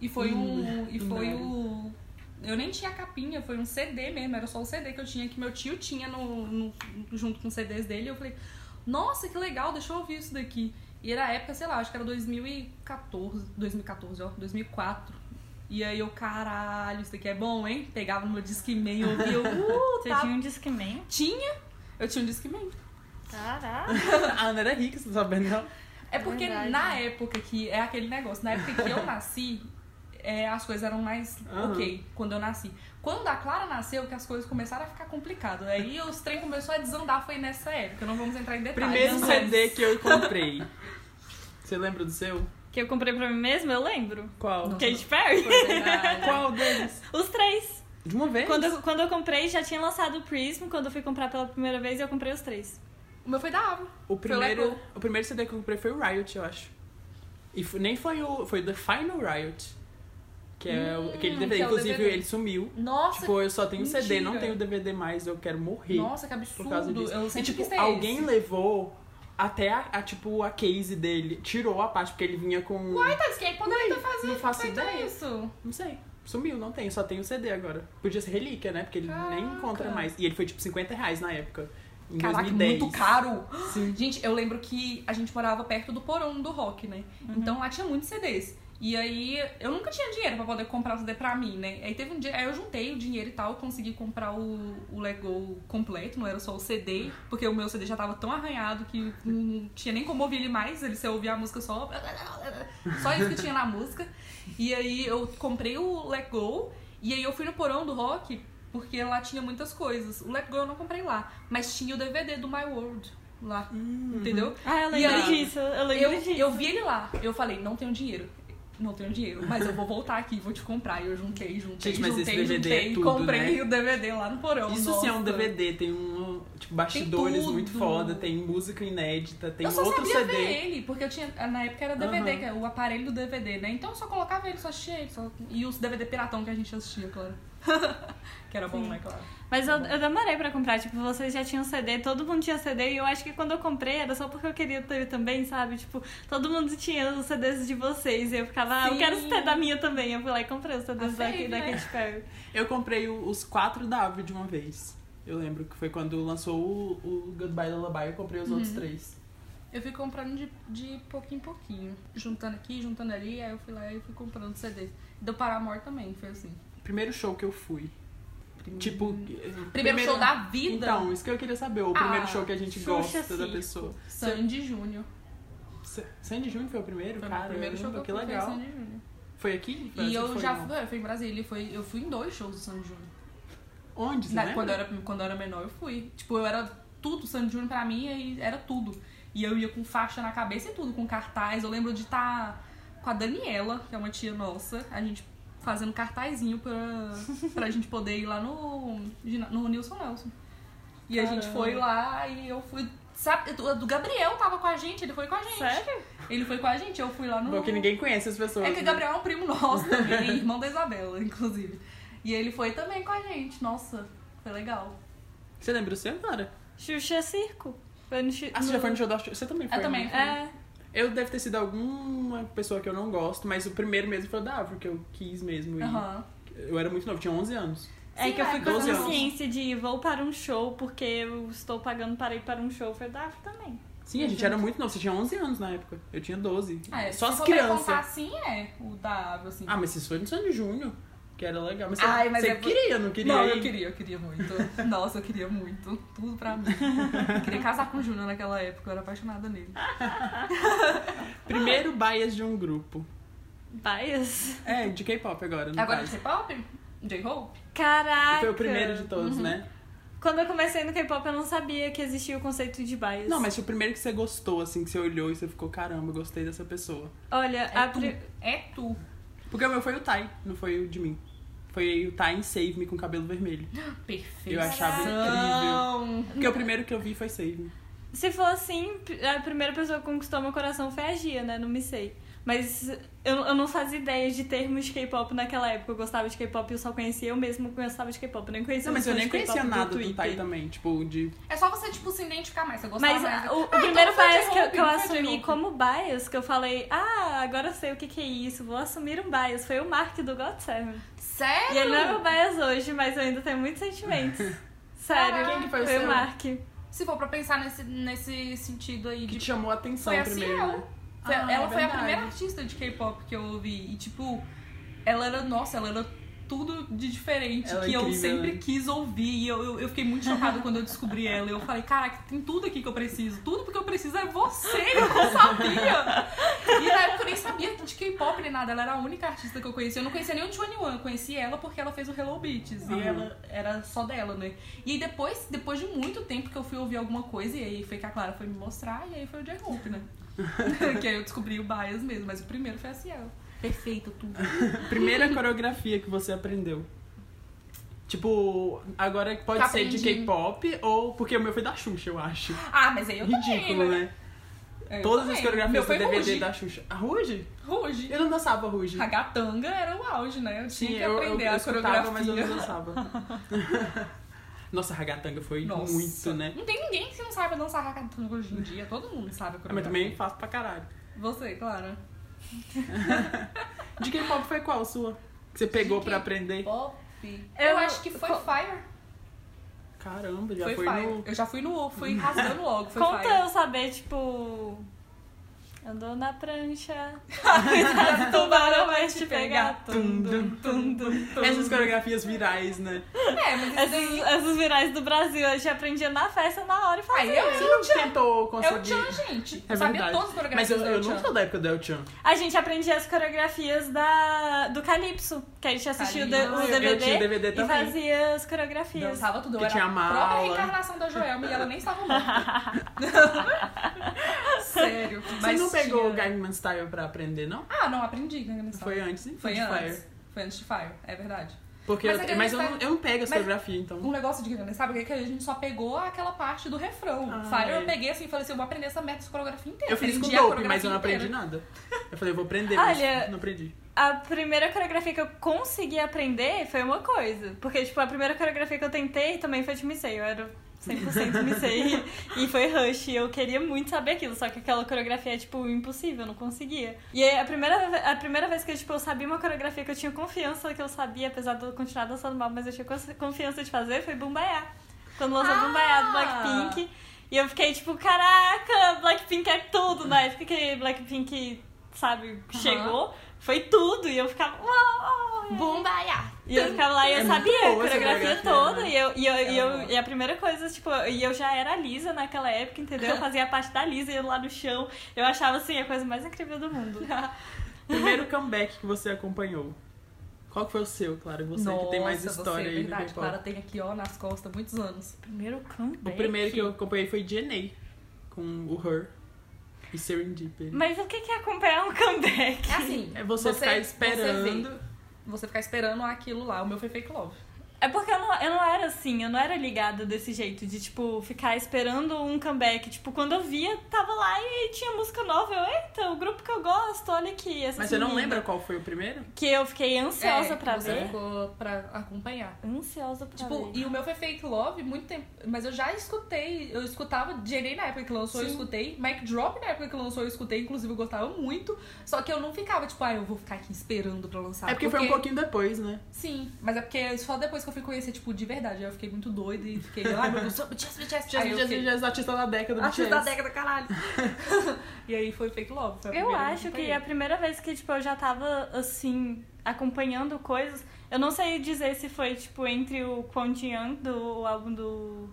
Speaker 1: E foi
Speaker 2: Hum,
Speaker 1: um. E foi o. Eu nem tinha capinha, foi um CD mesmo, era só o CD que eu tinha, que meu tio tinha no, no- junto com os CDs dele. Eu falei, nossa, que legal, deixa eu ouvir isso daqui. E era a época, sei lá, acho que era 2014, 2014, ó, 2004. E aí eu, caralho, isso daqui é bom, hein? Pegava no meu disque e-mail, ouvia, uh,
Speaker 3: Você
Speaker 1: tá
Speaker 3: tinha um Discman?
Speaker 1: Tinha. Eu tinha um Discman.
Speaker 3: Caraca.
Speaker 2: A Ana era rica, você não sabe, né? não?
Speaker 1: É porque
Speaker 3: Verdade.
Speaker 1: na época que... É aquele negócio. Na época que eu nasci, é, as coisas eram mais
Speaker 2: Aham.
Speaker 1: ok quando eu nasci. Quando a Clara nasceu, que as coisas começaram a ficar complicadas. Aí os trem começou a desandar, foi nessa época. Não vamos entrar em detalhes.
Speaker 2: Primeiro
Speaker 1: mas-
Speaker 2: CD que eu comprei. Você lembra do seu?
Speaker 3: que eu comprei pra mim mesma, eu lembro.
Speaker 2: Qual?
Speaker 1: Nossa,
Speaker 3: Katy Perry.
Speaker 1: foi verdade.
Speaker 2: Qual deles?
Speaker 3: Os três.
Speaker 2: De uma vez?
Speaker 3: Quando eu, quando eu comprei, já tinha lançado o Prism. Quando eu fui comprar pela primeira vez, eu comprei os três.
Speaker 1: O meu foi da Ava.
Speaker 2: O
Speaker 1: Foi o Let
Speaker 2: primeiro, o primeiro CD que eu comprei foi o Riot, eu acho. E fo- nem foi o. Foi o The Final Riot. Que é o-
Speaker 1: Hum,
Speaker 2: aquele
Speaker 1: que
Speaker 2: DVD.
Speaker 1: é o
Speaker 2: Inclusive,
Speaker 1: DVD.
Speaker 2: ele sumiu.
Speaker 1: Nossa,
Speaker 2: Tipo, eu só tenho o CD, não
Speaker 1: mentira.
Speaker 2: tenho o DVD mais, eu quero morrer.
Speaker 1: nossa, que
Speaker 2: por causa
Speaker 1: absurdo.
Speaker 2: disso.
Speaker 1: Eu
Speaker 2: e
Speaker 1: sempre quis
Speaker 2: tipo,
Speaker 1: ter
Speaker 2: alguém
Speaker 1: esse.
Speaker 2: levou até a, a, tipo, a case dele. Tirou a parte, porque ele vinha com. um-
Speaker 1: Uai, tá Thales, quem poderia
Speaker 2: Uai,
Speaker 1: ter fazido
Speaker 2: não faço
Speaker 1: feito
Speaker 2: ideia.
Speaker 1: é né? isso?
Speaker 2: Não sei. Sumiu, não tem, só tem o CD agora. Podia ser relíquia, né? Porque ele nem
Speaker 1: Caraca.
Speaker 2: encontra mais. E ele foi tipo 50 reais na época. Em
Speaker 1: Caraca,
Speaker 2: 2010.
Speaker 1: muito caro.
Speaker 2: Sim.
Speaker 1: Gente, eu lembro que a gente morava perto do porão do rock, né? Então lá tinha muitos CDs. E aí, eu nunca tinha dinheiro pra poder comprar o CD pra mim, né? Aí teve um dia, aí eu juntei o dinheiro e tal, consegui comprar o, o Lego completo, não era só o CD, porque o meu CD já tava tão arranhado que não tinha nem como ouvir ele mais, ele se ouvia a música só. Só isso que tinha na música. E aí eu comprei o Lego e aí eu fui no porão do rock, porque lá tinha muitas coisas. O Let Go eu não comprei lá, mas tinha o DVD do My World lá, entendeu?
Speaker 3: Ah, eu
Speaker 1: E
Speaker 3: lembro
Speaker 1: aí,
Speaker 3: disso, eu lembro
Speaker 1: Eu,
Speaker 3: disso.
Speaker 1: eu vi ele lá, eu falei, não tenho dinheiro. Não tenho dinheiro, mas eu vou voltar aqui e vou te comprar. E eu juntei, juntei,
Speaker 2: Gente, mas esse
Speaker 1: juntei,
Speaker 2: DVD é
Speaker 1: juntei.
Speaker 2: tudo,
Speaker 1: comprei
Speaker 2: né?
Speaker 1: o DVD lá no porão.
Speaker 2: Isso sim é um
Speaker 1: nossa.
Speaker 2: DVD, tem um tipo, bastidores
Speaker 1: tudo.
Speaker 2: muito foda, tem música inédita, tem
Speaker 1: eu só
Speaker 2: outro
Speaker 1: sabia
Speaker 2: CD.
Speaker 1: ver ele, porque eu tinha. Na época era DVD,
Speaker 2: Aham.
Speaker 1: que é o aparelho do DVD, né? Então eu só colocava ele, só assistia ele. Só... E os DVD piratão que a gente assistia, claro. que era bom, né, claro?
Speaker 3: Mas eu, eu demorei pra comprar, tipo, vocês já tinham CD, todo mundo tinha CD, e eu acho que quando eu comprei era só porque eu queria ter também, sabe? Tipo, todo mundo tinha os CDs de vocês, e eu ficava, ah, eu
Speaker 1: Sim.
Speaker 3: quero CD da minha também. Eu fui lá e comprei os CDs da,
Speaker 1: Aceito,
Speaker 3: da
Speaker 1: né?
Speaker 3: Katy Perry.
Speaker 2: Eu comprei o- os quatro da Ave de uma vez. Eu lembro que foi quando lançou o, o Goodbye Lullaby, eu comprei
Speaker 1: Uhum.
Speaker 2: os outros três.
Speaker 1: Eu fui comprando de, de pouquinho em pouquinho. Juntando aqui, juntando ali, aí eu fui lá e fui comprando CDs. Do Paramore também, foi assim.
Speaker 2: Primeiro show que eu fui. Tipo.
Speaker 1: Primeiro, show da vida,
Speaker 2: Então, isso que eu queria saber. O
Speaker 1: Ah,
Speaker 2: primeiro show que a gente
Speaker 3: Xuxa
Speaker 2: gosta da
Speaker 3: Circo.
Speaker 2: pessoa.
Speaker 1: Sandy Júnior.
Speaker 2: S- Sandy Júnior foi o primeiro?
Speaker 1: Foi
Speaker 2: Cara,
Speaker 1: o primeiro show que eu
Speaker 2: que
Speaker 1: fui foi
Speaker 2: legal.
Speaker 1: Sandy Júnior.
Speaker 2: Foi aqui? Foi
Speaker 1: E
Speaker 2: assim que
Speaker 1: eu
Speaker 2: foi,
Speaker 1: já
Speaker 2: não?
Speaker 1: fui, eu fui em Brasília, e foi, eu fui em dois shows do Sandy Júnior.
Speaker 2: Onde? Você
Speaker 1: Na-
Speaker 2: lembra?
Speaker 1: quando, eu era, quando eu era menor, eu fui. Tipo, eu era tudo, Sandy Júnior pra mim aí era tudo. E eu ia com faixa na cabeça e tudo, com cartaz. Eu lembro de estar com a Daniela, que é uma tia nossa, a gente fazendo cartazinho pra, pra gente poder ir lá no, gina- no Nilson Nelson. E a gente
Speaker 3: Caramba.
Speaker 1: foi lá e eu fui. Sabe, do do Gabriel tava com a gente, ele foi com a gente.
Speaker 3: Sério?
Speaker 1: Ele foi com a gente, eu fui lá no.
Speaker 2: Bom, que ninguém conhece as pessoas.
Speaker 1: É que o
Speaker 2: né?
Speaker 1: Gabriel é um primo nosso também, é irmão da Isabela, inclusive. E ele foi também com a gente, nossa, foi legal.
Speaker 2: Você lembra o seu, Nara?
Speaker 3: Xuxa é Circo. Foi no Xi-
Speaker 2: Ah, você já
Speaker 3: no-
Speaker 2: foi no show da Xuxa? Você também foi.
Speaker 1: Eu também
Speaker 2: né?
Speaker 1: fui.
Speaker 3: É,
Speaker 2: Eu deve ter sido alguma pessoa que eu não gosto, mas o primeiro mesmo foi o da Árvore, que eu quis mesmo. ir.
Speaker 1: Aham.
Speaker 2: Eu era muito novo, tinha 11 anos.
Speaker 3: é
Speaker 1: Sim,
Speaker 3: que eu
Speaker 1: é,
Speaker 3: fui com a
Speaker 2: 12 anos.
Speaker 3: consciência de vou para um show porque eu estou pagando para ir para um show. Foi da também.
Speaker 2: Sim, a gente era muito novo. Você tinha 11 anos na época. Eu tinha 12.
Speaker 1: Ah, é,
Speaker 2: Só
Speaker 1: se
Speaker 2: as
Speaker 1: for pra contar
Speaker 2: crianças.
Speaker 1: assim, é o da Ávila, assim.
Speaker 2: Ah, mas isso foi no Sandy Júnior, que era legal. Mas você,
Speaker 1: Ai, mas
Speaker 2: você
Speaker 1: é por-
Speaker 2: queria, não queria?
Speaker 1: Não, eu
Speaker 2: ir?
Speaker 1: queria, eu queria muito. Nossa, eu queria muito. Tudo pra mim. Eu queria casar com o Júnior naquela época, eu era apaixonada nele.
Speaker 2: Ah, Primeiro bias de um grupo.
Speaker 3: Bias.
Speaker 2: É, de K-pop agora, no
Speaker 1: Agora de
Speaker 2: caso.
Speaker 1: K-pop? J-Hope?
Speaker 3: Caraca.
Speaker 2: Foi o primeiro de
Speaker 1: Uhum.
Speaker 2: todos, né?
Speaker 3: Quando eu comecei no K-pop, eu não sabia que existia o conceito de bias.
Speaker 2: Não, mas foi o primeiro que você gostou, assim, que você olhou e você ficou, caramba, gostei dessa pessoa.
Speaker 3: Olha,
Speaker 1: É
Speaker 3: a
Speaker 1: tu.
Speaker 3: pri-
Speaker 1: É tu.
Speaker 2: Porque o meu foi o Tai, não foi o de mim. Foi o Tai em Save Me com cabelo vermelho.
Speaker 1: Perfeição.
Speaker 2: Eu achava incrível. Porque o primeiro que eu vi foi Save Me.
Speaker 3: se for assim, a primeira pessoa que conquistou meu coração foi a Gia, né? Não me sei. Mas eu, eu não fazia ideia de termos de K-pop naquela época. Eu gostava de K-pop e eu só conhecia eu mesmo que gostava de K-pop. Eu Nem conhecia
Speaker 2: Não, mas
Speaker 3: os
Speaker 2: eu
Speaker 3: fãs
Speaker 2: nem
Speaker 3: de K-pop
Speaker 2: conhecia
Speaker 3: do
Speaker 2: nada do
Speaker 3: Twitter.
Speaker 2: Tai também. Tipo, de.
Speaker 1: É só você, tipo, se identificar mais. Você gostava
Speaker 3: Mas
Speaker 1: mais.
Speaker 3: ah, o, o
Speaker 1: então
Speaker 3: primeiro
Speaker 1: foi
Speaker 3: bias que eu,
Speaker 1: J-Hope,
Speaker 3: que eu
Speaker 1: não foi
Speaker 3: assumi
Speaker 1: J-Hope.
Speaker 3: como bias, que eu falei, ah, agora eu sei o que, que é isso, vou assumir um bias, foi o Mark do God Seven.
Speaker 1: Sério?
Speaker 3: E ele não é meu bias hoje, mas eu ainda tenho muitos sentimentos. Sério,
Speaker 1: Caraca. Quem
Speaker 2: que foi o
Speaker 3: foi o
Speaker 2: seu?
Speaker 3: Mark.
Speaker 1: Se for pra pensar nesse, nesse sentido aí
Speaker 2: Que
Speaker 1: de
Speaker 2: te chamou a atenção
Speaker 1: Foi assim, a
Speaker 2: primeiro.
Speaker 1: Ciel.
Speaker 2: né?
Speaker 1: Foi-
Speaker 2: Ah,
Speaker 1: ela foi
Speaker 2: é
Speaker 1: a
Speaker 2: verdade.
Speaker 1: primeira artista de K-pop que eu ouvi. E, tipo, ela era, nossa, ela era tudo de diferente
Speaker 2: Ela é
Speaker 1: que eu
Speaker 2: incrível,
Speaker 1: sempre
Speaker 2: né?
Speaker 1: quis ouvir. E eu, eu, eu fiquei muito chocada quando eu descobri ela. Eu falei, caraca, tem tudo aqui que eu preciso. Tudo que eu preciso é você, eu não sabia. E na época eu nem sabia de K-pop nem nada. Ela era a única artista que eu conhecia. Eu não conhecia nem o 21, eu conheci ela porque ela fez o Hello Beats.
Speaker 2: Aham.
Speaker 1: E ela era só dela, né? E aí depois, depois de muito tempo que eu fui ouvir alguma coisa, e aí foi que a Clara foi me mostrar, e aí foi o J-Hope, né? que aí eu descobri o bias mesmo, mas o primeiro foi a Ciel. Perfeito, tudo.
Speaker 2: Primeira coreografia que você aprendeu. Tipo, agora pode
Speaker 1: Que
Speaker 2: ser de
Speaker 1: aprendi.
Speaker 2: K-pop ou. Porque o meu foi da Xuxa, eu acho.
Speaker 1: Ah, mas aí eu
Speaker 2: Ridículo,
Speaker 1: também, né?
Speaker 2: né?
Speaker 1: É, eu
Speaker 2: Todas
Speaker 1: também.
Speaker 2: as coreografias
Speaker 1: Meu
Speaker 2: do
Speaker 1: foi
Speaker 2: DVD
Speaker 1: Ruge.
Speaker 2: da Xuxa. A Ruge?
Speaker 1: Ruge.
Speaker 2: Eu não dançava Ruge.
Speaker 1: A gatanga era o auge, né? Eu tinha
Speaker 2: Sim,
Speaker 1: que
Speaker 2: eu, eu,
Speaker 1: aprender
Speaker 2: eu
Speaker 1: a
Speaker 2: escutava,
Speaker 1: coreografia.
Speaker 2: mas eu não dançava. Nossa, a ragatanga foi
Speaker 1: Nossa.
Speaker 2: muito, né?
Speaker 1: Não tem ninguém que não saiba dançar ragatanga hoje em dia. Todo mundo sabe a
Speaker 2: Ah, Mas
Speaker 1: coreografia.
Speaker 2: também faço pra caralho.
Speaker 1: Você, Clara.
Speaker 2: De K-pop foi qual a sua? Que você pegou
Speaker 1: De
Speaker 2: pra
Speaker 1: K-pop.
Speaker 2: aprender?
Speaker 1: Pop. Eu,
Speaker 3: Eu-
Speaker 1: acho que foi
Speaker 3: co-
Speaker 1: Fire.
Speaker 2: Caramba, já
Speaker 1: foi
Speaker 2: foi,
Speaker 1: Fire.
Speaker 2: no.
Speaker 1: Eu já fui no... Fui rasgando logo, foi
Speaker 3: Conta
Speaker 1: Fire.
Speaker 3: eu saber, tipo. Andou na prancha, cuidado, tubarão vai te pegar. Tum, dum, tum, dum, tum.
Speaker 2: Essas coreografias virais, né?
Speaker 1: É, mas isso
Speaker 3: Essas,
Speaker 1: daí...
Speaker 3: essas virais do Brasil, a gente aprendia na festa, na hora e fazia.
Speaker 1: Aí eu
Speaker 2: Você não
Speaker 1: É
Speaker 2: tentou
Speaker 1: o
Speaker 2: conseguir.
Speaker 1: Tchan, gente.
Speaker 2: É
Speaker 1: Eu sabia
Speaker 2: verdade.
Speaker 1: todos os programas
Speaker 2: Mas eu,
Speaker 1: do
Speaker 2: eu
Speaker 1: Tchan.
Speaker 2: não sou da época do El Chan.
Speaker 3: A gente aprendia as coreografias da, do Calypso, que a gente assistia o, D-
Speaker 1: Calypso.
Speaker 3: o
Speaker 1: Eu- eu
Speaker 3: DVD,
Speaker 2: tinha o DVD
Speaker 3: e
Speaker 2: também.
Speaker 3: fazia as
Speaker 1: Eu
Speaker 3: coreografias.
Speaker 1: dançava tudo. Eu
Speaker 2: Que
Speaker 1: era
Speaker 2: tinha
Speaker 1: a
Speaker 2: mala.
Speaker 1: própria reencarnação da Joelma e ela nem estava morta. Sério.
Speaker 2: Você
Speaker 1: Mas
Speaker 2: não pegou o
Speaker 1: tinha-
Speaker 2: Gangnam Style pra aprender, não?
Speaker 1: Ah, não, aprendi Gangnam Style.
Speaker 2: Foi antes, hein?
Speaker 1: Foi
Speaker 2: de
Speaker 1: antes.
Speaker 2: Fire.
Speaker 1: Foi antes de Fire, é verdade.
Speaker 2: Porque
Speaker 1: Mas
Speaker 2: eu-
Speaker 1: a Gangnam
Speaker 2: mas eu,
Speaker 1: Style-
Speaker 2: não, eu não pego as
Speaker 1: Mas-
Speaker 2: coreografias,
Speaker 1: Um
Speaker 2: então.
Speaker 1: negócio de Gangnam, sabe? É que a gente só pegou aquela parte do refrão.
Speaker 2: Ah,
Speaker 1: Fire
Speaker 2: é.
Speaker 1: eu peguei assim e falei assim, eu vou aprender essa merda de coreografia inteira.
Speaker 2: Eu fiz com
Speaker 1: Aprendi a
Speaker 2: dope, mas eu não
Speaker 1: coreografia
Speaker 2: aprendi
Speaker 1: inteira.
Speaker 2: nada. Eu falei, eu vou aprender,
Speaker 3: Olha-
Speaker 2: mas não aprendi.
Speaker 3: A primeira coreografia que eu consegui aprender foi uma coisa. Porque, tipo, a primeira coreografia que eu tentei também foi de Missei. Eu era 100% Missei. e foi Rush. E eu queria muito saber aquilo. Só que aquela coreografia é, tipo, impossível. Eu não conseguia. E aí, a primeira, a primeira vez que tipo, eu sabia uma coreografia que eu tinha confiança que eu sabia, apesar de eu continuar dançando mal, mas eu tinha cons- confiança de fazer, foi Bumbaiá. Quando lançou
Speaker 1: Ah!
Speaker 3: Bumbaiá do Blackpink. E eu fiquei tipo, caraca, Blackpink é tudo. Na época que Blackpink, sabe, chegou, foi tudo. E eu ficava, uau! é.
Speaker 1: Bumbaiá.
Speaker 3: E eu ficava lá e eu
Speaker 2: É muito
Speaker 3: sabia a
Speaker 2: boa essa
Speaker 3: coreografia
Speaker 2: coreografia,
Speaker 3: toda.
Speaker 2: né?
Speaker 3: E, eu, e, eu, e,
Speaker 1: É
Speaker 3: eu,
Speaker 1: boa.
Speaker 3: e a primeira coisa, tipo, e eu já era lisa naquela época, entendeu? Eu fazia a parte da lisa e eu lá no chão. Eu achava assim a coisa mais incrível do mundo.
Speaker 2: Primeiro comeback que você acompanhou. Qual que foi o seu, claro? Você que tem mais
Speaker 1: Nossa,
Speaker 2: história
Speaker 1: você,
Speaker 2: aí
Speaker 1: verdade,
Speaker 2: do K-pop.
Speaker 1: Clara tem aqui, ó, nas costas, muitos anos.
Speaker 3: Primeiro comeback.
Speaker 2: O primeiro que eu acompanhei foi DNA, com o Her e Serendipity.
Speaker 3: Mas o que que é acompanhar um comeback?
Speaker 1: É assim,
Speaker 2: É você, ficar esperando.
Speaker 1: Você, vê, você ficar esperando aquilo lá. O meu foi fake love.
Speaker 3: É porque eu não, eu não era assim, eu não era ligada desse jeito, de tipo, ficar esperando um comeback. Tipo, quando eu via, tava lá e tinha música nova. Eu, eita, o grupo que eu gosto, olha aqui. Essa
Speaker 2: Mas você não lembra qual foi o primeiro?
Speaker 3: Que eu fiquei ansiosa
Speaker 1: É,
Speaker 3: pra
Speaker 1: você
Speaker 3: ver.
Speaker 1: ficou pra acompanhar.
Speaker 3: Ansiosa pra
Speaker 1: Tipo,
Speaker 3: ver.
Speaker 1: e o meu foi fake love muito tempo. Mas eu já escutei, eu escutava DNA na época que lançou, eu
Speaker 2: Sim.
Speaker 1: escutei. Mike Drop na época que lançou, eu escutei. Inclusive, eu gostava muito. Só que eu não ficava, tipo, ah, eu vou ficar aqui esperando pra lançar.
Speaker 2: é porque, foi um pouquinho depois, né?
Speaker 1: Sim, mas é porque só depois que eu fui conhecer, tipo, de verdade. Aí eu fiquei muito doida e fiquei, ai meu Deus, BTS, BTS,
Speaker 2: Tinha
Speaker 1: Aí eu
Speaker 2: os
Speaker 1: fiquei,
Speaker 2: artistas da década do
Speaker 1: Artista da
Speaker 2: BTS.
Speaker 1: década, caralho. e aí foi fake love. foi a
Speaker 3: Eu
Speaker 1: primeira
Speaker 3: acho que é
Speaker 1: acompanhei.
Speaker 3: a primeira vez que, tipo, eu já tava, assim, acompanhando coisas... Eu não sei dizer se foi, tipo, entre o Kwon Ji Young, do o álbum do...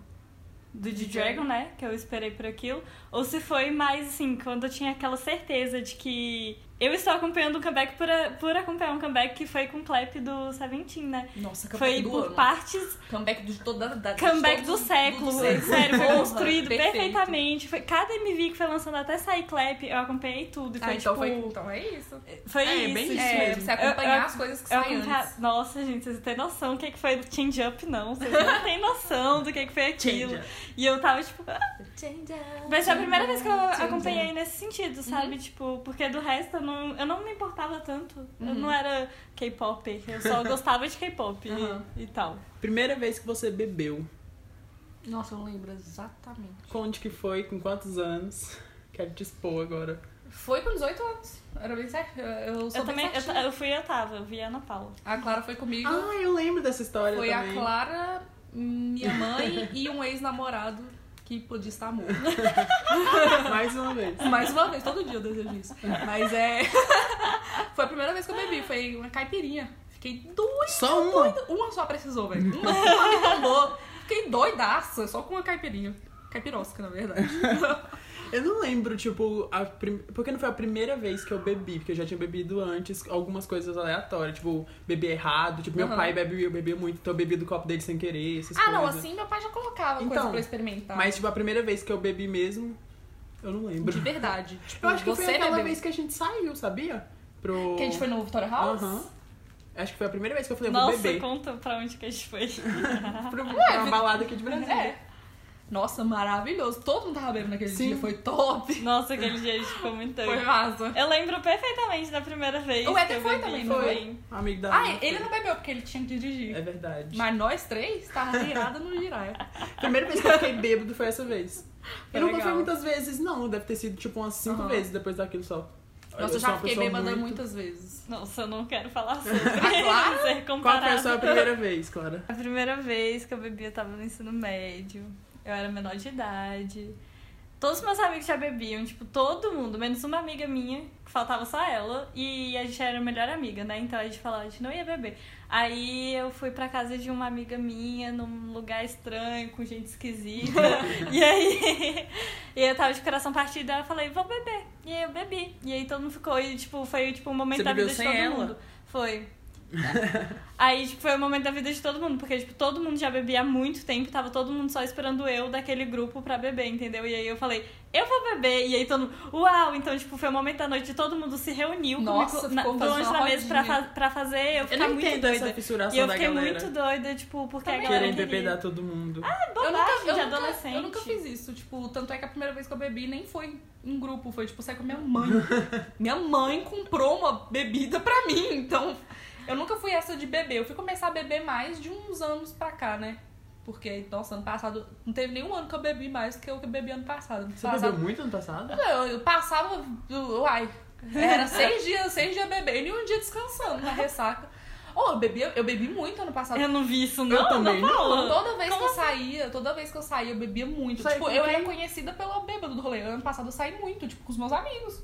Speaker 3: Do The Dragon, né? Que eu esperei por aquilo. Ou se foi mais, assim, quando eu tinha aquela certeza de que... Eu estou acompanhando um comeback por, a- por acompanhar um comeback que foi com o clap do Seventeen, né?
Speaker 1: Nossa, comeback
Speaker 3: Foi
Speaker 1: do
Speaker 3: por
Speaker 1: ano.
Speaker 3: partes
Speaker 1: Comeback de toda da, de
Speaker 3: Comeback do
Speaker 1: todos os-
Speaker 3: século,
Speaker 1: do século.
Speaker 3: sério, foi
Speaker 1: Porra,
Speaker 3: construído
Speaker 1: perfeito.
Speaker 3: perfeitamente. Foi, cada MV que foi lançando até sair clap, eu acompanhei tudo. e
Speaker 1: Ah,
Speaker 3: foi,
Speaker 1: então,
Speaker 3: tipo,
Speaker 1: foi, então é isso.
Speaker 3: foi
Speaker 2: É,
Speaker 3: isso.
Speaker 2: bem isso
Speaker 1: é,
Speaker 2: mesmo.
Speaker 1: você acompanhar
Speaker 3: Eu- eu-
Speaker 1: as coisas que
Speaker 3: Eu
Speaker 1: saem
Speaker 3: acompanha-
Speaker 1: antes.
Speaker 3: Nossa, gente, vocês não têm noção do que, que foi do change up, não. Vocês não têm noção do que, que foi aquilo.
Speaker 2: Change
Speaker 3: E eu tava, tipo. ah. Mas foi a primeira vez que eu
Speaker 1: Change up. Uhum.
Speaker 3: acompanhei nesse sentido, sabe? Tipo, porque do resto eu não, eu não me importava tanto. Eu
Speaker 1: Uhum.
Speaker 3: não era K-pop, eu só gostava de K-pop e-
Speaker 1: Aham.
Speaker 3: e, tal.
Speaker 2: Primeira vez que você bebeu.
Speaker 1: Nossa, eu não lembro exatamente.
Speaker 2: Conte que foi, com quantos anos. Quero te expor agora.
Speaker 1: Foi com 18 anos. Era bem certo. Eu, eu sou bem
Speaker 3: Eu também, eu,
Speaker 1: certinha.
Speaker 3: eu fui e eu tava, eu vi a Ana Paula.
Speaker 1: A Clara foi comigo.
Speaker 2: Ah, eu lembro dessa história
Speaker 1: foi
Speaker 2: também.
Speaker 1: a Clara, minha mãe e um ex-namorado que podia estar morto.
Speaker 2: Mais uma vez.
Speaker 1: Mais uma vez, todo dia eu desejo isso. Mas é. foi a primeira vez que eu bebi, foi uma caipirinha. Fiquei doida.
Speaker 2: Só uma?
Speaker 1: doida. Uma só precisou, velho. Uma só me tombou. Fiquei doidaça, só com uma caipirinha. Caipirosca, na verdade.
Speaker 2: Eu não lembro, tipo, a prim... porque não foi a primeira vez que eu bebi, porque eu já tinha bebido antes algumas coisas aleatórias, tipo, bebi errado, tipo, meu
Speaker 1: Aham.
Speaker 2: pai bebia, eu bebia muito, então eu bebi do copo dele sem querer, essas
Speaker 1: ah,
Speaker 2: coisas.
Speaker 1: não, assim meu pai já colocava coisa
Speaker 2: Então,
Speaker 1: pra eu experimentar.
Speaker 2: Mas, tipo, a primeira vez que eu bebi mesmo, eu não lembro.
Speaker 1: De verdade. Tipo,
Speaker 2: Eu acho que
Speaker 1: você
Speaker 2: foi aquela
Speaker 1: bebeu.
Speaker 2: vez que a gente saiu, sabia? Pro...
Speaker 1: Que a gente foi no Victoria House?
Speaker 2: Aham. Acho que foi a primeira vez que eu falei, eu vou
Speaker 3: Nossa,
Speaker 2: beber.
Speaker 3: conta pra onde que a gente foi.
Speaker 2: Pro... pra uma
Speaker 1: vi-
Speaker 2: balada aqui de Brasília.
Speaker 1: É. Nossa, maravilhoso. Todo mundo tava bebendo naquele
Speaker 2: Sim.
Speaker 1: dia, foi top.
Speaker 3: Nossa, aquele dia a gente ficou muito
Speaker 1: Foi
Speaker 3: doido.
Speaker 1: massa.
Speaker 3: Eu lembro perfeitamente da primeira vez.
Speaker 1: O
Speaker 3: que
Speaker 1: Éder
Speaker 3: eu
Speaker 1: foi
Speaker 3: bebi,
Speaker 1: também, não
Speaker 2: Foi. Amigo da
Speaker 1: Ah,
Speaker 2: Ana,
Speaker 1: ele
Speaker 2: foi.
Speaker 1: não bebeu porque ele tinha que dirigir.
Speaker 2: É verdade.
Speaker 1: Mas nós três tava virada no giraia.
Speaker 2: Primeira vez que eu fiquei bêbado foi essa vez.
Speaker 1: Foi
Speaker 2: eu não
Speaker 1: legal.
Speaker 2: fui muitas vezes, não. Deve ter sido tipo umas cinco
Speaker 1: Aham.
Speaker 2: vezes depois daquilo só.
Speaker 1: Nossa, eu
Speaker 2: sou
Speaker 1: já
Speaker 2: uma
Speaker 1: fiquei
Speaker 2: pessoa
Speaker 1: bêbada
Speaker 2: muito-
Speaker 1: muitas vezes.
Speaker 3: Nossa, eu não quero falar sobre.
Speaker 1: Ah, claro.
Speaker 3: ser
Speaker 2: Qual
Speaker 3: comparado.
Speaker 2: foi a sua primeira vez, Clara?
Speaker 3: A primeira vez que eu bebi, eu tava no ensino médio. Eu era menor de idade. Todos os meus amigos já bebiam, tipo, todo mundo, menos uma amiga minha, que faltava só ela, e a gente era a melhor amiga, né? Então a gente falava, a gente não ia beber. Aí eu fui pra casa de uma amiga minha, num lugar estranho, com gente esquisita. e aí e eu tava de coração partido, aí eu falei, vou beber. E aí eu bebi. E aí todo mundo ficou, e tipo, foi tipo um momento
Speaker 2: Você
Speaker 3: da
Speaker 2: bebeu
Speaker 3: vida de
Speaker 2: sem
Speaker 3: todo
Speaker 2: ela?
Speaker 3: mundo. Foi. Aí, tipo, foi o momento da vida de todo mundo, porque, tipo, todo mundo já bebia há muito tempo, tava todo mundo só esperando eu daquele grupo pra beber, entendeu? E aí eu falei, eu vou beber, e aí todo mundo, uau! Então, tipo, foi o momento da noite, todo mundo se reuniu
Speaker 1: Nossa,
Speaker 3: comigo na,
Speaker 1: ficou
Speaker 3: do
Speaker 1: fazendo
Speaker 3: anjo
Speaker 1: uma
Speaker 3: da mesa pra,
Speaker 1: rodinha.
Speaker 3: fa- pra fazer eu
Speaker 2: Eu
Speaker 3: ficar
Speaker 2: não
Speaker 3: muito
Speaker 2: entendo essa
Speaker 3: doida.
Speaker 2: fissuração
Speaker 3: E eu
Speaker 2: da
Speaker 3: fiquei
Speaker 2: galera.
Speaker 3: muito doida, tipo, porque a galera
Speaker 2: Querem
Speaker 3: queria. Ah,
Speaker 2: bebedar todo mundo.
Speaker 1: Eu
Speaker 3: Bobagem
Speaker 1: nunca, eu,
Speaker 3: de
Speaker 1: nunca,
Speaker 3: adolescente.
Speaker 1: eu nunca fiz isso, tipo, tanto é que a primeira vez que eu bebi nem foi em grupo, foi tipo, sair com a minha mãe. minha mãe comprou uma bebida pra mim, então eu nunca fui essa de beber. Eu fui começar a beber mais de uns anos pra cá, né? Porque, nossa, ano passado, não teve nenhum ano que eu bebi mais do que eu que bebi ano passado. Ano
Speaker 2: Você
Speaker 1: passado
Speaker 2: bebeu muito ano passado?
Speaker 1: eu, eu passava, do- uai, era seis dias, seis dias bebendo e um dia descansando na ressaca. Oh, eu bebi, eu bebi muito ano passado.
Speaker 3: Eu não vi isso, não,
Speaker 2: também
Speaker 3: não
Speaker 2: não.
Speaker 3: fala.
Speaker 1: Então, Toda vez que eu saía, toda vez que eu saía, eu bebia muito.
Speaker 2: Saía
Speaker 1: tipo,
Speaker 2: com
Speaker 1: eu
Speaker 2: quem?
Speaker 1: era conhecida pela bêbada do rolê. Ano passado eu saí muito, tipo, com os meus amigos.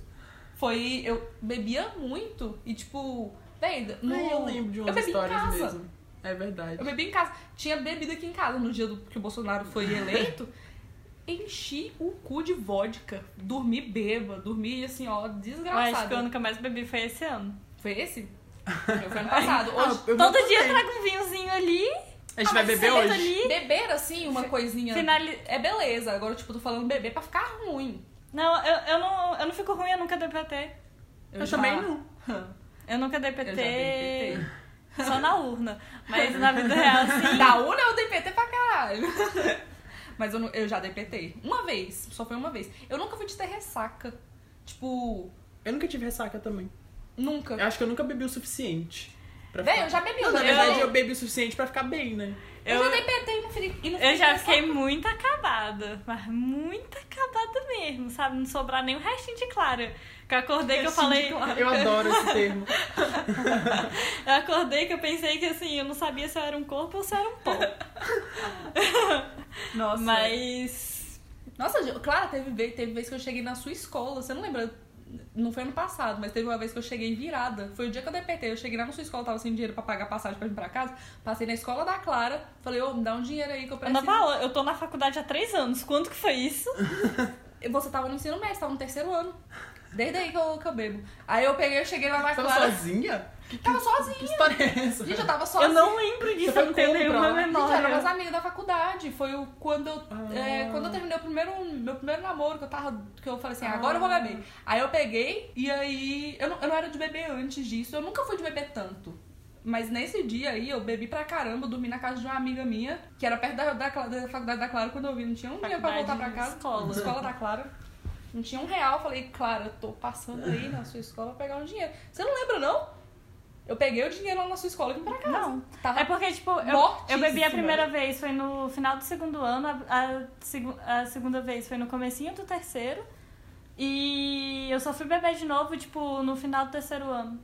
Speaker 1: Foi. Eu bebia muito e, tipo, véi, no...
Speaker 2: Ai, eu lembro de
Speaker 1: eu
Speaker 2: umas
Speaker 1: bebi em
Speaker 2: histórias
Speaker 1: casa.
Speaker 2: mesmo. É verdade.
Speaker 1: Eu bebi em casa. Tinha bebida aqui em casa no dia do, que o Bolsonaro foi eleito. Enchi o cu de vodka. Dormi bêbada, dormi assim, ó,
Speaker 3: Eu acho que eu
Speaker 1: desgraçada.
Speaker 3: nunca mais bebi foi esse ano.
Speaker 1: Foi esse? Eu fui ano passado. Hoje,
Speaker 2: Ah, eu
Speaker 3: Todo
Speaker 2: bebi
Speaker 3: dia eu
Speaker 2: também.
Speaker 3: trago um vinhozinho ali,
Speaker 2: A gente
Speaker 3: ah,
Speaker 2: vai
Speaker 3: mas
Speaker 2: beber
Speaker 3: senta
Speaker 2: hoje?
Speaker 3: ali.
Speaker 1: beber assim, uma coisinha.
Speaker 3: finali...
Speaker 1: É beleza, agora, tipo, tô falando beber pra ficar ruim.
Speaker 3: Não, eu, eu não, eu não fico ruim, eu nunca dei PT.
Speaker 2: Eu, também
Speaker 1: já-
Speaker 2: não.
Speaker 3: Eu nunca dei
Speaker 1: Eu já dei
Speaker 3: PT.
Speaker 1: PT.
Speaker 3: Só na urna. Mas na vida real, assim, sim.
Speaker 1: Da UNA eu dei PT pra caralho. Mas eu, não- eu já dei PT. Uma vez, só foi uma vez. Eu nunca fui de ter ressaca. Tipo,
Speaker 2: Eu nunca tive ressaca também.
Speaker 1: nunca.
Speaker 2: Eu acho que eu nunca bebi o suficiente. Pra
Speaker 1: Véi,
Speaker 2: ficar-
Speaker 1: eu já bebi.
Speaker 2: Não,
Speaker 1: eu
Speaker 2: na
Speaker 1: já
Speaker 2: verdade
Speaker 1: bebi.
Speaker 2: eu bebi o suficiente pra ficar bem, né?
Speaker 1: Eu,
Speaker 3: Eu-
Speaker 1: já dei né? PT e não fui. E não
Speaker 3: Eu
Speaker 1: fui
Speaker 3: já
Speaker 1: ressaca.
Speaker 3: fiquei muito acabada. Mas muito acabada mesmo, sabe? Não sobrar nem um restinho de clara. Que eu acordei que eu falei.
Speaker 2: Eu adoro esse termo.
Speaker 3: Eu acordei que eu pensei que assim, eu não sabia se eu era um corpo ou se eu era um pó.
Speaker 1: Nossa.
Speaker 3: Mas.
Speaker 1: Nossa, Gil, Clara, teve, ve- teve vez que eu cheguei na sua escola. Você não lembra? Não foi ano passado, mas teve uma vez que eu cheguei virada. Foi o dia que eu dei PT. Eu cheguei lá na sua escola, tava sem dinheiro pra pagar passagem pra vir pra casa. Passei na escola da Clara. Falei, ô, me dá um dinheiro aí que eu preciso.
Speaker 3: Ana Paula, eu tô na faculdade há três anos. Quanto que foi isso?
Speaker 1: Você tava no ensino médio, tava no terceiro ano. Desde aí que eu, que eu bebo. Aí eu peguei, eu cheguei lá na
Speaker 2: Tava
Speaker 1: Clara.
Speaker 2: sozinha?
Speaker 1: Tava sozinha.
Speaker 2: Que história é essa?
Speaker 1: Gente, eu tava
Speaker 3: Eu
Speaker 1: sozinha.
Speaker 3: não lembro disso,
Speaker 2: foi
Speaker 3: eu não tenho
Speaker 2: comprar.
Speaker 3: nenhuma
Speaker 2: Gente,
Speaker 1: Gente, eram meus
Speaker 3: memória.
Speaker 1: amigos da faculdade. Foi o, quando, eu,
Speaker 2: Ah.
Speaker 1: é, quando eu terminei o primeiro, meu primeiro namoro, que eu tava. Que eu falei assim, agora eu vou
Speaker 3: Ah.
Speaker 1: beber. Aí eu peguei e aí. Eu não, eu não era de beber antes disso. Eu nunca fui de beber tanto. Mas nesse dia aí eu bebi pra caramba, eu dormi na casa de uma amiga minha, que era perto da, da, Cla- da faculdade da Clara, quando eu vi, não tinha um dinheiro pra voltar
Speaker 3: Faculdade
Speaker 1: pra
Speaker 3: de
Speaker 1: casa.
Speaker 3: escola.
Speaker 1: escola da Clara. Não tinha um real, eu falei, Clara, eu tô passando aí na sua escola pra pegar um dinheiro. Você não lembra, não? Eu peguei o dinheiro lá na sua escola e vim pra casa.
Speaker 3: Não.
Speaker 1: Tava
Speaker 3: É porque, tipo, eu,
Speaker 1: Mortíssima.
Speaker 3: eu bebi a primeira vez, foi no final do segundo ano, a, a segu- a segunda vez foi no comecinho do terceiro. E eu só fui beber de novo, tipo, no final do terceiro ano.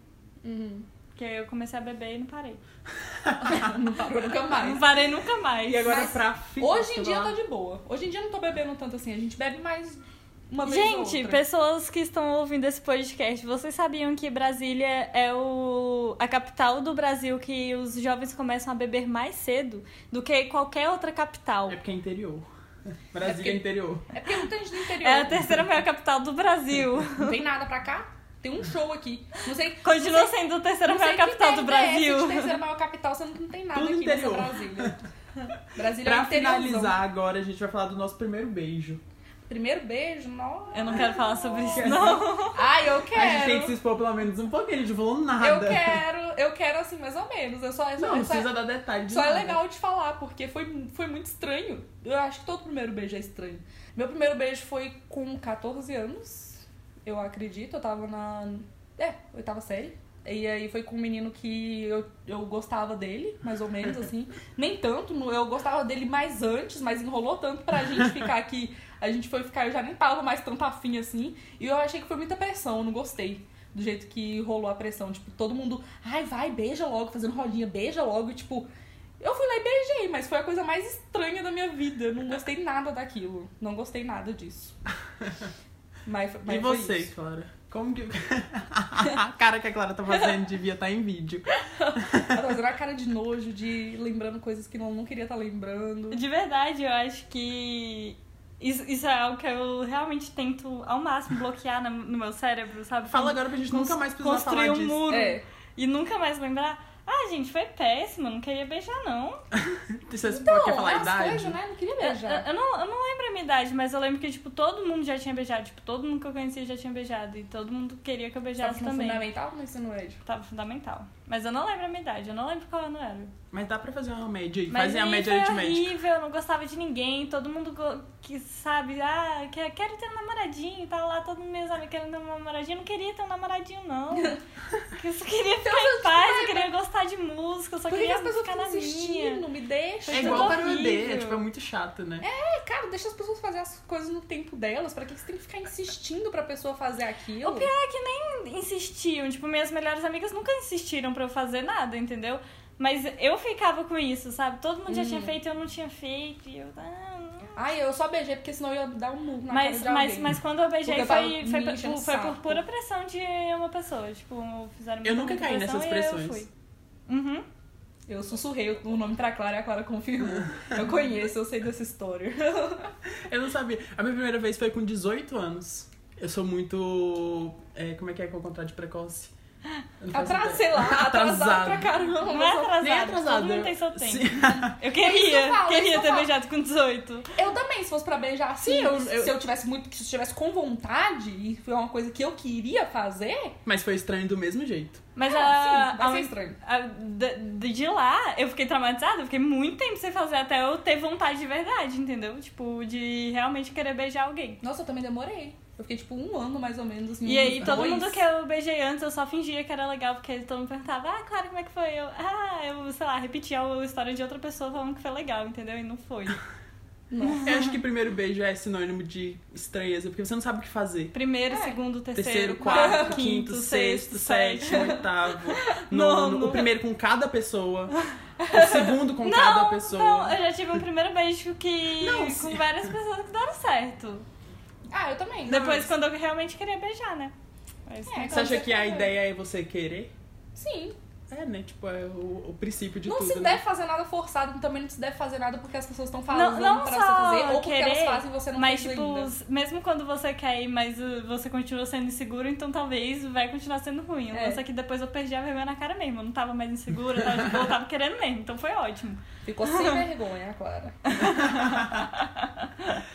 Speaker 1: Uhum.
Speaker 3: Porque eu comecei a beber e não parei.
Speaker 1: Não parou nunca
Speaker 3: Não
Speaker 1: mais.
Speaker 3: parei nunca mais.
Speaker 2: E agora
Speaker 1: Mas
Speaker 2: pra ficar.
Speaker 1: Hoje em dia tá de boa. Hoje em dia eu não tô bebendo tanto assim. A gente bebe mais uma vez ou
Speaker 3: Gente,
Speaker 1: outra.
Speaker 3: pessoas que estão ouvindo esse podcast, vocês sabiam que Brasília é o, a capital do Brasil que os jovens começam a beber mais cedo do que qualquer outra capital?
Speaker 2: É porque é interior. Brasília é,
Speaker 1: porque-
Speaker 2: interior.
Speaker 1: É porque não tem gente no interior.
Speaker 3: É a terceira maior capital do Brasil.
Speaker 1: Não tem nada pra cá. Tem um show aqui. Não sei.
Speaker 3: Continua
Speaker 1: não sei-
Speaker 3: sendo a terceira
Speaker 1: não sei que
Speaker 3: maior capital do
Speaker 1: merda é essa
Speaker 3: Brasil.
Speaker 1: de terceira maior capital, sendo que não tem nada
Speaker 2: Tudo
Speaker 1: aqui
Speaker 2: interior.
Speaker 1: nessa Brasília. Brasília é
Speaker 2: Pra
Speaker 1: um interiorzão.
Speaker 2: finalizar agora, a gente vai falar do nosso primeiro beijo.
Speaker 1: Primeiro beijo, nossa.
Speaker 3: Eu não quero falar sobre isso, não.
Speaker 1: Ai, eu
Speaker 2: A gente tem que
Speaker 1: quero.
Speaker 2: se expor pelo menos um pouquinho, a gente não falou nada.
Speaker 1: Eu quero, eu quero assim, mais ou menos. Eu só, eu só-
Speaker 2: Não, não
Speaker 1: eu só-
Speaker 2: precisa dar detalhe de
Speaker 1: Só é
Speaker 2: nada.
Speaker 1: legal te falar, porque foi, foi muito estranho. Eu acho que todo primeiro beijo é estranho. Meu primeiro beijo foi com 14 anos, eu acredito. Eu tava na. É, oitava série. E aí foi com um menino que eu, eu gostava dele, mais ou menos, assim. Nem tanto, no- eu gostava dele mais antes, mas enrolou tanto pra gente ficar aqui. A gente foi ficar, eu já nem tava mais tanto afim assim. E eu achei que foi muita pressão, eu não gostei. Do jeito que rolou a pressão. Tipo, todo mundo, ai, vai, beija logo, fazendo rodinha, beija logo. E, tipo, eu fui lá e beijei, mas foi a coisa mais estranha da minha vida. Eu não gostei nada daquilo. Não gostei nada disso. Mas, mas
Speaker 2: e
Speaker 1: foi
Speaker 2: você,
Speaker 1: isso.
Speaker 2: Clara? Como que. a cara que a Clara tá fazendo devia estar em vídeo.
Speaker 1: Ela tá fazendo uma cara de nojo, de lembrando coisas que não, não queria estar lembrando.
Speaker 3: De verdade, eu acho que isso, isso é algo que eu realmente tento ao máximo bloquear na- no meu cérebro, sabe?
Speaker 2: Fala agora pra gente nunca mais precisar
Speaker 3: Construir
Speaker 2: falar
Speaker 3: um
Speaker 2: disso.
Speaker 3: muro
Speaker 1: É.
Speaker 3: e nunca mais lembrar. Ah, gente, foi péssimo, não queria beijar, não.
Speaker 2: Você
Speaker 4: Então,
Speaker 2: quer falar
Speaker 1: é
Speaker 2: a
Speaker 4: as
Speaker 2: idade?
Speaker 4: coisas, né? Não queria
Speaker 3: Eu, eu-
Speaker 4: beijar.
Speaker 3: eu não, eu não lembro a minha idade, mas eu lembro que, tipo, todo mundo já tinha beijado. Tipo, todo mundo que eu conhecia já tinha beijado. E todo mundo queria que eu
Speaker 4: Tava
Speaker 3: beijasse
Speaker 4: no
Speaker 3: também.
Speaker 4: fundamental ou no ensino médio?
Speaker 3: Tava fundamental. Mas eu não lembro a minha idade, eu não lembro qual ano era.
Speaker 2: Mas dá pra fazer uma média aí.
Speaker 3: Mas
Speaker 2: Fazem a
Speaker 3: aí
Speaker 2: média
Speaker 3: foi
Speaker 2: aritmética.
Speaker 3: horrível, eu não gostava de ninguém, todo mundo go- que sabe, ah, que- quero ter um namoradinho, tá lá, todo mundo meus amigos querendo ter um namoradinho, eu não queria ter um namoradinho, não. eu só queria ficar em paz, eu queria gostar de música, eu
Speaker 4: tipo Por que
Speaker 3: só
Speaker 4: que
Speaker 3: queria
Speaker 4: as pessoas
Speaker 3: ficar
Speaker 4: ficam
Speaker 3: na minha.
Speaker 4: insistindo? Me deixa.
Speaker 2: É
Speaker 3: Tudo
Speaker 2: igual para o ED,
Speaker 3: horrível.
Speaker 2: é, tipo, é muito chato, né?
Speaker 4: Cara, deixa as pessoas fazerem as coisas no tempo delas. Pra que que você tem que ficar insistindo pra pessoa fazer aquilo?
Speaker 3: O pior é que nem insistiam, tipo, minhas melhores amigas nunca insistiram pra eu fazer nada, entendeu? Mas eu ficava com isso, sabe? Todo mundo
Speaker 2: Hum.
Speaker 3: já tinha feito, eu não tinha feito, e eu... Ah, não.
Speaker 4: Ai, eu só beijei porque senão eu ia dar um murro na
Speaker 3: Mas,
Speaker 4: cara de
Speaker 3: mas,
Speaker 4: alguém.
Speaker 3: mas quando eu beijei
Speaker 4: Porque eu tava
Speaker 3: foi,
Speaker 4: me
Speaker 3: foi, por-
Speaker 4: enchendo o
Speaker 3: foi por
Speaker 4: saco.
Speaker 3: pura pressão de uma pessoa. Tipo, fizeram
Speaker 2: Eu nunca
Speaker 3: muita, muita
Speaker 2: caí
Speaker 3: pressão
Speaker 2: nessas
Speaker 3: e eu
Speaker 2: pressões.
Speaker 3: fui. Uhum.
Speaker 1: Eu sussurrei o nome pra Clara e a Clara confirmou. Eu conheço, eu sei dessa história.
Speaker 2: Eu não sabia. A minha primeira vez foi com 18 anos. Eu sou muito. é, como é que é que eu contrato de precoce? Eu não
Speaker 1: É
Speaker 2: faço
Speaker 4: Atrás,
Speaker 2: ideia.
Speaker 4: sei lá, atrasado
Speaker 2: um Atrasado.
Speaker 4: pra caramba.
Speaker 3: Não é atrasado,
Speaker 2: Nem atrasado.
Speaker 3: todo mundo tem seu tempo.
Speaker 2: Sim.
Speaker 3: Eu
Speaker 4: É Isso que
Speaker 3: queria,
Speaker 4: eu falo, isso que
Speaker 3: queria
Speaker 4: eu
Speaker 3: ter
Speaker 4: falo.
Speaker 3: beijado com 18.
Speaker 4: Eu também, se fosse pra beijar assim,
Speaker 2: Sim, eu-
Speaker 4: se eu tivesse muito, se eu tivesse com vontade e foi uma coisa que eu queria fazer,
Speaker 2: Mas foi estranho do mesmo jeito.
Speaker 3: Mas
Speaker 4: ah,
Speaker 3: a,
Speaker 4: sim, vai
Speaker 3: a-
Speaker 4: ser estranho.
Speaker 3: a- de, de- de lá, eu fiquei traumatizada. Eu fiquei muito tempo sem fazer até eu ter vontade de verdade, entendeu? Tipo, de realmente querer beijar alguém.
Speaker 4: Nossa, eu também demorei. Eu fiquei tipo um ano mais ou menos assim.
Speaker 3: E aí, todo
Speaker 4: dois.
Speaker 3: mundo que eu beijei antes, eu só fingia que era legal, porque todo mundo perguntava, ah, claro, como é que foi? Eu, ah, eu, sei lá, repetia a história de outra pessoa falando que foi legal, entendeu? E não foi.
Speaker 2: Eu acho que primeiro beijo é sinônimo de estranheza, porque você não sabe o que fazer.
Speaker 3: Primeiro,
Speaker 4: É.
Speaker 3: segundo, terceiro,
Speaker 2: Terceiro,
Speaker 3: quarto,
Speaker 2: quarto, quinto, sexto, sétimo, oitavo,
Speaker 3: Nono.
Speaker 2: nono. O primeiro com cada pessoa. O segundo com cada pessoa.
Speaker 3: Não, eu já tive um primeiro beijo que.
Speaker 2: Não,
Speaker 3: com
Speaker 2: sim.
Speaker 3: várias pessoas que deram certo.
Speaker 4: Ah, eu também.
Speaker 3: Depois, quando eu realmente queria beijar, né? Mas,
Speaker 4: É,
Speaker 2: Você acha que a ideia é você querer?
Speaker 4: Sim.
Speaker 2: É, né? Tipo, é o, o princípio de
Speaker 4: não
Speaker 2: tudo.
Speaker 4: se
Speaker 2: né?
Speaker 4: deve fazer nada forçado, também não se deve fazer nada porque as pessoas estão
Speaker 3: Não,
Speaker 4: falando
Speaker 3: não
Speaker 4: pra
Speaker 3: só
Speaker 4: você fazer, ou porque
Speaker 3: querer,
Speaker 4: elas fazem e você não
Speaker 3: mas
Speaker 4: fez
Speaker 3: tipo,
Speaker 4: ainda.
Speaker 3: s- mesmo quando você quer ir, mas uh, você continua sendo inseguro, então talvez vai continuar sendo ruim. O
Speaker 4: É.
Speaker 3: lance é que depois eu perdi a vergonha na cara mesmo. Eu não tava mais insegura, eu tava, de boa, eu tava querendo mesmo, então foi ótimo.
Speaker 4: Ficou sem vergonha, a Clara.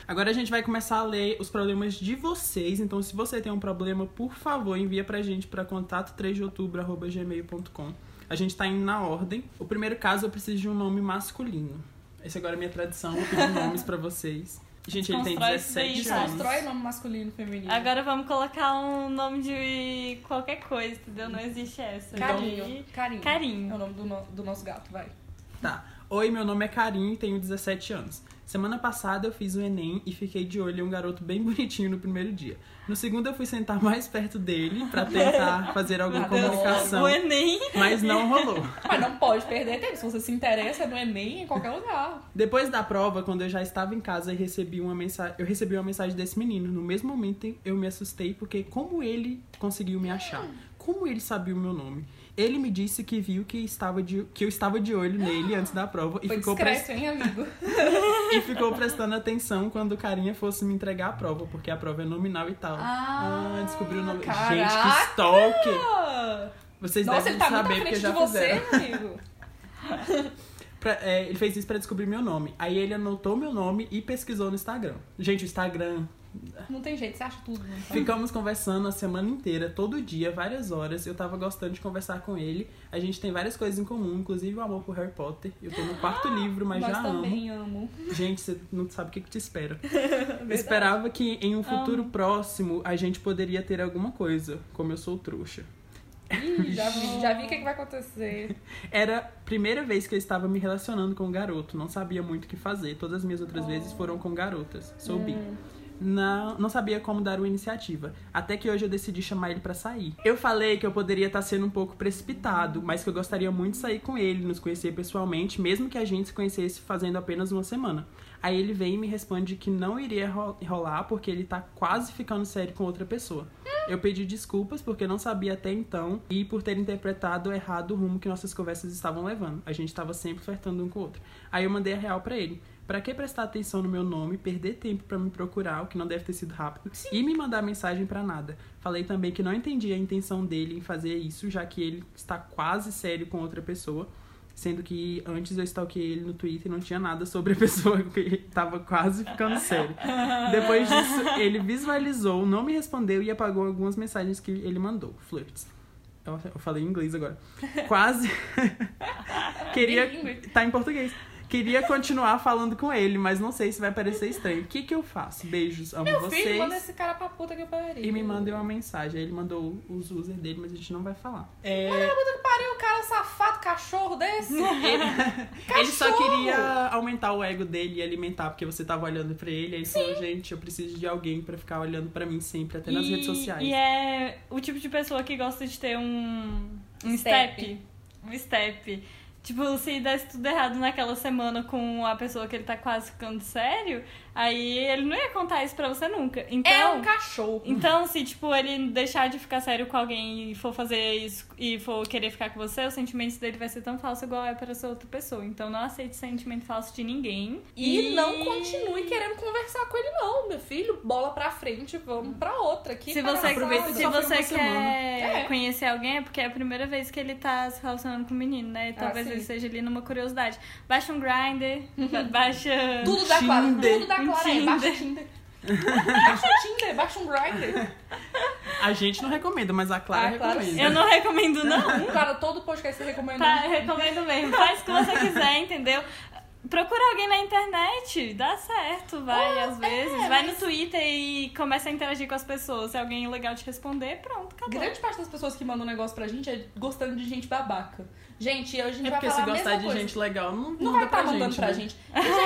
Speaker 2: Agora a gente vai começar a ler os problemas de vocês. Então, se você tem um problema, por favor, envia pra gente pra contato 3 de outubro, arroba gmail.com. A gente tá indo na ordem. O primeiro caso, eu preciso de um nome masculino. Essa agora é a minha tradição, eu pedir nomes pra vocês. Gente, ele tem
Speaker 3: Desconstrói isso daí,
Speaker 2: 17
Speaker 3: sabe?
Speaker 2: anos.
Speaker 4: Constrói nome masculino e feminino.
Speaker 3: Agora vamos colocar um nome de qualquer coisa, entendeu? Não existe essa.
Speaker 4: Carinho. Então, Carinho. É o
Speaker 3: Carinho.
Speaker 4: nome do, no- do nosso gato, vai.
Speaker 2: Tá. Oi, meu nome é Karim e tenho 17 anos. Semana passada eu fiz o Enem e fiquei de olho em um garoto bem bonitinho no primeiro dia. No segundo eu fui sentar mais perto dele pra tentar fazer alguma
Speaker 3: Meu Deus,
Speaker 2: comunicação,
Speaker 3: Então, O um Enem.
Speaker 2: mas não rolou.
Speaker 4: Mas não pode perder tempo. Se você se interessa, é no Enem, em qualquer lugar.
Speaker 2: Depois da prova, quando eu já estava em casa e recebi uma mensagem, eu recebi uma mensagem desse menino. No mesmo momento eu me assustei porque como ele conseguiu me achar? Como ele sabia o meu nome? Ele me disse que viu que estava de, que eu estava de olho nele antes da prova e
Speaker 4: Foi
Speaker 2: ficou
Speaker 4: discreto, hein, amigo?
Speaker 2: E ficou prestando atenção quando o carinha fosse me entregar a prova, porque a prova é nominal e tal.
Speaker 4: Ah,
Speaker 2: descobriu o nome.
Speaker 4: caraca!
Speaker 2: Gente, que stalker! Vocês
Speaker 4: Nossa,
Speaker 2: devem
Speaker 4: ele tá muito à
Speaker 2: saber porque
Speaker 4: frente de
Speaker 2: já
Speaker 4: você,
Speaker 2: fizeram.
Speaker 4: amigo.
Speaker 2: Pra- é, ele fez isso pra descobrir meu nome. Aí ele anotou meu nome e pesquisou no Instagram. Gente, o Instagram.
Speaker 4: Não tem jeito, você acha tudo. Não tá?
Speaker 2: Ficamos conversando a semana inteira, todo dia, várias horas. Eu tava gostando de conversar com ele. A gente tem várias coisas em comum, inclusive o amor por Harry Potter. Eu tô no quarto livro, mas
Speaker 4: Nós
Speaker 2: já amo.
Speaker 4: também amo.
Speaker 2: Gente, você não sabe o que, que te espera. Eu esperava que em um futuro próximo a gente poderia ter alguma coisa, como eu sou trouxa.
Speaker 4: Ih, já vi, já vi o que, que vai acontecer.
Speaker 2: Era a primeira vez que eu estava me relacionando com um garoto, não sabia muito o que fazer. Todas as minhas outras vezes foram com garotas. Sou bi. Não, não sabia como dar uma iniciativa. Até que hoje eu decidi chamar ele pra sair. Eu falei que eu poderia estar sendo um pouco precipitado, mas que eu gostaria muito de sair com ele, nos conhecer pessoalmente, mesmo que a gente se conhecesse fazendo apenas uma semana. Aí ele vem e me responde que não iria ro- rolar porque ele tá quase ficando sério com outra pessoa. Eu pedi desculpas porque não sabia até então e por ter interpretado errado o rumo que nossas conversas estavam levando. A gente tava sempre flertando um com o outro. Aí eu mandei a real pra ele. Pra que prestar atenção no meu nome, perder tempo pra me procurar, o que não deve ter sido rápido, e me mandar mensagem pra nada. Falei também que não entendi a intenção dele em fazer isso, já que ele está quase sério com outra pessoa, sendo que antes eu stalkeei ele no Twitter e não tinha nada sobre a pessoa que tava quase ficando sério. Depois disso, ele visualizou, não me respondeu e apagou algumas mensagens que ele mandou. Flirts. Eu eu falei em inglês agora. Quase. Queria. Tá em português. Queria continuar falando com ele, mas não sei se vai parecer estranho. O que, que eu faço? Beijos, amo
Speaker 4: Meu
Speaker 2: vocês.
Speaker 4: filho, manda assim. esse cara pra puta que eu pariu.
Speaker 2: E me mandou uma mensagem. Aí Ele mandou os user dele, mas a gente não vai falar.
Speaker 4: Cara, puta que pariu, um cara safado, cachorro desse.
Speaker 2: Ele só
Speaker 4: Cachorro!
Speaker 2: queria aumentar o ego dele e alimentar, porque você tava olhando pra ele. Aí ele falou, gente, eu preciso de alguém pra ficar olhando pra mim sempre, até nas
Speaker 3: E-
Speaker 2: redes sociais.
Speaker 3: E é o tipo de pessoa que gosta de ter um, um
Speaker 4: Step.
Speaker 3: step. Um step. Tipo, se desse tudo errado naquela semana com a pessoa que ele tá quase ficando sério, aí ele não ia contar isso pra você nunca. Então,
Speaker 4: É um cachorro.
Speaker 3: então se tipo ele deixar de ficar sério com alguém e for fazer isso e for querer ficar com você, o sentimento dele vai ser tão falso igual é para essa outra pessoa. Então não aceite sentimento falso de ninguém
Speaker 4: E não continue querendo conversar com ele, não, meu filho. Bola pra frente, vamos pra outra. Que
Speaker 3: se
Speaker 4: cara
Speaker 3: você,
Speaker 4: assado.
Speaker 3: se
Speaker 2: só foi
Speaker 3: você
Speaker 2: uma
Speaker 3: quer
Speaker 2: semana.
Speaker 4: É.
Speaker 3: conhecer alguém, é porque é a primeira vez que ele tá se relacionando com o menino,
Speaker 2: Ah,
Speaker 3: né? Talvez
Speaker 4: sim.
Speaker 3: ele esteja ali numa curiosidade. Baixa um grinder, baixa.
Speaker 4: Tudo da Clara,
Speaker 2: Tinder.
Speaker 4: tudo da
Speaker 3: Um
Speaker 4: Clara. é, Baixa o Tinder. baixa o Tinder, baixa um Grindr.
Speaker 2: A gente não recomenda, mas a Clara
Speaker 4: Ah, claro.
Speaker 2: recomenda.
Speaker 3: Eu não recomendo, não.
Speaker 4: Cara, todo podcast você recomenda.
Speaker 3: Tá, eu recomendo mesmo. Faz o que você quiser, entendeu? Procura alguém na internet, dá certo,
Speaker 2: É,
Speaker 3: vai às vezes. vai no Twitter e começa a interagir com as pessoas. Se alguém legal te responder, pronto, acabou.
Speaker 4: Grande parte das pessoas que mandam negócio pra gente é gostando de gente babaca. Gente, hoje a gente
Speaker 2: É
Speaker 4: vai
Speaker 2: porque
Speaker 4: falar
Speaker 2: se
Speaker 4: a mesma
Speaker 2: gostar de
Speaker 4: coisa.
Speaker 2: gente legal, não,
Speaker 4: Não vai
Speaker 2: manda
Speaker 4: estar
Speaker 2: pra
Speaker 4: mandando
Speaker 2: gente.
Speaker 4: pra
Speaker 2: né?
Speaker 4: gente.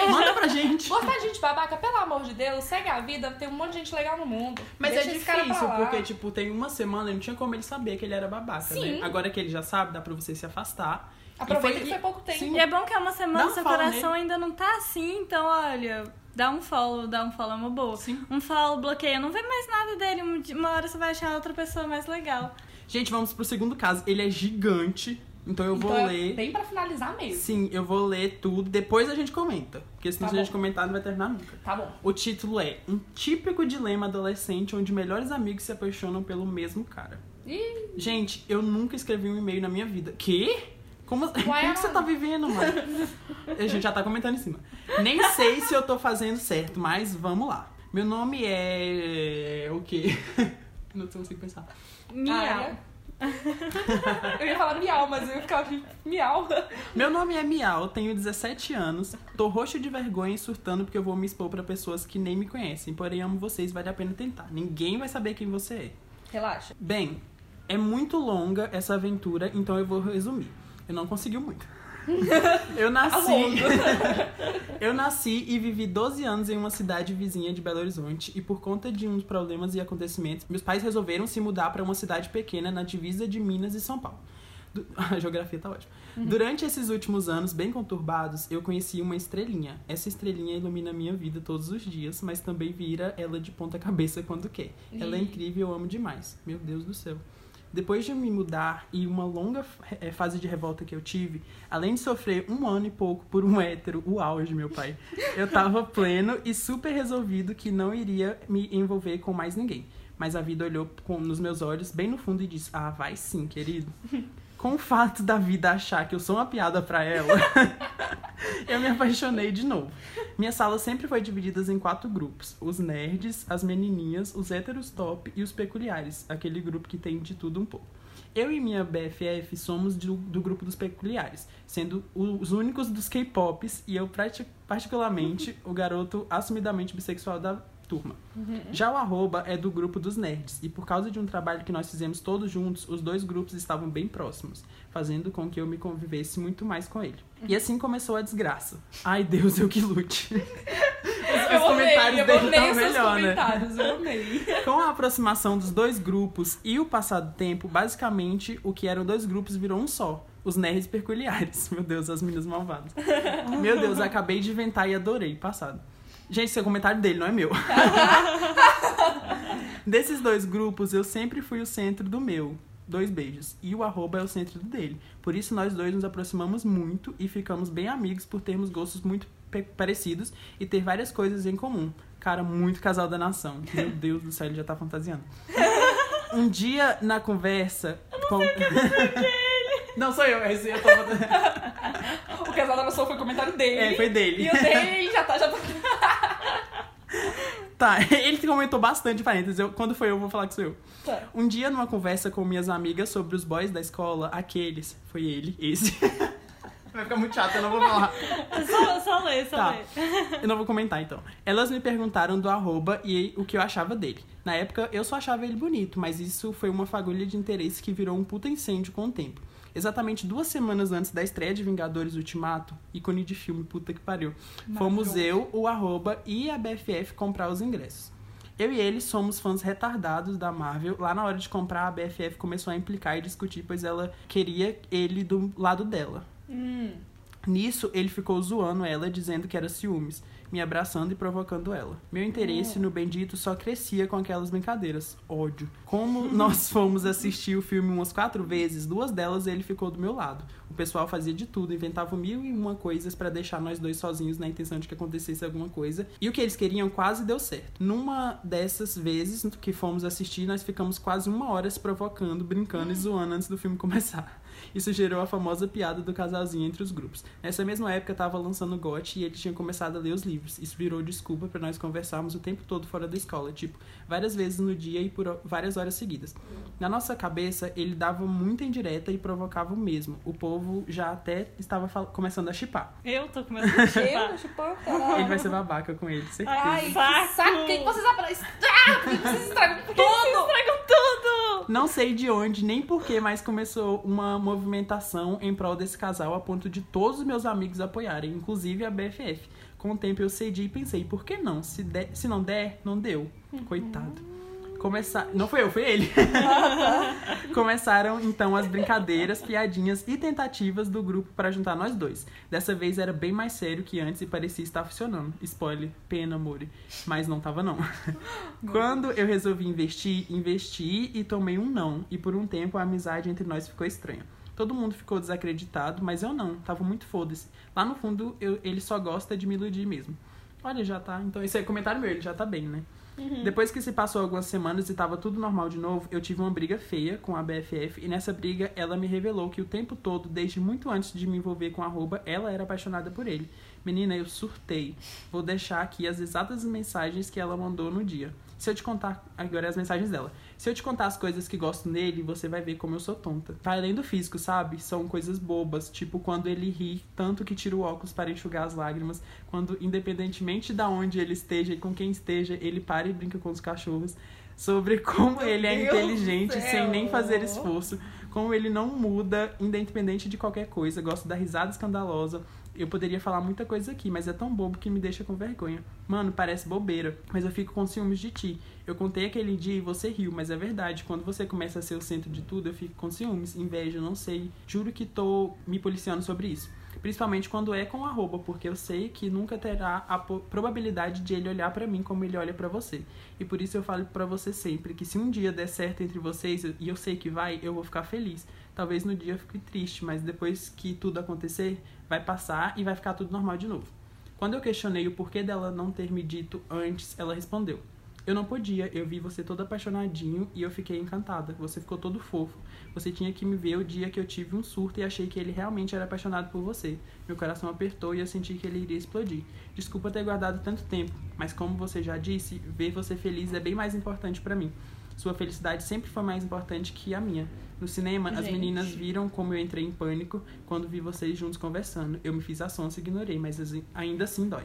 Speaker 2: Manda pra gente.
Speaker 4: Gostar de gente babaca, pelo amor de Deus, segue a vida, tem um monte de gente legal no mundo.
Speaker 2: Mas
Speaker 4: Deixa
Speaker 2: é
Speaker 4: esse cara pra
Speaker 2: difícil,
Speaker 4: lá.
Speaker 2: porque, tipo, tem uma semana e não tinha como ele saber que ele era babaca,
Speaker 4: Sim.
Speaker 2: né? Agora que ele já sabe, dá pra você se afastar.
Speaker 4: Aproveita
Speaker 2: tipo, E foi-
Speaker 4: que foi pouco tempo.
Speaker 2: Sim.
Speaker 3: E é bom que é uma semana
Speaker 2: Dá um
Speaker 3: seu
Speaker 2: follow
Speaker 3: coração ainda não tá assim, então olha, dá um follow, dá um follow é uma boa.
Speaker 2: Sim.
Speaker 3: Um follow bloqueia, não vê mais nada dele, um di- uma hora você vai achar outra pessoa mais legal.
Speaker 2: Gente, vamos pro segundo caso. Ele é gigante, então eu vou
Speaker 4: então, É
Speaker 2: ler.
Speaker 4: bem pra finalizar mesmo.
Speaker 2: Sim, eu vou ler tudo, depois a gente comenta. Porque senão
Speaker 4: Tá
Speaker 2: se a gente
Speaker 4: bom.
Speaker 2: comentar, não vai terminar nunca.
Speaker 4: Tá bom.
Speaker 2: O título é Um típico dilema adolescente onde melhores amigos se apaixonam pelo mesmo cara.
Speaker 4: Ih,
Speaker 2: Gente, eu nunca escrevi um e-mail na minha vida. Que? Como, como
Speaker 4: Ana.
Speaker 2: que você tá vivendo, mano? A gente já tá comentando em cima. Nem sei se eu tô fazendo certo, mas vamos lá. Meu nome é. O quê? Não consigo pensar.
Speaker 1: Ah,
Speaker 3: Miau.
Speaker 1: é?
Speaker 4: Aria. eu ia falar miau, mas eu ia ficar miau.
Speaker 2: Meu nome é Miau, tenho 17 anos, tô roxo de vergonha e surtando porque eu vou me expor pra pessoas que nem me conhecem. Porém, amo vocês, vale a pena tentar. Ninguém vai saber quem você é.
Speaker 4: Relaxa.
Speaker 2: Bem, é muito longa essa aventura, então eu vou resumir. Eu não consegui muito. eu nasci. eu nasci e vivi 12 anos em uma cidade vizinha de Belo Horizonte e por conta de uns problemas e acontecimentos, meus pais resolveram se mudar para uma cidade pequena na divisa de Minas e São Paulo. Du- A geografia tá ótima. Durante esses últimos anos bem conturbados, eu conheci uma estrelinha. Essa estrelinha ilumina a minha vida todos os dias, mas também vira ela de ponta cabeça quando quer. Ela é
Speaker 4: Ih.
Speaker 2: incrível, eu amo demais. Meu Deus do céu. Depois de me mudar e uma longa eh, fase de revolta que eu tive, além de sofrer um ano e pouco por um hétero, o auge, meu pai, eu tava pleno e super resolvido que não iria me envolver com mais ninguém. Mas a vida olhou com- nos meus olhos, bem no fundo, e disse: Ah, vai sim, querido. Com o fato da vida achar que eu sou uma piada pra ela, eu me apaixonei de novo. Minha sala sempre foi dividida em quatro grupos: os nerds, as menininhas, os héteros top e os peculiares, aquele grupo que tem de tudo um pouco. Eu e minha BFF somos do, do grupo dos peculiares, sendo os únicos dos K-pops e eu, prati- particularmente, o garoto assumidamente bissexual da turma. Já o arroba é do grupo dos nerds, e por causa de um trabalho que nós fizemos todos juntos, os dois grupos estavam bem próximos, fazendo com que eu me convivesse muito mais com ele. E assim começou a desgraça. Ai, Deus, eu que lute. Os os comentários
Speaker 4: eu
Speaker 2: dele
Speaker 4: amei
Speaker 2: estão
Speaker 4: os seus
Speaker 2: melhor, né?
Speaker 4: comentários, eu amei.
Speaker 2: Com a aproximação dos dois grupos e o passar do tempo, basicamente o que eram dois grupos virou um só. Os nerds peculiares. Meu Deus, as meninas malvadas. Meu Deus, acabei de inventar e adorei. Passado. Gente, esse é o comentário dele, não é meu. Desses dois grupos, eu sempre fui o centro do meu. Dois beijos. E o arroba é o centro do dele. Por isso, nós dois nos aproximamos muito e ficamos bem amigos por termos gostos muito pe- parecidos e ter várias coisas em comum. Cara, muito casal da nação. Meu Deus do céu, ele já tá fantasiando. Um dia na conversa. com- Não sou eu, esse eu tô fantasiando.
Speaker 4: O casal da pessoa foi comentário dele.
Speaker 2: É, foi dele.
Speaker 4: E o dele já tá, já tá.
Speaker 2: Tá, ele que comentou bastante, parênteses. Eu, quando foi eu, vou falar que sou eu.
Speaker 4: Tá.
Speaker 2: Um dia, numa conversa com minhas amigas sobre os boys da escola, aqueles. Foi ele, esse. Vai ficar muito chato, eu não vou falar.
Speaker 3: Só, só lê, só
Speaker 2: Tá.
Speaker 3: lê.
Speaker 2: Eu não vou comentar então. Elas me perguntaram do arroba e o que eu achava dele. Na época eu só achava ele bonito, mas isso foi uma fagulha de interesse que virou um puta incêndio com o tempo. Exatamente duas semanas antes da estreia de Vingadores Ultimato, ícone de filme, puta que pariu, fomos eu, o arroba e a BFF comprar os ingressos. Eu e ele somos fãs retardados da Marvel. Lá na hora de comprar, a BFF começou a implicar e discutir, pois ela queria ele do lado dela.
Speaker 4: Hum.
Speaker 2: Nisso, ele ficou zoando ela, dizendo que era ciúmes, me abraçando e provocando ela. Meu interesse no Bendito só crescia com aquelas brincadeiras. Ódio. Como nós fomos assistir o filme umas quatro vezes, duas delas ele ficou do meu lado. O pessoal fazia de tudo, inventava mil e uma coisas pra deixar nós dois sozinhos na intenção de que acontecesse alguma coisa. E o que eles queriam quase deu certo. Numa dessas vezes que fomos assistir, nós ficamos quase uma hora se provocando, brincando e zoando antes do filme começar. Isso gerou a famosa piada do casalzinho entre os grupos. Nessa mesma época, tava lançando o GOT e ele tinha começado a ler os livros. Isso virou desculpa pra nós conversarmos o tempo todo fora da escola, tipo, várias vezes no dia e por ho- várias horas seguidas. Na nossa cabeça, ele dava muita indireta e provocava o mesmo. O povo já até estava fal- começando a chipar.
Speaker 3: Eu tô começando a chupar.
Speaker 4: Eu, tipo, caralho.
Speaker 2: Ele vai ser babaca com ele, certeza.
Speaker 3: Ai,
Speaker 4: Ai,
Speaker 3: saco.
Speaker 4: que saco. Por que que vocês apra- estragam? Por que que vocês estragam tudo?
Speaker 3: Estragam tudo!
Speaker 2: Não sei de onde nem porquê, mas começou uma movimentação em prol desse casal a ponto de todos os meus amigos apoiarem, inclusive a BFF. Com o tempo eu cedi e pensei, por que não? Se, der- se não der, não deu. Coitado. Começar... Não foi eu, foi ele. Começaram então as brincadeiras, piadinhas e tentativas do grupo para juntar nós dois. Dessa vez era bem mais sério que antes e parecia estar funcionando. Spoiler, pena, amore. Mas não tava não. Quando eu resolvi investir, investi e tomei um não. E por um tempo a amizade entre nós ficou estranha. Todo mundo ficou desacreditado, mas eu não. Tava muito foda-se. Lá no fundo, eu- ele só gosta de me iludir mesmo. Olha, já tá. Então, esse é comentário meu, ele já tá bem, né? Depois que se passou algumas semanas e tava tudo normal de novo, eu tive uma briga feia com a BFF e nessa briga ela me revelou que o tempo todo, desde muito antes de me envolver com a arroba, ela era apaixonada por ele. Menina, eu surtei. Vou deixar aqui as exatas mensagens que ela mandou no dia. Se eu te contar agora é as mensagens dela. Se eu te contar as coisas que gosto nele, você vai ver como eu sou tonta. Vai além do físico, sabe? São coisas bobas, tipo quando ele ri tanto que tira o óculos para enxugar as lágrimas, quando independentemente da onde ele esteja e com quem esteja, ele para e brinca com os cachorros. Sobre como
Speaker 4: Meu
Speaker 2: ele é
Speaker 4: Deus do
Speaker 2: inteligente sem nem
Speaker 4: céu.
Speaker 2: fazer esforço. Como ele não muda, independente de qualquer coisa. Gosto da risada escandalosa. Eu poderia falar muita coisa aqui, mas é tão bobo que me deixa com vergonha. Mano, parece bobeira, mas eu fico com ciúmes de ti. Eu contei aquele dia e você riu, mas é verdade. Quando você começa a ser o centro de tudo, eu fico com ciúmes, inveja, não sei. Juro que tô me policiando sobre isso. Principalmente quando é com arroba, porque eu sei que nunca terá a po- probabilidade de ele olhar pra mim como ele olha pra você. E por isso eu falo pra você sempre que se um dia der certo entre vocês, e eu sei que vai, eu vou ficar feliz. Talvez no dia eu fique triste, mas depois que tudo acontecer, vai passar e vai ficar tudo normal de novo. Quando eu questionei o porquê dela não ter me dito antes, ela respondeu: Eu não podia, eu vi você todo apaixonadinho e eu fiquei encantada. Você ficou todo fofo. Você tinha que me ver o dia que eu tive um surto e achei que ele realmente era apaixonado por você. Meu coração apertou e eu senti que ele iria explodir. Desculpa ter guardado tanto tempo, mas como você já disse, ver você feliz é bem mais importante pra mim. Sua felicidade sempre foi mais importante que a minha. No cinema, as
Speaker 4: Gente.
Speaker 2: meninas viram como eu entrei em pânico quando vi vocês juntos conversando. Eu me fiz a sonsa e ignorei, mas as- ainda assim dói.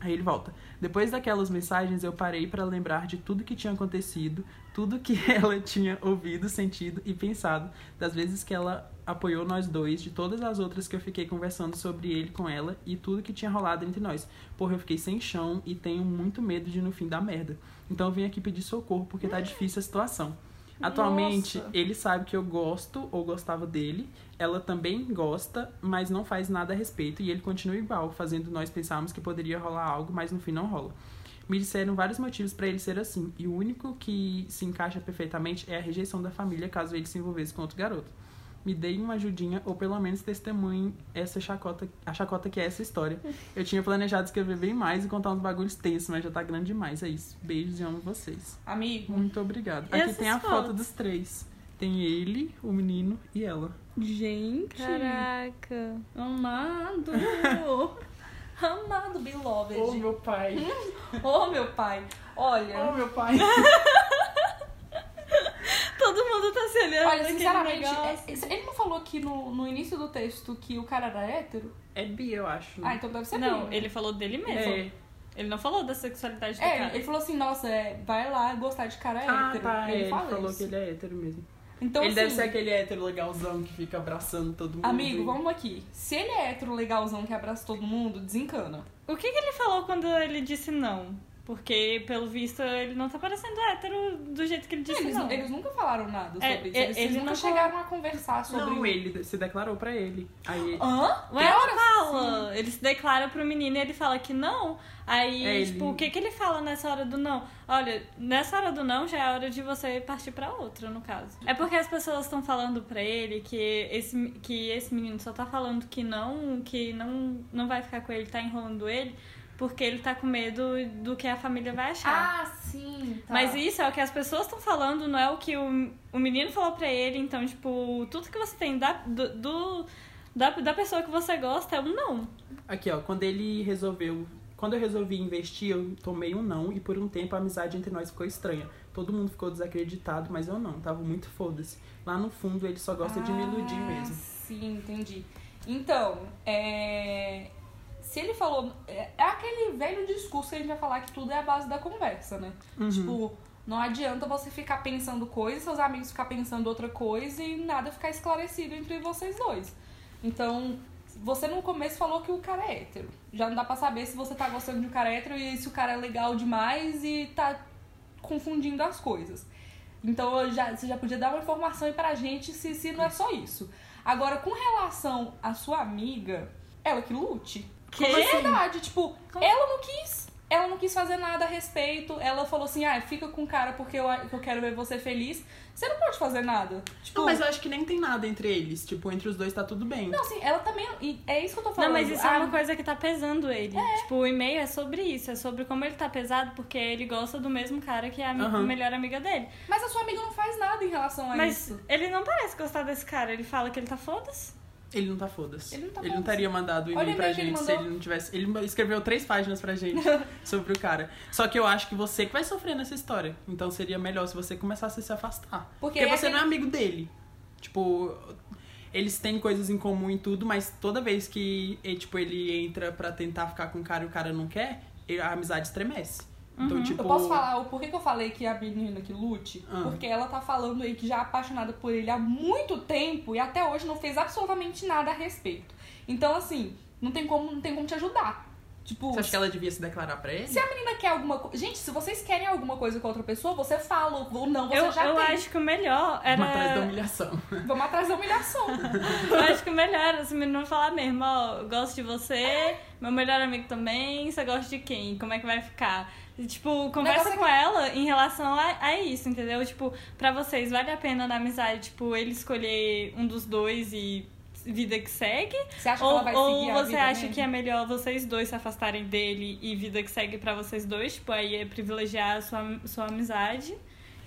Speaker 2: Aí ele volta. Depois daquelas mensagens, eu parei pra lembrar de tudo que tinha acontecido, tudo que ela tinha ouvido, sentido e pensado, das vezes que ela apoiou nós dois, de todas as outras que eu fiquei conversando sobre ele com ela e tudo que tinha rolado entre nós. Porra, eu fiquei sem chão e tenho muito medo de no fim dar merda. Então eu vim aqui pedir socorro porque tá difícil a situação. Atualmente,
Speaker 3: Nossa.
Speaker 2: ele sabe que eu gosto ou gostava dele. Ela também gosta, mas não faz nada a respeito. E ele continua igual, fazendo nós pensarmos que poderia rolar algo, mas no fim não rola. Me disseram vários motivos pra ele ser assim. E o único que se encaixa perfeitamente é a rejeição da família caso ele se envolvesse com outro garoto. Me deem uma ajudinha ou pelo menos testemunhem essa chacota, a chacota que é essa história. Eu tinha planejado escrever bem mais e contar uns bagulhos tensos, mas já tá grande demais. É isso. Beijos e amo vocês.
Speaker 1: Amigo.
Speaker 2: Muito obrigada.
Speaker 3: E
Speaker 2: Aqui
Speaker 3: essas
Speaker 2: tem a foto
Speaker 3: fotos?
Speaker 2: dos três. Tem ele, o menino e ela.
Speaker 5: Gente.
Speaker 3: Caraca.
Speaker 5: Amado.
Speaker 1: Amado, beloved. Ô,
Speaker 2: meu pai.
Speaker 1: meu pai. Olha.
Speaker 2: meu pai.
Speaker 3: Todo mundo tá se olhando.
Speaker 1: Olha,
Speaker 3: naquele
Speaker 1: sinceramente,
Speaker 3: negócio.
Speaker 1: é- ele não falou aqui no, no início do texto que o cara era hétero?
Speaker 2: É bi, eu acho.
Speaker 1: Ah, então deve ser bi,
Speaker 3: Não,
Speaker 1: né?
Speaker 3: ele falou dele mesmo.
Speaker 2: é.
Speaker 3: Ele não falou da sexualidade do
Speaker 1: É,
Speaker 3: cara.
Speaker 1: ele falou assim, nossa, é, vai lá gostar de cara
Speaker 2: Ah,
Speaker 1: hétero.
Speaker 2: tá. é, Ele,
Speaker 1: ele fala
Speaker 2: falou
Speaker 1: isso.
Speaker 2: que ele é hétero mesmo.
Speaker 1: Então,
Speaker 2: ele deve
Speaker 1: assim,
Speaker 2: ser aquele hétero legalzão que fica abraçando todo mundo.
Speaker 1: Amigo, vamos aqui. Se ele é hétero legalzão que abraça todo mundo, desencana.
Speaker 3: O que, que ele falou quando ele disse não? Porque, pelo visto, ele não tá parecendo hétero do jeito que ele disse
Speaker 1: Eles,
Speaker 3: não.
Speaker 1: eles nunca falaram nada sobre
Speaker 3: É,
Speaker 1: isso.
Speaker 3: é,
Speaker 1: Eles,
Speaker 3: ele
Speaker 1: nunca
Speaker 3: não
Speaker 1: chegaram a conversar sobre
Speaker 2: Não, ele se declarou pra ele. Aí ele...
Speaker 1: Hã?
Speaker 3: Ué,
Speaker 1: Que
Speaker 3: ela
Speaker 1: horas?
Speaker 3: fala, ele se declara pro menino e ele fala que não. Aí,
Speaker 2: É,
Speaker 3: tipo,
Speaker 2: ele-
Speaker 3: o que, que ele fala nessa hora do não? Olha, nessa hora do não já é hora de você partir pra outra, no caso. É porque as pessoas estão falando pra ele que esse, que esse menino só tá falando que não, que não, não vai ficar com ele, tá enrolando ele, porque ele tá com medo do que a família vai achar.
Speaker 1: Ah, sim. tá.
Speaker 3: Mas isso é o que as pessoas estão falando, não é o que o, o menino falou pra ele. Então, tipo, tudo que você tem da, do, do- da, da pessoa que você gosta é um não.
Speaker 2: Aqui, ó, quando ele resolveu. Quando eu resolvi investir, eu tomei um não e por um tempo a amizade entre nós ficou estranha. Todo mundo ficou desacreditado, mas eu não, tava muito foda-se. Lá no fundo ele só gosta de me iludir
Speaker 1: Ah,
Speaker 2: mesmo.
Speaker 1: Sim, entendi. Então, é... se ele falou. É é aquele velho discurso que a gente vai falar que tudo é a base da conversa, né?
Speaker 2: Uhum.
Speaker 1: Tipo, não adianta você ficar pensando coisa, seus amigos ficar pensando outra coisa e nada ficar esclarecido entre vocês dois. Então, você no começo falou que o cara é hétero. Já não dá pra saber se você tá gostando de um cara hétero e se o cara é legal demais e tá confundindo as coisas. Então eu já, você já podia dar uma informação aí pra gente se, se não é só isso. Agora, com relação à sua amiga, ela que lute.
Speaker 3: Que?
Speaker 1: É verdade, tipo,
Speaker 3: Como-
Speaker 1: ela não quis. Ela não quis fazer nada a respeito. Ela falou assim, ah, fica com o cara porque eu, que eu quero ver você feliz. Você não pode fazer nada. Tipo,
Speaker 2: Não, mas eu acho que nem tem nada entre eles. Tipo, entre os dois tá tudo bem.
Speaker 1: não, assim, ela também. e É isso que eu tô falando.
Speaker 3: Não, mas isso é
Speaker 1: Ah,
Speaker 3: uma coisa que tá pesando ele. Tipo, o e-mail é sobre isso, é sobre como ele tá pesado, porque ele gosta do mesmo cara que é a ami-
Speaker 2: Aham.
Speaker 3: melhor amiga dele.
Speaker 1: Mas a sua amiga não faz nada em relação a
Speaker 3: Mas
Speaker 1: isso.
Speaker 3: ele não parece gostar desse cara, ele fala que ele tá foda-se.
Speaker 2: Ele não tá foda-se.
Speaker 1: Ele não tá foda-se.
Speaker 2: teria mandado o
Speaker 1: Olha
Speaker 2: e-mail
Speaker 1: o
Speaker 2: pra
Speaker 1: e-mail que ele
Speaker 2: gente se
Speaker 1: mandou.
Speaker 2: ele não tivesse. Ele escreveu três páginas pra gente sobre o cara. Só que eu acho que você que vai sofrer nessa história. Então seria melhor se você começasse a se afastar.
Speaker 1: Porque
Speaker 2: Porque,
Speaker 1: é
Speaker 2: você
Speaker 1: aquele-
Speaker 2: não é amigo dele. Tipo, eles têm coisas em comum e tudo, mas toda vez que eh, tipo, ele entra pra tentar ficar com o cara e o cara não quer, ele- a amizade estremece. Então, tipo.
Speaker 1: Eu posso falar o porquê que eu falei que é a menina que lute?
Speaker 2: Ah.
Speaker 1: Porque ela tá falando aí que já é apaixonada por ele há muito tempo e até hoje não fez absolutamente nada a respeito. Então, assim, não tem como, não tem como te ajudar. Tipo,
Speaker 2: Você acha que ela devia se declarar pra ele?
Speaker 1: se a menina quer alguma coisa. Gente, se vocês querem alguma coisa com outra pessoa, você fala ou não, você
Speaker 3: eu
Speaker 1: já
Speaker 3: eu
Speaker 1: tem.
Speaker 3: acho que o melhor era.
Speaker 2: Uma atrás da humilhação.
Speaker 1: Vamos atrás da humilhação.
Speaker 3: Eu acho que o melhor é esse menino falar mesmo, ó, eu gosto de você, meu melhor amigo também, você gosta de quem? Como é que vai ficar? E, tipo, conversa
Speaker 1: negócio é
Speaker 3: com ela em relação a, a isso, entendeu? Tipo, pra vocês, vale a pena na amizade, tipo, ele escolher um dos dois e vida que segue?
Speaker 1: Você acha que
Speaker 3: Ou,
Speaker 1: ela vai
Speaker 3: ou
Speaker 1: seguir a
Speaker 3: você
Speaker 1: vida
Speaker 3: acha
Speaker 1: mesmo?
Speaker 3: que é melhor vocês dois se afastarem dele e vida que segue pra vocês dois? Tipo, aí é privilegiar a sua, sua amizade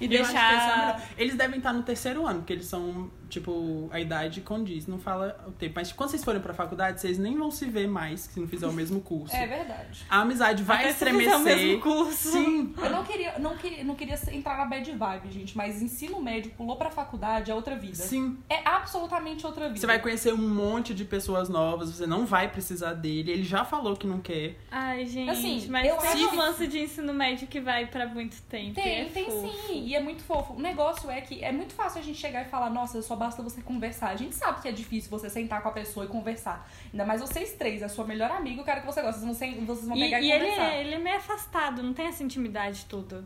Speaker 3: e
Speaker 2: Eu acho que esse é o
Speaker 3: deixar...
Speaker 2: melhor. Eles devem estar no terceiro ano, porque eles são tipo, a idade condiz, não fala o tempo. Mas tipo, quando vocês forem pra faculdade, vocês nem vão se ver mais se não fizer o mesmo curso.
Speaker 1: É verdade.
Speaker 2: A amizade vai
Speaker 3: Até se fizer
Speaker 2: estremecer.
Speaker 3: o mesmo curso.
Speaker 2: Sim.
Speaker 1: Eu não queria, não, queria, não queria entrar na bad vibe, gente, mas ensino médio pulou pra faculdade é outra vida.
Speaker 2: Sim.
Speaker 1: É absolutamente outra vida.
Speaker 2: Você vai conhecer um monte de pessoas novas, você não vai precisar dele. Ele já falou que não quer.
Speaker 3: Ai, gente,
Speaker 1: Assim,
Speaker 3: mas
Speaker 1: eu
Speaker 3: tem
Speaker 1: acho-
Speaker 3: romance de ensino médio que vai pra muito tempo. e
Speaker 1: Tem,
Speaker 3: é
Speaker 1: tem
Speaker 3: fofo.
Speaker 1: sim, e é muito fofo. O negócio é que é muito fácil a gente chegar e falar, nossa, só basta você conversar. A gente sabe que é difícil você sentar com a pessoa e conversar. Ainda mais vocês três, é sua melhor amiga, o cara que você gosta. Vocês vão, sen- vocês vão
Speaker 3: E,
Speaker 1: pegar e,
Speaker 3: e ele,
Speaker 1: conversar.
Speaker 3: é, ele é meio afastado, não tem essa intimidade toda.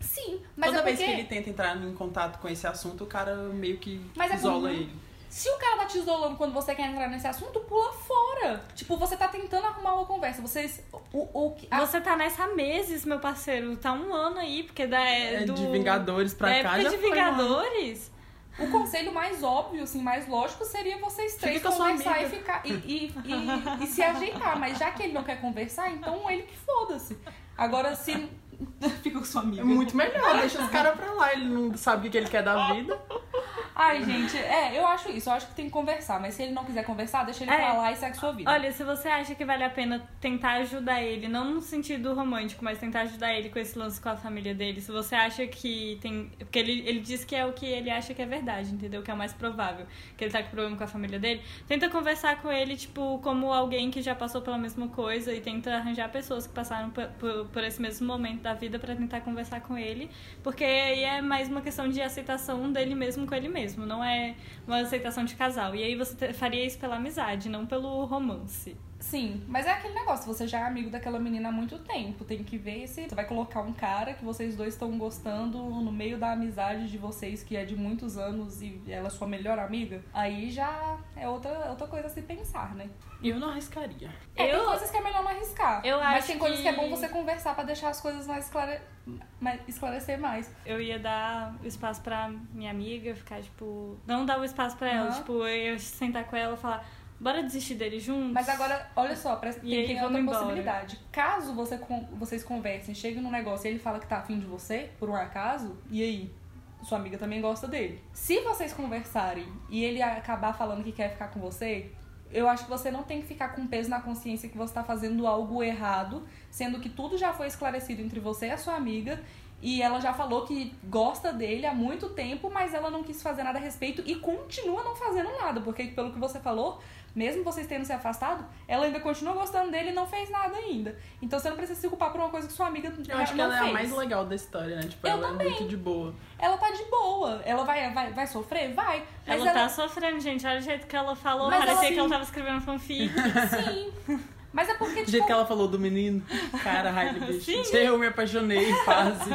Speaker 1: Sim, mas
Speaker 2: Toda
Speaker 1: é
Speaker 2: vez
Speaker 1: porque...
Speaker 2: que ele tenta entrar em contato com esse assunto, o cara meio que
Speaker 1: Mas é
Speaker 2: isola
Speaker 1: comum.
Speaker 2: ele.
Speaker 1: Se o cara tá te isolando quando você quer entrar nesse assunto, pula fora. Tipo, você tá tentando arrumar uma conversa. Vocês. O, o, a-
Speaker 3: Você tá nessa há meses, meu parceiro. Tá um ano aí, porque da, é
Speaker 2: É,
Speaker 3: do,
Speaker 2: De Vingadores pra
Speaker 3: da
Speaker 2: cá
Speaker 3: época
Speaker 2: já
Speaker 3: de
Speaker 2: foi um ano.
Speaker 3: Vingadores.
Speaker 1: o conselho mais óbvio, assim, mais lógico, seria vocês três
Speaker 2: com a sua
Speaker 1: conversar e
Speaker 2: amiga.
Speaker 1: ficar. E, e, e, e se ajeitar. Mas já que ele não quer conversar, então ele que foda-se. Agora, se. Fica com sua
Speaker 2: É
Speaker 1: amiga.
Speaker 2: muito melhor, deixa os caras pra lá, ele não sabe o que ele quer da vida.
Speaker 1: Ai, gente, é, eu acho isso. Eu acho que tem que conversar. Mas se ele não quiser conversar, deixa ele
Speaker 3: É.
Speaker 1: pra lá e segue sua vida.
Speaker 3: Olha, se você acha que vale a pena tentar ajudar ele, não no sentido romântico, mas tentar ajudar ele com esse lance com a família dele, se você acha que tem. Porque ele, ele diz que é o que ele acha que é verdade, entendeu? Que é o mais provável. Que ele tá com problema com a família dele. Tenta conversar com ele, tipo, como alguém que já passou pela mesma coisa e tenta arranjar pessoas que passaram por, por- por esse mesmo momento da vida pra tentar conversar com ele. Porque aí é mais uma questão de aceitação dele mesmo com ele mesmo, não é uma aceitação de casal. E aí você te- faria isso pela amizade, não pelo romance.
Speaker 1: Sim, mas é aquele negócio, você já é amigo daquela menina há muito tempo, tem que ver se você vai colocar um cara que vocês dois estão gostando no meio da amizade de vocês, que é de muitos anos e ela é sua melhor amiga, aí já é outra, outra coisa a se pensar, né?
Speaker 2: Eu não arriscaria.
Speaker 1: É,
Speaker 3: Eu-
Speaker 1: tem coisas que é melhor não arriscar,
Speaker 3: Eu
Speaker 1: mas
Speaker 3: acho
Speaker 1: tem coisas que... é
Speaker 3: que
Speaker 1: bom você conversar pra deixar as coisas mais claras, esclarecer mais.
Speaker 3: Eu ia dar o espaço pra minha amiga, ficar tipo. Não dar o espaço pra ela,
Speaker 1: Aham.
Speaker 3: tipo, eu sentar com ela e falar, bora desistir dele juntos.
Speaker 1: Mas agora, olha só, parece que
Speaker 3: E
Speaker 1: tem
Speaker 3: aí
Speaker 1: que ter
Speaker 3: vamos
Speaker 1: outra
Speaker 3: embora.
Speaker 1: possibilidade. Caso você con- vocês conversem, cheguem num negócio e ele fala que tá afim de você, por um acaso, e aí? Sua amiga também gosta dele. Se vocês conversarem e ele acabar falando que quer ficar com você, eu acho que você não tem que ficar com peso na consciência que você tá fazendo algo errado, sendo que tudo já foi esclarecido entre você e a sua amiga. E ela já falou que gosta dele há muito tempo, mas ela não quis fazer nada a respeito e continua não fazendo nada, porque pelo que você falou, mesmo vocês tendo se afastado, ela ainda continua gostando dele e não fez nada ainda. Então você não precisa se culpar por uma coisa que sua amiga
Speaker 2: Eu acho que
Speaker 1: não
Speaker 2: ela é
Speaker 1: fez.
Speaker 2: a mais legal da história, né? Tipo,
Speaker 1: Eu
Speaker 2: ela é muito de boa.
Speaker 1: Ela tá de boa. Ela vai, vai, vai sofrer? Vai. Mas
Speaker 3: Ela, tá sofrendo, gente. Olha o jeito que ela falou.
Speaker 1: Mas assim
Speaker 3: parecia
Speaker 1: ela-
Speaker 3: que ela tava escrevendo fanfic.
Speaker 2: tá-
Speaker 1: Sim. Mas é porque,
Speaker 2: Do
Speaker 1: tipo,
Speaker 2: jeito que ela falou do menino, cara, raiva bicho. Eu me apaixonei, quase.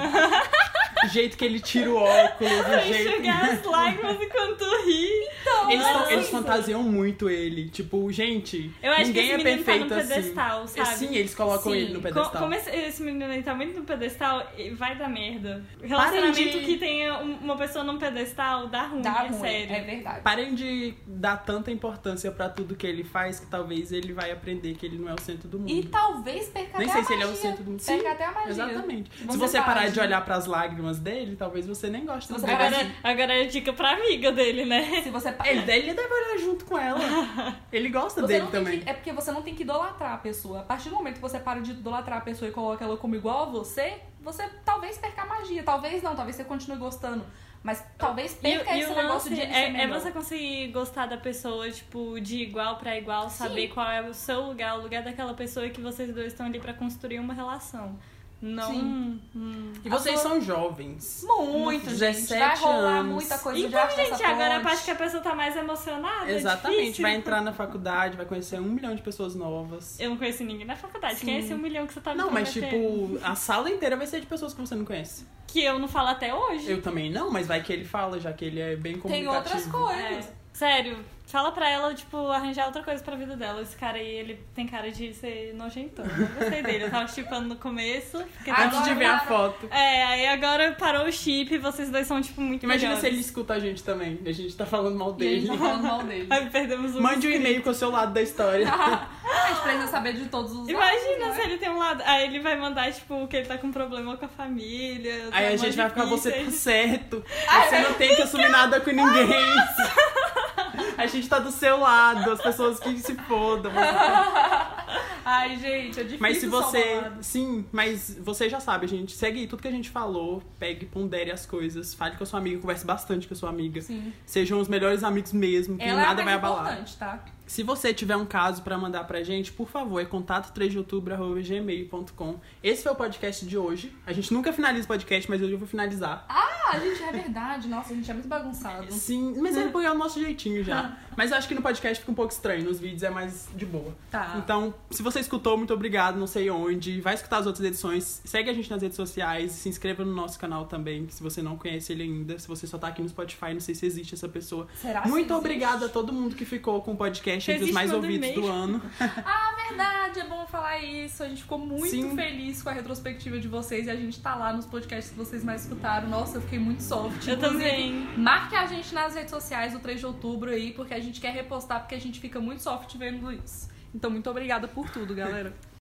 Speaker 2: O jeito que ele tira o óculos, o jeito.
Speaker 3: Enxugar as lágrimas enquanto ri.
Speaker 2: Eles,
Speaker 3: Nossa,
Speaker 2: tão- eles
Speaker 3: isso.
Speaker 2: fantasiam muito ele. Tipo, gente,
Speaker 3: Eu acho
Speaker 2: ninguém
Speaker 3: que esse
Speaker 2: é
Speaker 3: menino tá
Speaker 2: perfeito
Speaker 3: no pedestal,
Speaker 2: assim.
Speaker 3: sabe?
Speaker 2: Sim, eles colocam
Speaker 1: Sim,
Speaker 2: ele no
Speaker 3: Co-
Speaker 2: pedestal.
Speaker 3: Como esse, esse menino aí tá muito no pedestal, e vai dar merda. Relacionamento
Speaker 2: de-
Speaker 3: que tenha um- uma pessoa num pedestal dá ruim,
Speaker 1: dá
Speaker 3: é
Speaker 1: ruim.
Speaker 3: sério.
Speaker 1: É verdade.
Speaker 2: Parem de dar tanta importância pra tudo que ele faz que talvez ele vai aprender que ele não é o centro do mundo.
Speaker 1: E talvez perca
Speaker 2: Nem
Speaker 1: até
Speaker 2: sei
Speaker 1: a
Speaker 2: se ele é o
Speaker 1: magia.
Speaker 2: centro do mundo. Sim,
Speaker 1: Perca até a magia.
Speaker 2: Exatamente.
Speaker 1: Vamos
Speaker 2: se você
Speaker 1: separar,
Speaker 2: parar de
Speaker 1: gente.
Speaker 2: olhar pras lágrimas dele, talvez você nem goste
Speaker 1: Você
Speaker 2: dele.
Speaker 1: parar
Speaker 3: Agora, agora é dica pra amiga dele, né?
Speaker 1: Se você...
Speaker 2: Ele, ele deve olhar junto com ela. Ele gosta
Speaker 1: Você
Speaker 2: dele
Speaker 1: não tem
Speaker 2: também.
Speaker 1: que- é porque você não tem que idolatrar a pessoa. A partir do momento que você para de idolatrar a pessoa e coloca ela como igual a você, você talvez perca a magia. Talvez não, talvez você continue gostando. Mas talvez
Speaker 3: E,
Speaker 1: perca
Speaker 3: e
Speaker 1: esse
Speaker 3: o
Speaker 1: negócio
Speaker 3: lance
Speaker 1: de ele ser
Speaker 3: é, é
Speaker 1: melhor.
Speaker 3: você conseguir gostar da pessoa, tipo, de igual pra igual, saber qual é o seu lugar, o lugar daquela pessoa e que vocês dois estão ali pra construir uma relação. Não.
Speaker 1: Sim.
Speaker 3: Hum.
Speaker 2: E vocês
Speaker 1: A sua-
Speaker 2: são jovens.
Speaker 1: Muito, gente.
Speaker 2: 17
Speaker 1: Vai rolar
Speaker 2: anos.
Speaker 1: muita coisa de
Speaker 3: Então,
Speaker 1: arte nessa
Speaker 3: gente, agora a
Speaker 1: ponte.
Speaker 3: parte que a pessoa tá mais emocionada. é
Speaker 2: Exatamente.
Speaker 3: difícil.
Speaker 2: Vai entrar na faculdade, vai conhecer um milhão de pessoas novas.
Speaker 3: Eu não conheci ninguém na faculdade. Quem é esse um milhão que você tá me
Speaker 2: Não, mas
Speaker 1: é.
Speaker 3: prometendo?
Speaker 2: tipo, a sala inteira vai ser de pessoas que você não conhece.
Speaker 3: Que eu não falo até hoje.
Speaker 2: Eu também não, mas vai que ele fala, já que ele é bem
Speaker 1: Tem
Speaker 2: comunicativo.
Speaker 1: outras coisas.
Speaker 3: É. Sério, fala pra ela, tipo, arranjar outra coisa pra vida dela. Esse cara aí, ele tem cara de ser nojentão. Eu não gostei dele. Eu tava chipando no começo. fiquei
Speaker 1: Ah,
Speaker 3: tava-
Speaker 2: Antes de ver a foto.
Speaker 3: É, aí agora parou o chip, vocês dois são, tipo, muito
Speaker 2: Imagina se ele
Speaker 3: melhores.
Speaker 2: escuta a gente também. A gente tá falando mal
Speaker 1: E a gente
Speaker 2: dele.
Speaker 1: tá falando mal dele.
Speaker 3: Aí perdemos um...
Speaker 2: Mande um e-mail com o seu lado da história.
Speaker 1: interessante pra ele saber de todos os
Speaker 3: Imagina
Speaker 1: lados,
Speaker 3: se
Speaker 1: né?
Speaker 3: ele tem um lado. Aí ele vai mandar, tipo, que ele tá com problema com a família. tá
Speaker 2: Aí a
Speaker 3: muito
Speaker 2: gente vai ficar, você tá
Speaker 3: difícil,
Speaker 2: certo.
Speaker 1: Ai,
Speaker 2: Você não tem que assumir nada com ninguém. A gente tá do seu lado, as pessoas que se fodam.
Speaker 1: Ai, gente, é difícil
Speaker 2: Mas se
Speaker 1: salvar
Speaker 2: você.
Speaker 1: lados.
Speaker 2: Sim, mas você já sabe, gente. Segue tudo que a gente falou. Pegue, pondere as coisas. Fale com a sua amiga, converse bastante com a sua amiga.
Speaker 1: Sim.
Speaker 2: Sejam os melhores amigos mesmo, que
Speaker 1: Ela
Speaker 2: nada
Speaker 1: é a
Speaker 2: vai
Speaker 1: mais
Speaker 2: abalar.
Speaker 1: importante, tá?
Speaker 2: Se você tiver um caso pra mandar pra gente, por favor, é contato 3 de outubro, arroba gmail.com. Esse foi o podcast de hoje. A gente nunca finaliza o podcast, mas hoje eu vou finalizar.
Speaker 1: Ah, gente, é verdade. Nossa, a gente é muito bagunçado.
Speaker 2: Sim, mas ele põe o nosso jeitinho já. Mas eu acho que no podcast fica um pouco estranho, nos vídeos é mais de boa.
Speaker 1: Tá.
Speaker 2: Então, se você escutou, muito obrigado, não sei onde. Vai escutar as outras edições, segue a gente nas redes sociais, se inscreva no nosso canal também, se você não conhece ele ainda. Se você só tá aqui no Spotify, não sei se existe essa pessoa.
Speaker 1: Será que
Speaker 2: Muito
Speaker 1: Tá, existe?
Speaker 2: obrigada a todo mundo que ficou com o podcast entre os
Speaker 3: Existe,
Speaker 2: mais
Speaker 3: manda
Speaker 2: ouvidos do
Speaker 3: e-mail.
Speaker 2: ano.
Speaker 1: Verdade, é bom falar isso. A gente ficou muito
Speaker 2: Sim.
Speaker 1: feliz com a retrospectiva de vocês e a gente tá lá nos podcasts que vocês mais escutaram. Nossa, eu fiquei muito soft.
Speaker 2: tipo
Speaker 3: Eu
Speaker 1: Inclusive,
Speaker 3: também.
Speaker 1: Marque a gente nas redes sociais do 3 de outubro aí, porque a gente quer repostar, porque a gente fica muito soft vendo isso. Então, muito obrigada por tudo, galera.